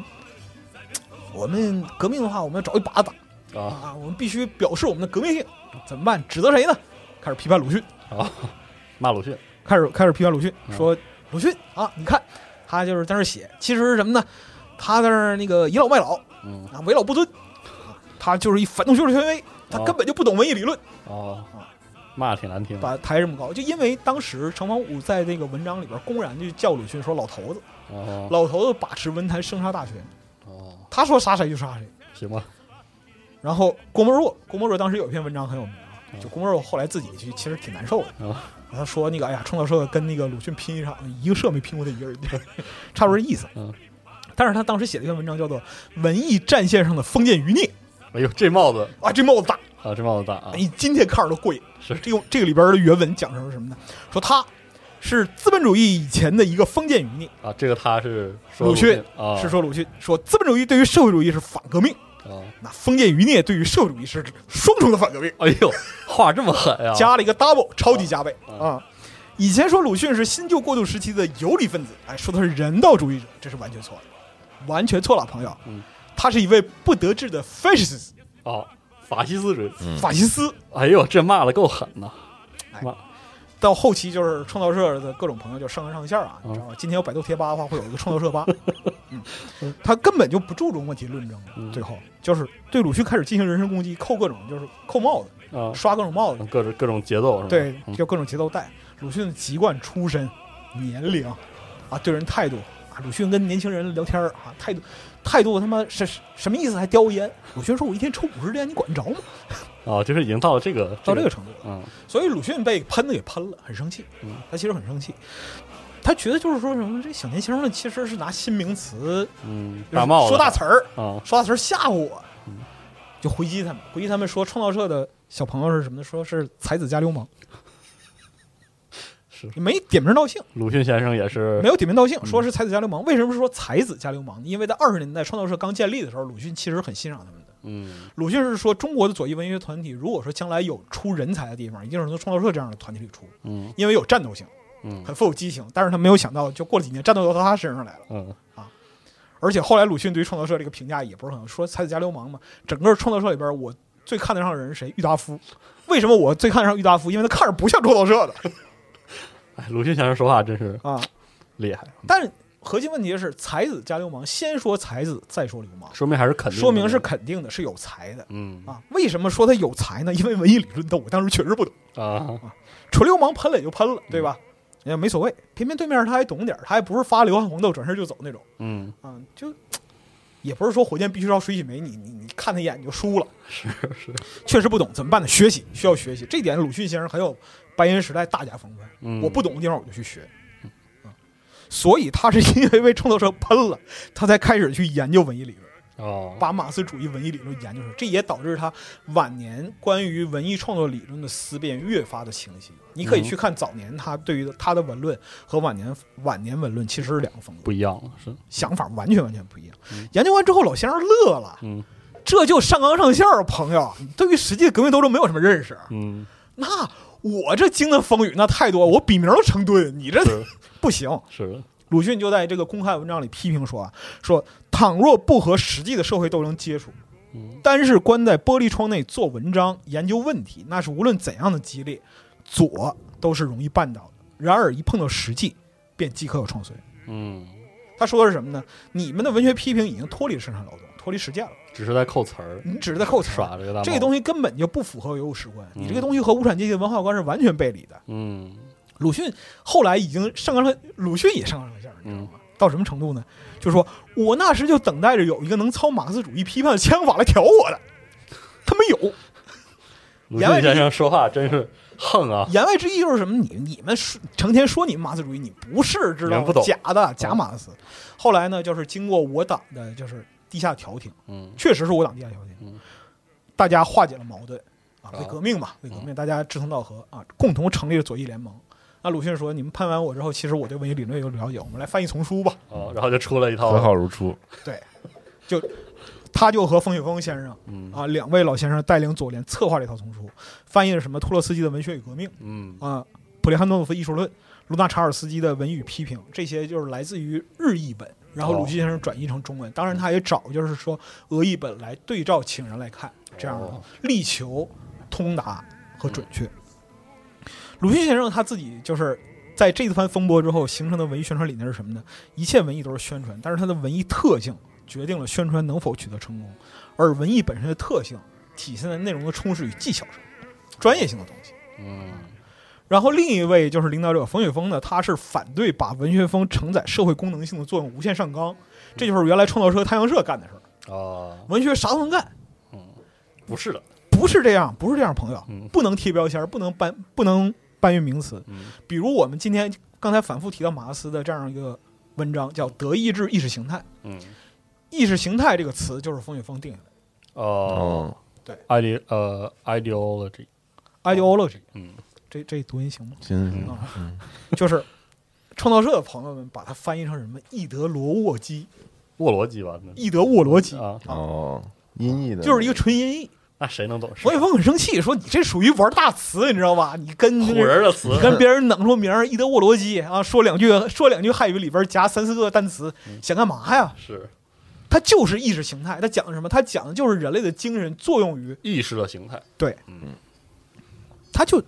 Speaker 2: 我们革命的话，我们要找一把打
Speaker 1: 啊
Speaker 2: 啊，我们必须表示我们的革命性。怎么办？指责谁呢？开始批判鲁迅。
Speaker 1: 啊，骂鲁迅，
Speaker 2: 开始开始批判鲁迅，
Speaker 1: 嗯
Speaker 2: 说鲁迅啊，你看他就是在那儿写，其实是什么呢？他在那儿那个倚老卖老
Speaker 1: 嗯
Speaker 2: 啊，为老不尊，啊他就是一反动学术权威，他
Speaker 1: 哦
Speaker 2: 根本就不懂文艺理论，
Speaker 1: 啊，骂得挺难听的，
Speaker 2: 把抬这么高，就因为当时程方武在那个文章里边公然就叫鲁迅说老头子，
Speaker 1: 哦
Speaker 2: 老头子把持文坛生杀大权，
Speaker 1: 哦，
Speaker 2: 他说杀谁就杀谁。
Speaker 1: 行吧，
Speaker 2: 然后郭沫若，郭沫若当时有一篇文章很有名啊，
Speaker 1: 嗯
Speaker 2: 就郭沫若后来自己去其实挺难受的
Speaker 1: 哦，
Speaker 2: 他说那个哎呀，创造社跟那个鲁迅拼一场，一个社没拼过他一个人，差不多这意思
Speaker 1: 嗯。
Speaker 2: 但是他当时写了一篇文章，叫做《文艺战线上的封建余孽
Speaker 1: 哎呦，这帽子》
Speaker 2: 啊，这帽子大，
Speaker 1: 啊，这帽子大啊，
Speaker 2: 你今天看着都过瘾。
Speaker 1: 是
Speaker 2: 这个这个里边的原文讲成什么呢？说他是资本主义以前的一个封建余孽，
Speaker 1: 啊，这个他是说
Speaker 2: 鲁迅
Speaker 1: 啊，
Speaker 2: 是说鲁迅说资本主义对于社会主义是反革命，
Speaker 1: 啊，
Speaker 2: 那封建余孽对于社会主义是双重的反革命。
Speaker 1: 哎呦，话这么狠呀，
Speaker 2: 加了一个 double，超级加倍
Speaker 1: 啊
Speaker 2: 啊！以前说鲁迅是新旧过渡时期的游离分子，哎，说他是人道主义者，这是完全错的，完全错了，朋友
Speaker 1: 嗯。
Speaker 2: 他是一位不得志的 fascist
Speaker 1: 哦，法西斯主义，
Speaker 2: 法西斯。
Speaker 1: 哎呦，这骂的够狠呐，
Speaker 2: 到后期就是创造社的各种朋友就上纲上线啊，
Speaker 1: 嗯
Speaker 2: 你知道吗？今天有百度贴吧的话，会有一个创造 社吧。嗯，他根本就不注重问题论证了，
Speaker 1: 嗯
Speaker 2: 最后就是对鲁迅开始进行人身攻击，扣各种就是扣帽子，
Speaker 1: 啊，
Speaker 2: 刷各种帽子，
Speaker 1: 各种各种节奏是吧？
Speaker 2: 对，
Speaker 1: 嗯
Speaker 2: 就各种节奏带。鲁迅的籍贯、出身、年龄啊，对人态度啊，鲁迅跟年轻人聊天儿啊，态度态度他妈什什么意思？还叼烟？鲁迅说：“我一天抽五十支烟，你管得着吗
Speaker 1: 啊，就是已经到了这个？”
Speaker 2: 到这个，程度了，
Speaker 1: 嗯
Speaker 2: 所以鲁迅被喷的给喷了，很生气
Speaker 1: 嗯。
Speaker 2: 他其实很生气，他觉得就是说什么这小年轻的其实是拿新名词
Speaker 1: 嗯，
Speaker 2: 就是
Speaker 1: 大帽子
Speaker 2: 说大词儿，
Speaker 1: 啊，
Speaker 2: 说大词儿吓唬我
Speaker 1: 嗯，
Speaker 2: 就回击他们，回击他们说创造社的小朋友是什么呢？说是才子加流氓，
Speaker 1: 是
Speaker 2: 没点名道姓。
Speaker 1: 鲁迅先生也是
Speaker 2: 没有点名道姓，说是才子加流氓。为什么说才子加流氓呢？因为在二十年代创造社刚建立的时候，鲁迅其实很欣赏他们的。
Speaker 1: 嗯
Speaker 2: 鲁迅是说，中国的左翼文学团体，如果说将来有出人才的地方，一定是从创造社这样的团体里出，
Speaker 1: 嗯
Speaker 2: 因为有战斗性，
Speaker 1: 嗯
Speaker 2: 很富有激情。但是他没有想到，就过了几年，战斗到他身上来了。
Speaker 1: 嗯，
Speaker 2: 而且后来鲁迅对于创造社这个评价也不是很好，说才子加流氓嘛。整个创造社里边，我最看得上的人是谁？郁达夫。为什么我最看得上郁达夫？因为他看着不像创造社的
Speaker 1: 哎，鲁迅先生说话真是
Speaker 2: 啊。
Speaker 1: 厉害，
Speaker 2: 但是核心问题是，才子加流氓，先说才子，再说流氓。
Speaker 1: 说明还是肯定的，
Speaker 2: 说明是肯定的，是有才的
Speaker 1: 嗯
Speaker 2: 啊。为什么说他有才呢？因为文艺理论的我当时确实不懂，
Speaker 1: 啊，
Speaker 2: 纯流氓喷了也就喷了，对吧？
Speaker 1: 嗯
Speaker 2: 也没所谓。偏偏对面他还懂点儿，他还不是发流汗红豆转身就走那种
Speaker 1: 嗯
Speaker 2: 啊，就也不是说火箭必须烧水洗梅，你你你看他一眼你就输了，
Speaker 1: 是是，
Speaker 2: 确实不懂怎么办呢？学习需要学习，这点鲁迅先生很有白银时代大家风范。
Speaker 1: 嗯
Speaker 2: 我不懂的地方我就去学。啊所以他是因为被冲头车喷了，他才开始去研究文艺理论，
Speaker 1: 哦，
Speaker 2: 把马克思主义文艺理论研究出来。这也导致他晚年关于文艺创作理论的思辨越发的清晰。你可以
Speaker 1: 嗯
Speaker 2: 去看早年他对于他的文论和晚年晚年文论其实是两个风格，
Speaker 1: 不一样了，是，
Speaker 2: 想法完全完全不一样
Speaker 1: 嗯。
Speaker 2: 研究完之后，老先生乐了，
Speaker 1: 嗯
Speaker 2: 这就上纲上线儿，朋友，你对于实际的革命斗争没有什么认识。
Speaker 1: 嗯，
Speaker 2: 那我这经的风雨那太多，我笔名都成吨，你这
Speaker 1: 是
Speaker 2: 不行。
Speaker 1: 是的，
Speaker 2: 鲁迅就在这个公开文章里批评说啊，说倘若不和实际的社会斗争接触，
Speaker 1: 嗯
Speaker 2: 单是关在玻璃窗内做文章、研究问题，那是无论怎样的激烈，左都是容易绊倒的。然而一碰到实际，便即刻有创随。
Speaker 1: 嗯，
Speaker 2: 他说的是什么呢？你们的文学批评已经脱离生产劳动，脱离实践了，
Speaker 1: 只是在扣词儿，
Speaker 2: 你只是在扣词儿。
Speaker 1: 耍这个大，
Speaker 2: 这个东
Speaker 1: 西，
Speaker 2: 西根本就不符合唯物史观，你这个
Speaker 1: 嗯
Speaker 2: 东西和无产阶级的文化观是完全背离的。
Speaker 1: 嗯
Speaker 2: 鲁迅后来已经上纲上，鲁迅也上纲上线儿，你知道
Speaker 1: 嗯
Speaker 2: 吗？到什么程度呢？就是说我那时就等待着有一个能操马克思主义批判的枪法来挑我的，他没有。
Speaker 1: 鲁
Speaker 2: 言外
Speaker 1: 迅
Speaker 2: 之意
Speaker 1: 先生说话真是横啊，
Speaker 2: 言外之意就是什么？你你们说成天说你们马克思主义，你不是知
Speaker 1: 你
Speaker 2: 道
Speaker 1: 们
Speaker 2: 吗
Speaker 1: 不懂嗯
Speaker 2: 假的假马克思。后来呢，就是经过我党的就是地下调停，
Speaker 1: 嗯
Speaker 2: 确实是我党地下调停
Speaker 1: 嗯，
Speaker 2: 大家化解了矛盾啊，
Speaker 1: 好
Speaker 2: 为革命嘛，
Speaker 1: 嗯
Speaker 2: 为革命，大家志同道合啊，共同成立了左翼联盟。那鲁迅说：“你们判完我之后，其实我对文艺理论有了解，我们来翻译丛书吧。”
Speaker 1: 哦，然后就出了一套
Speaker 3: 和，好如初。
Speaker 2: 他就和冯雪峰先生
Speaker 1: 嗯
Speaker 2: 啊，两位老先生带领左联策划这套丛书，翻译了什么托洛斯基的《文学与革命》
Speaker 1: 嗯
Speaker 2: 啊，普列汉诺夫《艺术论》，卢纳查尔斯基的《文艺与批评》，这些就是来自于日译本，然后
Speaker 1: 哦
Speaker 2: 鲁迅先生转译成中文。当然，他也找就是说俄译本来对照请人来看，这样
Speaker 1: 哦嗯
Speaker 2: 的力求通达和准确。鲁迅先生他自己就是。在这番风波之后形成的文艺宣传理念是什么呢？一切文艺都是宣传，但是它的文艺特性决定了宣传能否取得成功。而文艺本身的特性体现在内容的充实与技巧上，专业性的东西。
Speaker 1: 嗯
Speaker 2: 然后另一位就是领导者冯雪峰呢，他是反对把文学风承载社会功能性的作用无限上纲，这就是原来创造社太阳社干的事儿，
Speaker 1: 哦，
Speaker 2: 文学啥都能干，
Speaker 1: 不是的，
Speaker 2: 不是这样，不是这样，朋友，
Speaker 1: 嗯
Speaker 2: 不能贴标签儿，不能搬，不能搬运名词。
Speaker 1: 嗯
Speaker 2: 比如我们今天刚才反复提到马克思的这样一个文章，叫《德意志意识形态》，
Speaker 1: 嗯
Speaker 2: 意识形态这个词就是冯雪峰定下的
Speaker 1: 哦
Speaker 3: 哦，
Speaker 1: ，ide 呃 ideology，
Speaker 2: ideology，
Speaker 1: 嗯
Speaker 2: 这这读音行吗？
Speaker 3: 行行，
Speaker 2: 啊，就是创造社的朋友们把它翻译成什么“易德罗沃基”“
Speaker 1: 沃罗基吧，那
Speaker 2: 易德沃罗基
Speaker 1: 啊，
Speaker 3: 哦，音译”，的
Speaker 2: 就是一个纯音译。
Speaker 1: 那谁能懂？
Speaker 2: 冯雪峰很生气，说：“你这属于玩大词，你知道吧？你跟
Speaker 1: 唬人的词
Speaker 2: 你，跟别人弄出名儿‘易德沃罗基’啊，说两句说两句汉语里边夹三四个单词，想干嘛呀？
Speaker 1: 是
Speaker 2: 它就是意识形态，它讲的什么？它讲的就是人类的精神作用于
Speaker 1: 意识的形态，
Speaker 2: 对，
Speaker 1: 嗯
Speaker 2: 它就。”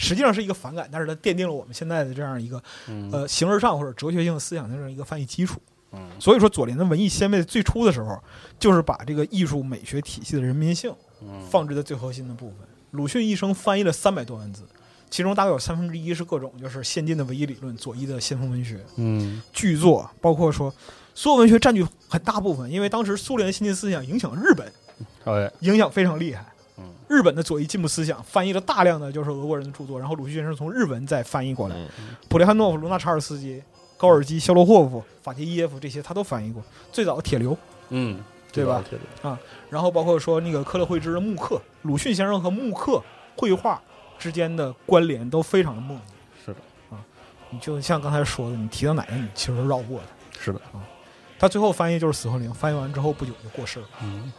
Speaker 2: 实际上是一个反感，但是它奠定了我们现在的这样一个
Speaker 1: 嗯
Speaker 2: 呃形而上或者哲学性思想的这样一个翻译基础。
Speaker 1: 嗯
Speaker 2: 所以说，左联的文艺先辈最初的时候，就是把这个艺术美学体系的人民性
Speaker 1: 嗯，
Speaker 2: 放置在最核心的部分。鲁迅一生翻译了三百多万字，其中大概有三分之一是各种就是先进的唯一理论、左翼的先锋文学
Speaker 1: 嗯
Speaker 2: 巨作，包括说所有文学占据很大部分，因为当时苏联新进思想影响日本，
Speaker 1: 哎
Speaker 2: 影响非常厉害
Speaker 1: 嗯。
Speaker 2: 日本的左翼进步思想翻译了大量的就是俄国人的著作，然后鲁迅先生从日文再翻译过来。
Speaker 3: 嗯
Speaker 2: 普列汉诺夫、卢纳查尔斯基、高尔基、肖罗霍夫、法杰伊耶夫这些他都翻译过。最早的铁流，
Speaker 1: 嗯，
Speaker 2: 对吧？然后包括说那个科勒惠之的木刻，鲁迅先生和木刻绘画之间的关联都非常的莫逆。
Speaker 1: 是的，
Speaker 2: 你就像刚才说的，你提到哪个，你其实绕过它。
Speaker 1: 是的，
Speaker 2: 他最后翻译就是死魂灵，翻译完之后不久就过世了。
Speaker 1: 嗯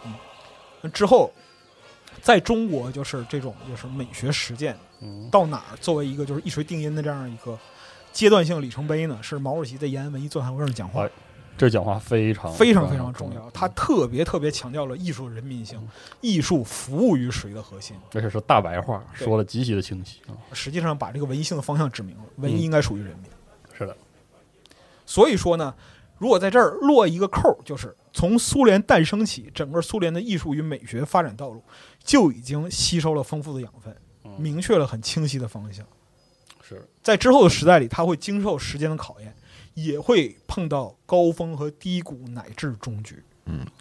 Speaker 2: 那之后，在中国就是这种就是美学实践
Speaker 1: 嗯
Speaker 2: 到哪儿作为一个就是一锤定音的这样一个阶段性里程碑呢？是毛主席在延安文艺座谈会上讲话
Speaker 1: 哎，这讲话非常
Speaker 2: 非常非常重
Speaker 1: 要，嗯
Speaker 2: 要。他特别特别强调了艺术人民性，艺术服务于谁的核心。
Speaker 1: 而且是大白话，
Speaker 2: 对
Speaker 1: 说的极其的清晰啊，
Speaker 2: 实际上把这个文艺性的方向指明了，文艺
Speaker 1: 嗯
Speaker 2: 应该属于人民。
Speaker 1: 是的，
Speaker 2: 所以说呢，如果在这儿落一个扣儿，就是从苏联诞生起，整个苏联的艺术与美学发展道路就已经吸收了丰富的养分，
Speaker 1: 嗯
Speaker 2: 明确了很清晰的方向。
Speaker 1: 是的，
Speaker 2: 在之后的时代里，它会经受时间的考验，也会碰到高峰和低谷乃至终局。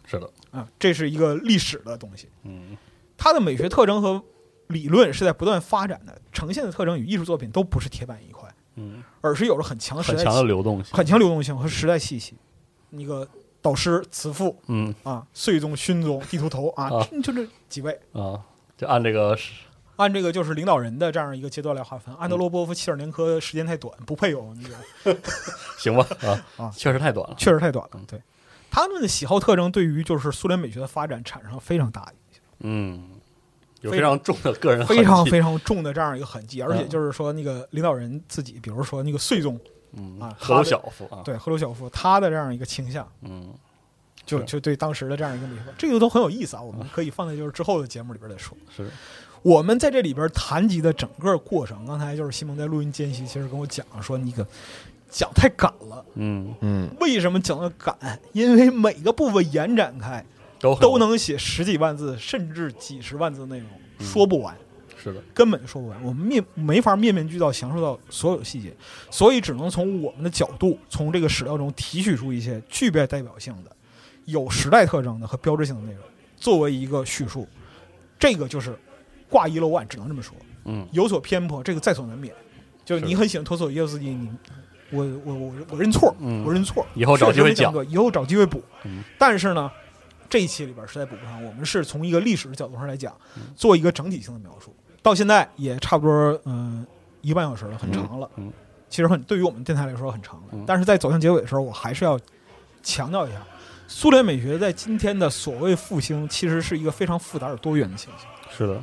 Speaker 1: 是的，
Speaker 2: 啊，这是一个历史的东西。
Speaker 1: 嗯，
Speaker 2: 它的美学特征和理论是在不断发展的，呈现的特征与艺术作品都不是铁板一块，
Speaker 1: 嗯，
Speaker 2: 而是有着很强的时
Speaker 1: 很
Speaker 2: 代
Speaker 1: 强的
Speaker 2: 气
Speaker 1: 流动性，
Speaker 2: 很强流动性和时代气息。一个导师慈父
Speaker 1: 嗯
Speaker 2: 啊，岁宗、勋宗、地图头啊，
Speaker 1: 啊
Speaker 2: 这就这几位。
Speaker 1: 啊，就按这个是
Speaker 2: 按这个就是领导人的这样一个阶段来划分，安德
Speaker 1: 嗯
Speaker 2: 罗波夫切尔年科时间太短，不配有那个
Speaker 1: 行 吧
Speaker 2: 啊
Speaker 1: 啊，确实太短了，
Speaker 2: 确实太短了
Speaker 1: 嗯。
Speaker 2: 对，他们的喜好特征对于就是苏联美学的发展产生了非常大、
Speaker 1: 嗯，有
Speaker 2: 非
Speaker 1: 非常重的个人
Speaker 2: 非常
Speaker 1: 痕迹
Speaker 2: 非常重的这样一个痕迹，而且
Speaker 1: 嗯
Speaker 2: 就是说那个领导人自己，比如说那个岁宗，
Speaker 1: 嗯
Speaker 2: 啊
Speaker 1: 赫鲁
Speaker 2: 他的
Speaker 1: 晓夫啊，
Speaker 2: 对赫鲁晓夫他的这样一个倾向，
Speaker 1: 嗯，
Speaker 2: 就是就对当时的这样一个美学观，这个都很有意思啊，我们可以放在就是之后的节目里边再说。
Speaker 1: 是
Speaker 2: 我们在这里边谈及的整个过程，刚才就是西蒙在录音间隙其实跟我讲说，那个讲太赶了。
Speaker 1: 嗯，
Speaker 3: 嗯，
Speaker 2: 为什么讲的赶？因为每个部分延展开
Speaker 1: 都很
Speaker 2: 都能写十几万字，甚至几十万字的内容，说不完，
Speaker 1: 是的，
Speaker 2: 根本说不完。我们面没法面面俱到，详述到所有细节，所以只能从我们的角度，从这个史料中提取出一些具备代表性的、有时代特征的和标志性的内容，作为一个叙述。这个就是挂一漏万，只能这么说。
Speaker 1: 嗯，
Speaker 2: 有所偏颇，这个在所难免。就是
Speaker 1: 是
Speaker 2: 你很喜欢托索耶夫斯基，你我我我我认错，
Speaker 1: 嗯
Speaker 2: 我认错，
Speaker 1: 以后找机会讲
Speaker 2: 确实没过，以后找机会补。
Speaker 1: 嗯
Speaker 2: 但是呢，这一期里边实在补不上，我们是从一个历史的角度上来讲，做一个整体性的描述。到现在也差不多嗯、一个半小时了，很长了。
Speaker 1: 嗯嗯
Speaker 2: 其实很对于我们电台来说很长了，
Speaker 1: 嗯
Speaker 2: 但是在走向结尾的时候，我还是要强调一下。苏联美学在今天的所谓复兴，其实是一个非常复杂而多元的现象。
Speaker 1: 是的，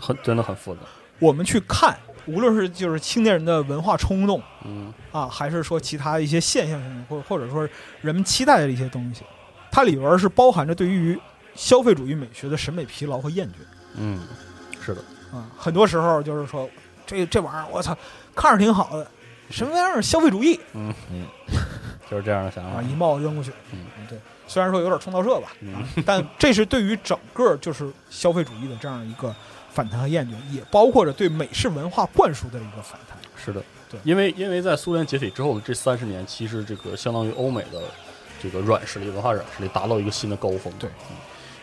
Speaker 1: 很真的很复杂，
Speaker 2: 我们去看，无论是就是青年人的文化冲动
Speaker 1: 嗯
Speaker 2: 啊，还是说其他一些现象性的，或或者说是人们期待的一些东西，它里边儿是包含着对于消费主义美学的审美疲劳和厌倦
Speaker 1: 嗯，是的，
Speaker 2: 啊。很多时候就是说，这这玩意儿我操，看着挺好的，什么样儿消费主义
Speaker 1: 就是这样的想
Speaker 2: 啊，
Speaker 1: 法
Speaker 2: 一，帽子扔过去，
Speaker 1: 嗯
Speaker 2: 对。虽然说有点冲到这吧，
Speaker 1: 嗯
Speaker 2: 但这是对于整个就是消费主义的这样一个反弹和厌倦，也包括着对美式文化灌输的一个反弹。
Speaker 1: 是的，
Speaker 2: 对
Speaker 1: 因为因为在苏联解体之后的这三十年，其实这个相当于欧美的这个软实力、文化软实力达到一个新的高峰。
Speaker 2: 对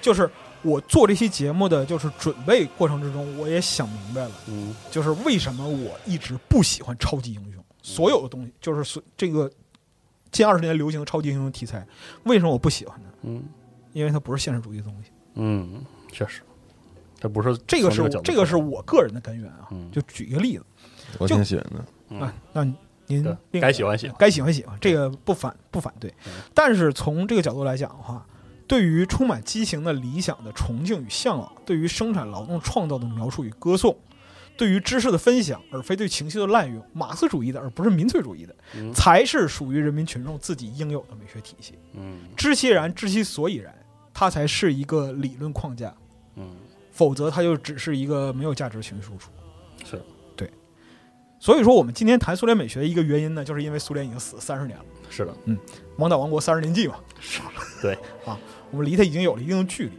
Speaker 2: 就是我做这期节目的就是准备过程之中，我也想明白了，
Speaker 1: 嗯，
Speaker 2: 就是为什么我一直不喜欢超级英雄，所有的东西就是所这个近二十年流行的超级英雄题材，为什么我不喜欢它？
Speaker 1: 嗯
Speaker 2: 因为它不是现实主义的东西。
Speaker 1: 嗯嗯，确实，这不是
Speaker 2: 这个是
Speaker 1: 从
Speaker 2: 我
Speaker 1: 这角度
Speaker 2: 这个是
Speaker 1: 看
Speaker 2: 我个人的根源啊。
Speaker 1: 嗯
Speaker 2: 就举一个例子
Speaker 3: 我
Speaker 2: 就
Speaker 3: 挺喜欢的。
Speaker 1: 嗯
Speaker 2: 啊，那您
Speaker 1: 对
Speaker 2: 另
Speaker 1: 该喜欢喜欢
Speaker 2: 该喜欢喜欢，这个不反不反对
Speaker 1: 嗯。
Speaker 2: 但是从这个角度来讲的话，对于充满激情的理想的崇敬与向往，对于生产劳动创造的描述与歌颂，对于知识的分享，而非对情绪的滥用，马克思主义的而不是民粹主义的，
Speaker 1: 嗯
Speaker 2: 才是属于人民群众自己应有的美学体系。
Speaker 1: 嗯
Speaker 2: 知其然，知其所以然，它才是一个理论框架，
Speaker 1: 嗯
Speaker 2: 否则它就只是一个没有价值的情绪输出。
Speaker 1: 是
Speaker 2: 所以说，我们今天谈苏联美学的一个原因呢，就是因为苏联已经死三十年了。
Speaker 1: 嗯是的，
Speaker 2: 《王岛王国三十年记》嘛，
Speaker 1: 对
Speaker 2: 啊，我们离它已经有了一定的距离，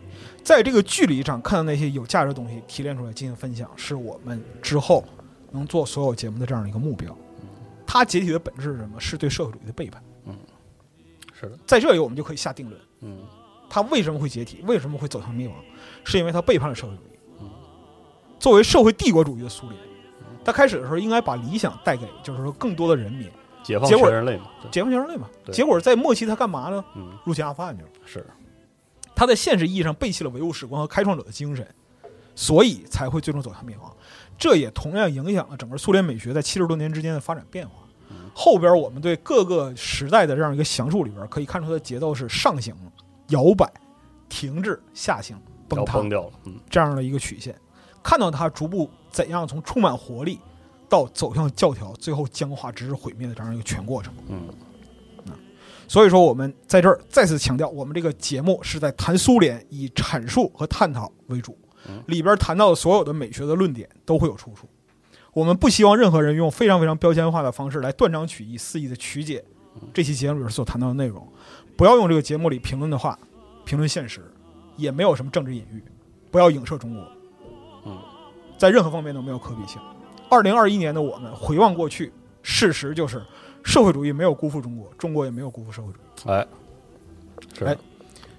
Speaker 2: 在这个距离上看到那些有价值的东西提炼出来进行分享，是我们之后能做所有节目的这样一个目标。它解体的本质是什么？是对社会主义的背叛。
Speaker 1: 是的，
Speaker 2: 在这里，我们就可以下定论：
Speaker 1: 嗯
Speaker 2: 它为什么会解体？为什么会走向灭亡？是因为它背叛了社会主义。
Speaker 1: 嗯
Speaker 2: 作为社会帝国主义的苏联，它开始的时候应该把理想带给就是说更多的人民，
Speaker 1: 解放
Speaker 2: 结果
Speaker 1: 全人类嘛，对，
Speaker 2: 解放全人类嘛。
Speaker 1: 对
Speaker 2: 结果在末期，它干嘛呢？
Speaker 1: 嗯
Speaker 2: 入侵阿富汗去了。
Speaker 1: 是
Speaker 2: 他在现实意义上背弃了唯物史观和开创者的精神，所以才会最终走向灭亡。这也同样影响了整个苏联美学在七十多年之间的发展变化。后边我们对各个时代的这样一个详述里边，可以看出它的节奏是上行、摇摆、停滞、下行、崩
Speaker 1: 要
Speaker 2: 塌
Speaker 1: 崩掉了，嗯
Speaker 2: 这样的一个曲线，看到它逐步怎样从充满活力到走向教条，最后僵化直至毁灭的这样一个全过程。
Speaker 1: 嗯
Speaker 2: 所以说，我们在这儿再次强调，我们这个节目是在谈苏联，以阐述和探讨为主
Speaker 1: 嗯，
Speaker 2: 里边谈到的所有的美学的论点都会有出处。我们不希望任何人用非常非常标签化的方式来断章取义、肆意的曲解
Speaker 1: 嗯
Speaker 2: 这期节目里边所谈到的内容。不要用这个节目里评论的话评论现实，也没有什么政治隐喻，不要影射中国。
Speaker 1: 嗯，
Speaker 2: 在任何方面都没有可比性。二零二一年的我们回望过去，事实就是社会主义没有辜负中国，中国也没有辜负社会主义。
Speaker 1: 嗯哎是
Speaker 2: 哎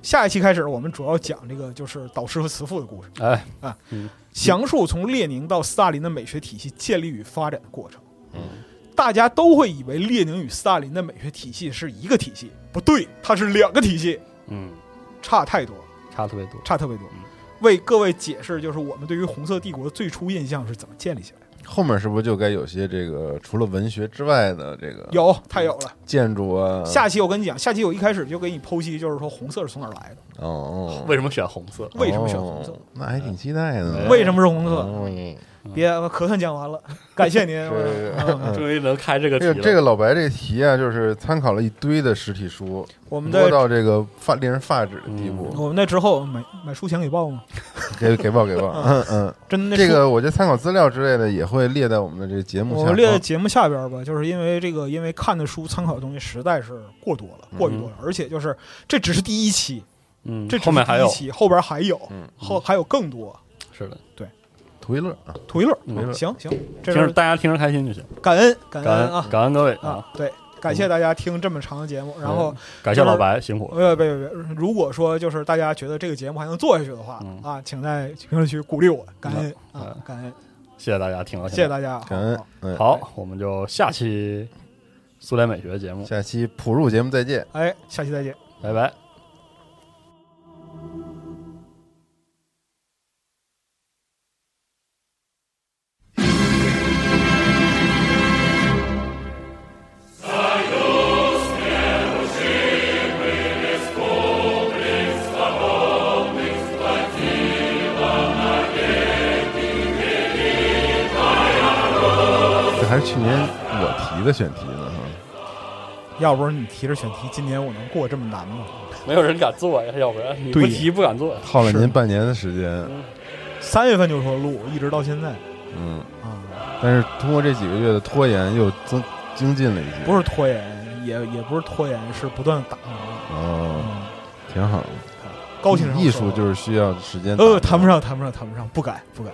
Speaker 2: 下一期开始，我们主要讲这个就是导师和慈父的故事，
Speaker 1: 哎，
Speaker 2: 详述从列宁到斯大林的美学体系建立与发展的过程。
Speaker 1: 嗯，
Speaker 2: 大家都会以为列宁与斯大林的美学体系是一个体系，不对，它是两个体系，
Speaker 1: 嗯，
Speaker 2: 差太多了，
Speaker 1: 差特别多。
Speaker 2: 差特别多
Speaker 1: 嗯。
Speaker 2: 为各位解释，就是我们对于红色帝国最初印象是怎么建立起来的。
Speaker 3: 后面是不是就该有些这个除了文学之外的这
Speaker 1: 嗯
Speaker 3: 个
Speaker 2: 有，太有了。
Speaker 3: 建筑啊？
Speaker 2: 下期我跟你讲，下期我一开始就给你剖析，就是说红色是从哪儿来的，
Speaker 3: 哦哦，
Speaker 1: 为什么选红色？
Speaker 2: 为什么选红色
Speaker 3: 哦？那还挺期待的。
Speaker 1: 哎
Speaker 2: 为什么是红色？
Speaker 3: 嗯，
Speaker 2: 别，可算讲完了，感谢您。
Speaker 3: 是
Speaker 2: 嗯
Speaker 1: 终于能开这个题
Speaker 3: 这
Speaker 1: 了。
Speaker 3: 个这个老白这题啊，就是参考了一堆的实体书，
Speaker 2: 我们
Speaker 3: 多
Speaker 2: 在
Speaker 3: 到这个发令人发指的地步，
Speaker 2: 我们在之后买买书钱给报吗？
Speaker 3: 给给报给报。嗯嗯，
Speaker 2: 真的那
Speaker 3: 这
Speaker 2: 书
Speaker 3: 个我觉得参考资料之类的也会列在我们的这个节目啊
Speaker 2: 我
Speaker 3: 下
Speaker 2: 们
Speaker 3: 方。
Speaker 2: 列在节目下边儿吧，就是因为这个，因为看的书参考的东西实在是过多了，过于多了，
Speaker 3: 嗯
Speaker 2: 而且就是这只是第一期，
Speaker 1: 嗯，
Speaker 2: 这只是
Speaker 1: 后面还有
Speaker 2: 第一，期，后边还有，
Speaker 3: 嗯
Speaker 2: 后还有更多。
Speaker 1: 是的，
Speaker 3: 图一乐啊，
Speaker 2: 图一乐，
Speaker 1: 嗯
Speaker 2: 行行，这
Speaker 1: 听着
Speaker 2: 是
Speaker 1: 大家听着开心就行。
Speaker 2: 感恩感
Speaker 1: 感
Speaker 2: 恩
Speaker 1: 恩
Speaker 2: 啊
Speaker 1: 感恩各位
Speaker 2: 啊！，对，感
Speaker 3: 嗯
Speaker 2: 谢大家听这么长的节目，然后
Speaker 1: 感谢老白辛苦了。
Speaker 2: 呃别别别，如果说就是大家觉得这个节目还能做下去的话
Speaker 1: 嗯
Speaker 2: 啊，请在评论区鼓励我，感恩
Speaker 1: 嗯
Speaker 2: 啊
Speaker 1: 嗯
Speaker 2: 感恩，
Speaker 1: 谢谢大家听到
Speaker 2: 谢
Speaker 1: 现
Speaker 2: 谢
Speaker 1: 在。
Speaker 2: 大家，好
Speaker 3: 感恩
Speaker 2: 好。
Speaker 3: 嗯，
Speaker 1: 好，我们就下期苏联美学节目，
Speaker 3: 下期普入节目再见。
Speaker 2: 哎，下期再见。
Speaker 1: 拜拜。
Speaker 3: 这还是去年我提的选题呢哈。
Speaker 2: 要不是你提着选题，今年我能过这么难吗？
Speaker 1: 没有人敢做呀，要不然你
Speaker 2: 对
Speaker 1: 不
Speaker 2: 呀
Speaker 1: 提不敢做。嗯
Speaker 3: 耗了
Speaker 2: 是
Speaker 3: 您半年的时间，
Speaker 2: 三月份就说录，一直到现在
Speaker 3: 嗯，
Speaker 2: 啊，
Speaker 3: 但是通过这几个月的拖延，又增精进了一些，
Speaker 2: 不是拖延，也也不是拖延，是不断地打磨。
Speaker 3: 哦，
Speaker 2: 嗯，
Speaker 3: 挺好的。
Speaker 2: 高情商
Speaker 3: 艺术
Speaker 2: 是呃
Speaker 3: 就是需要时间打磨，
Speaker 2: 呃，谈不上，谈不上，谈不上，不敢，不敢。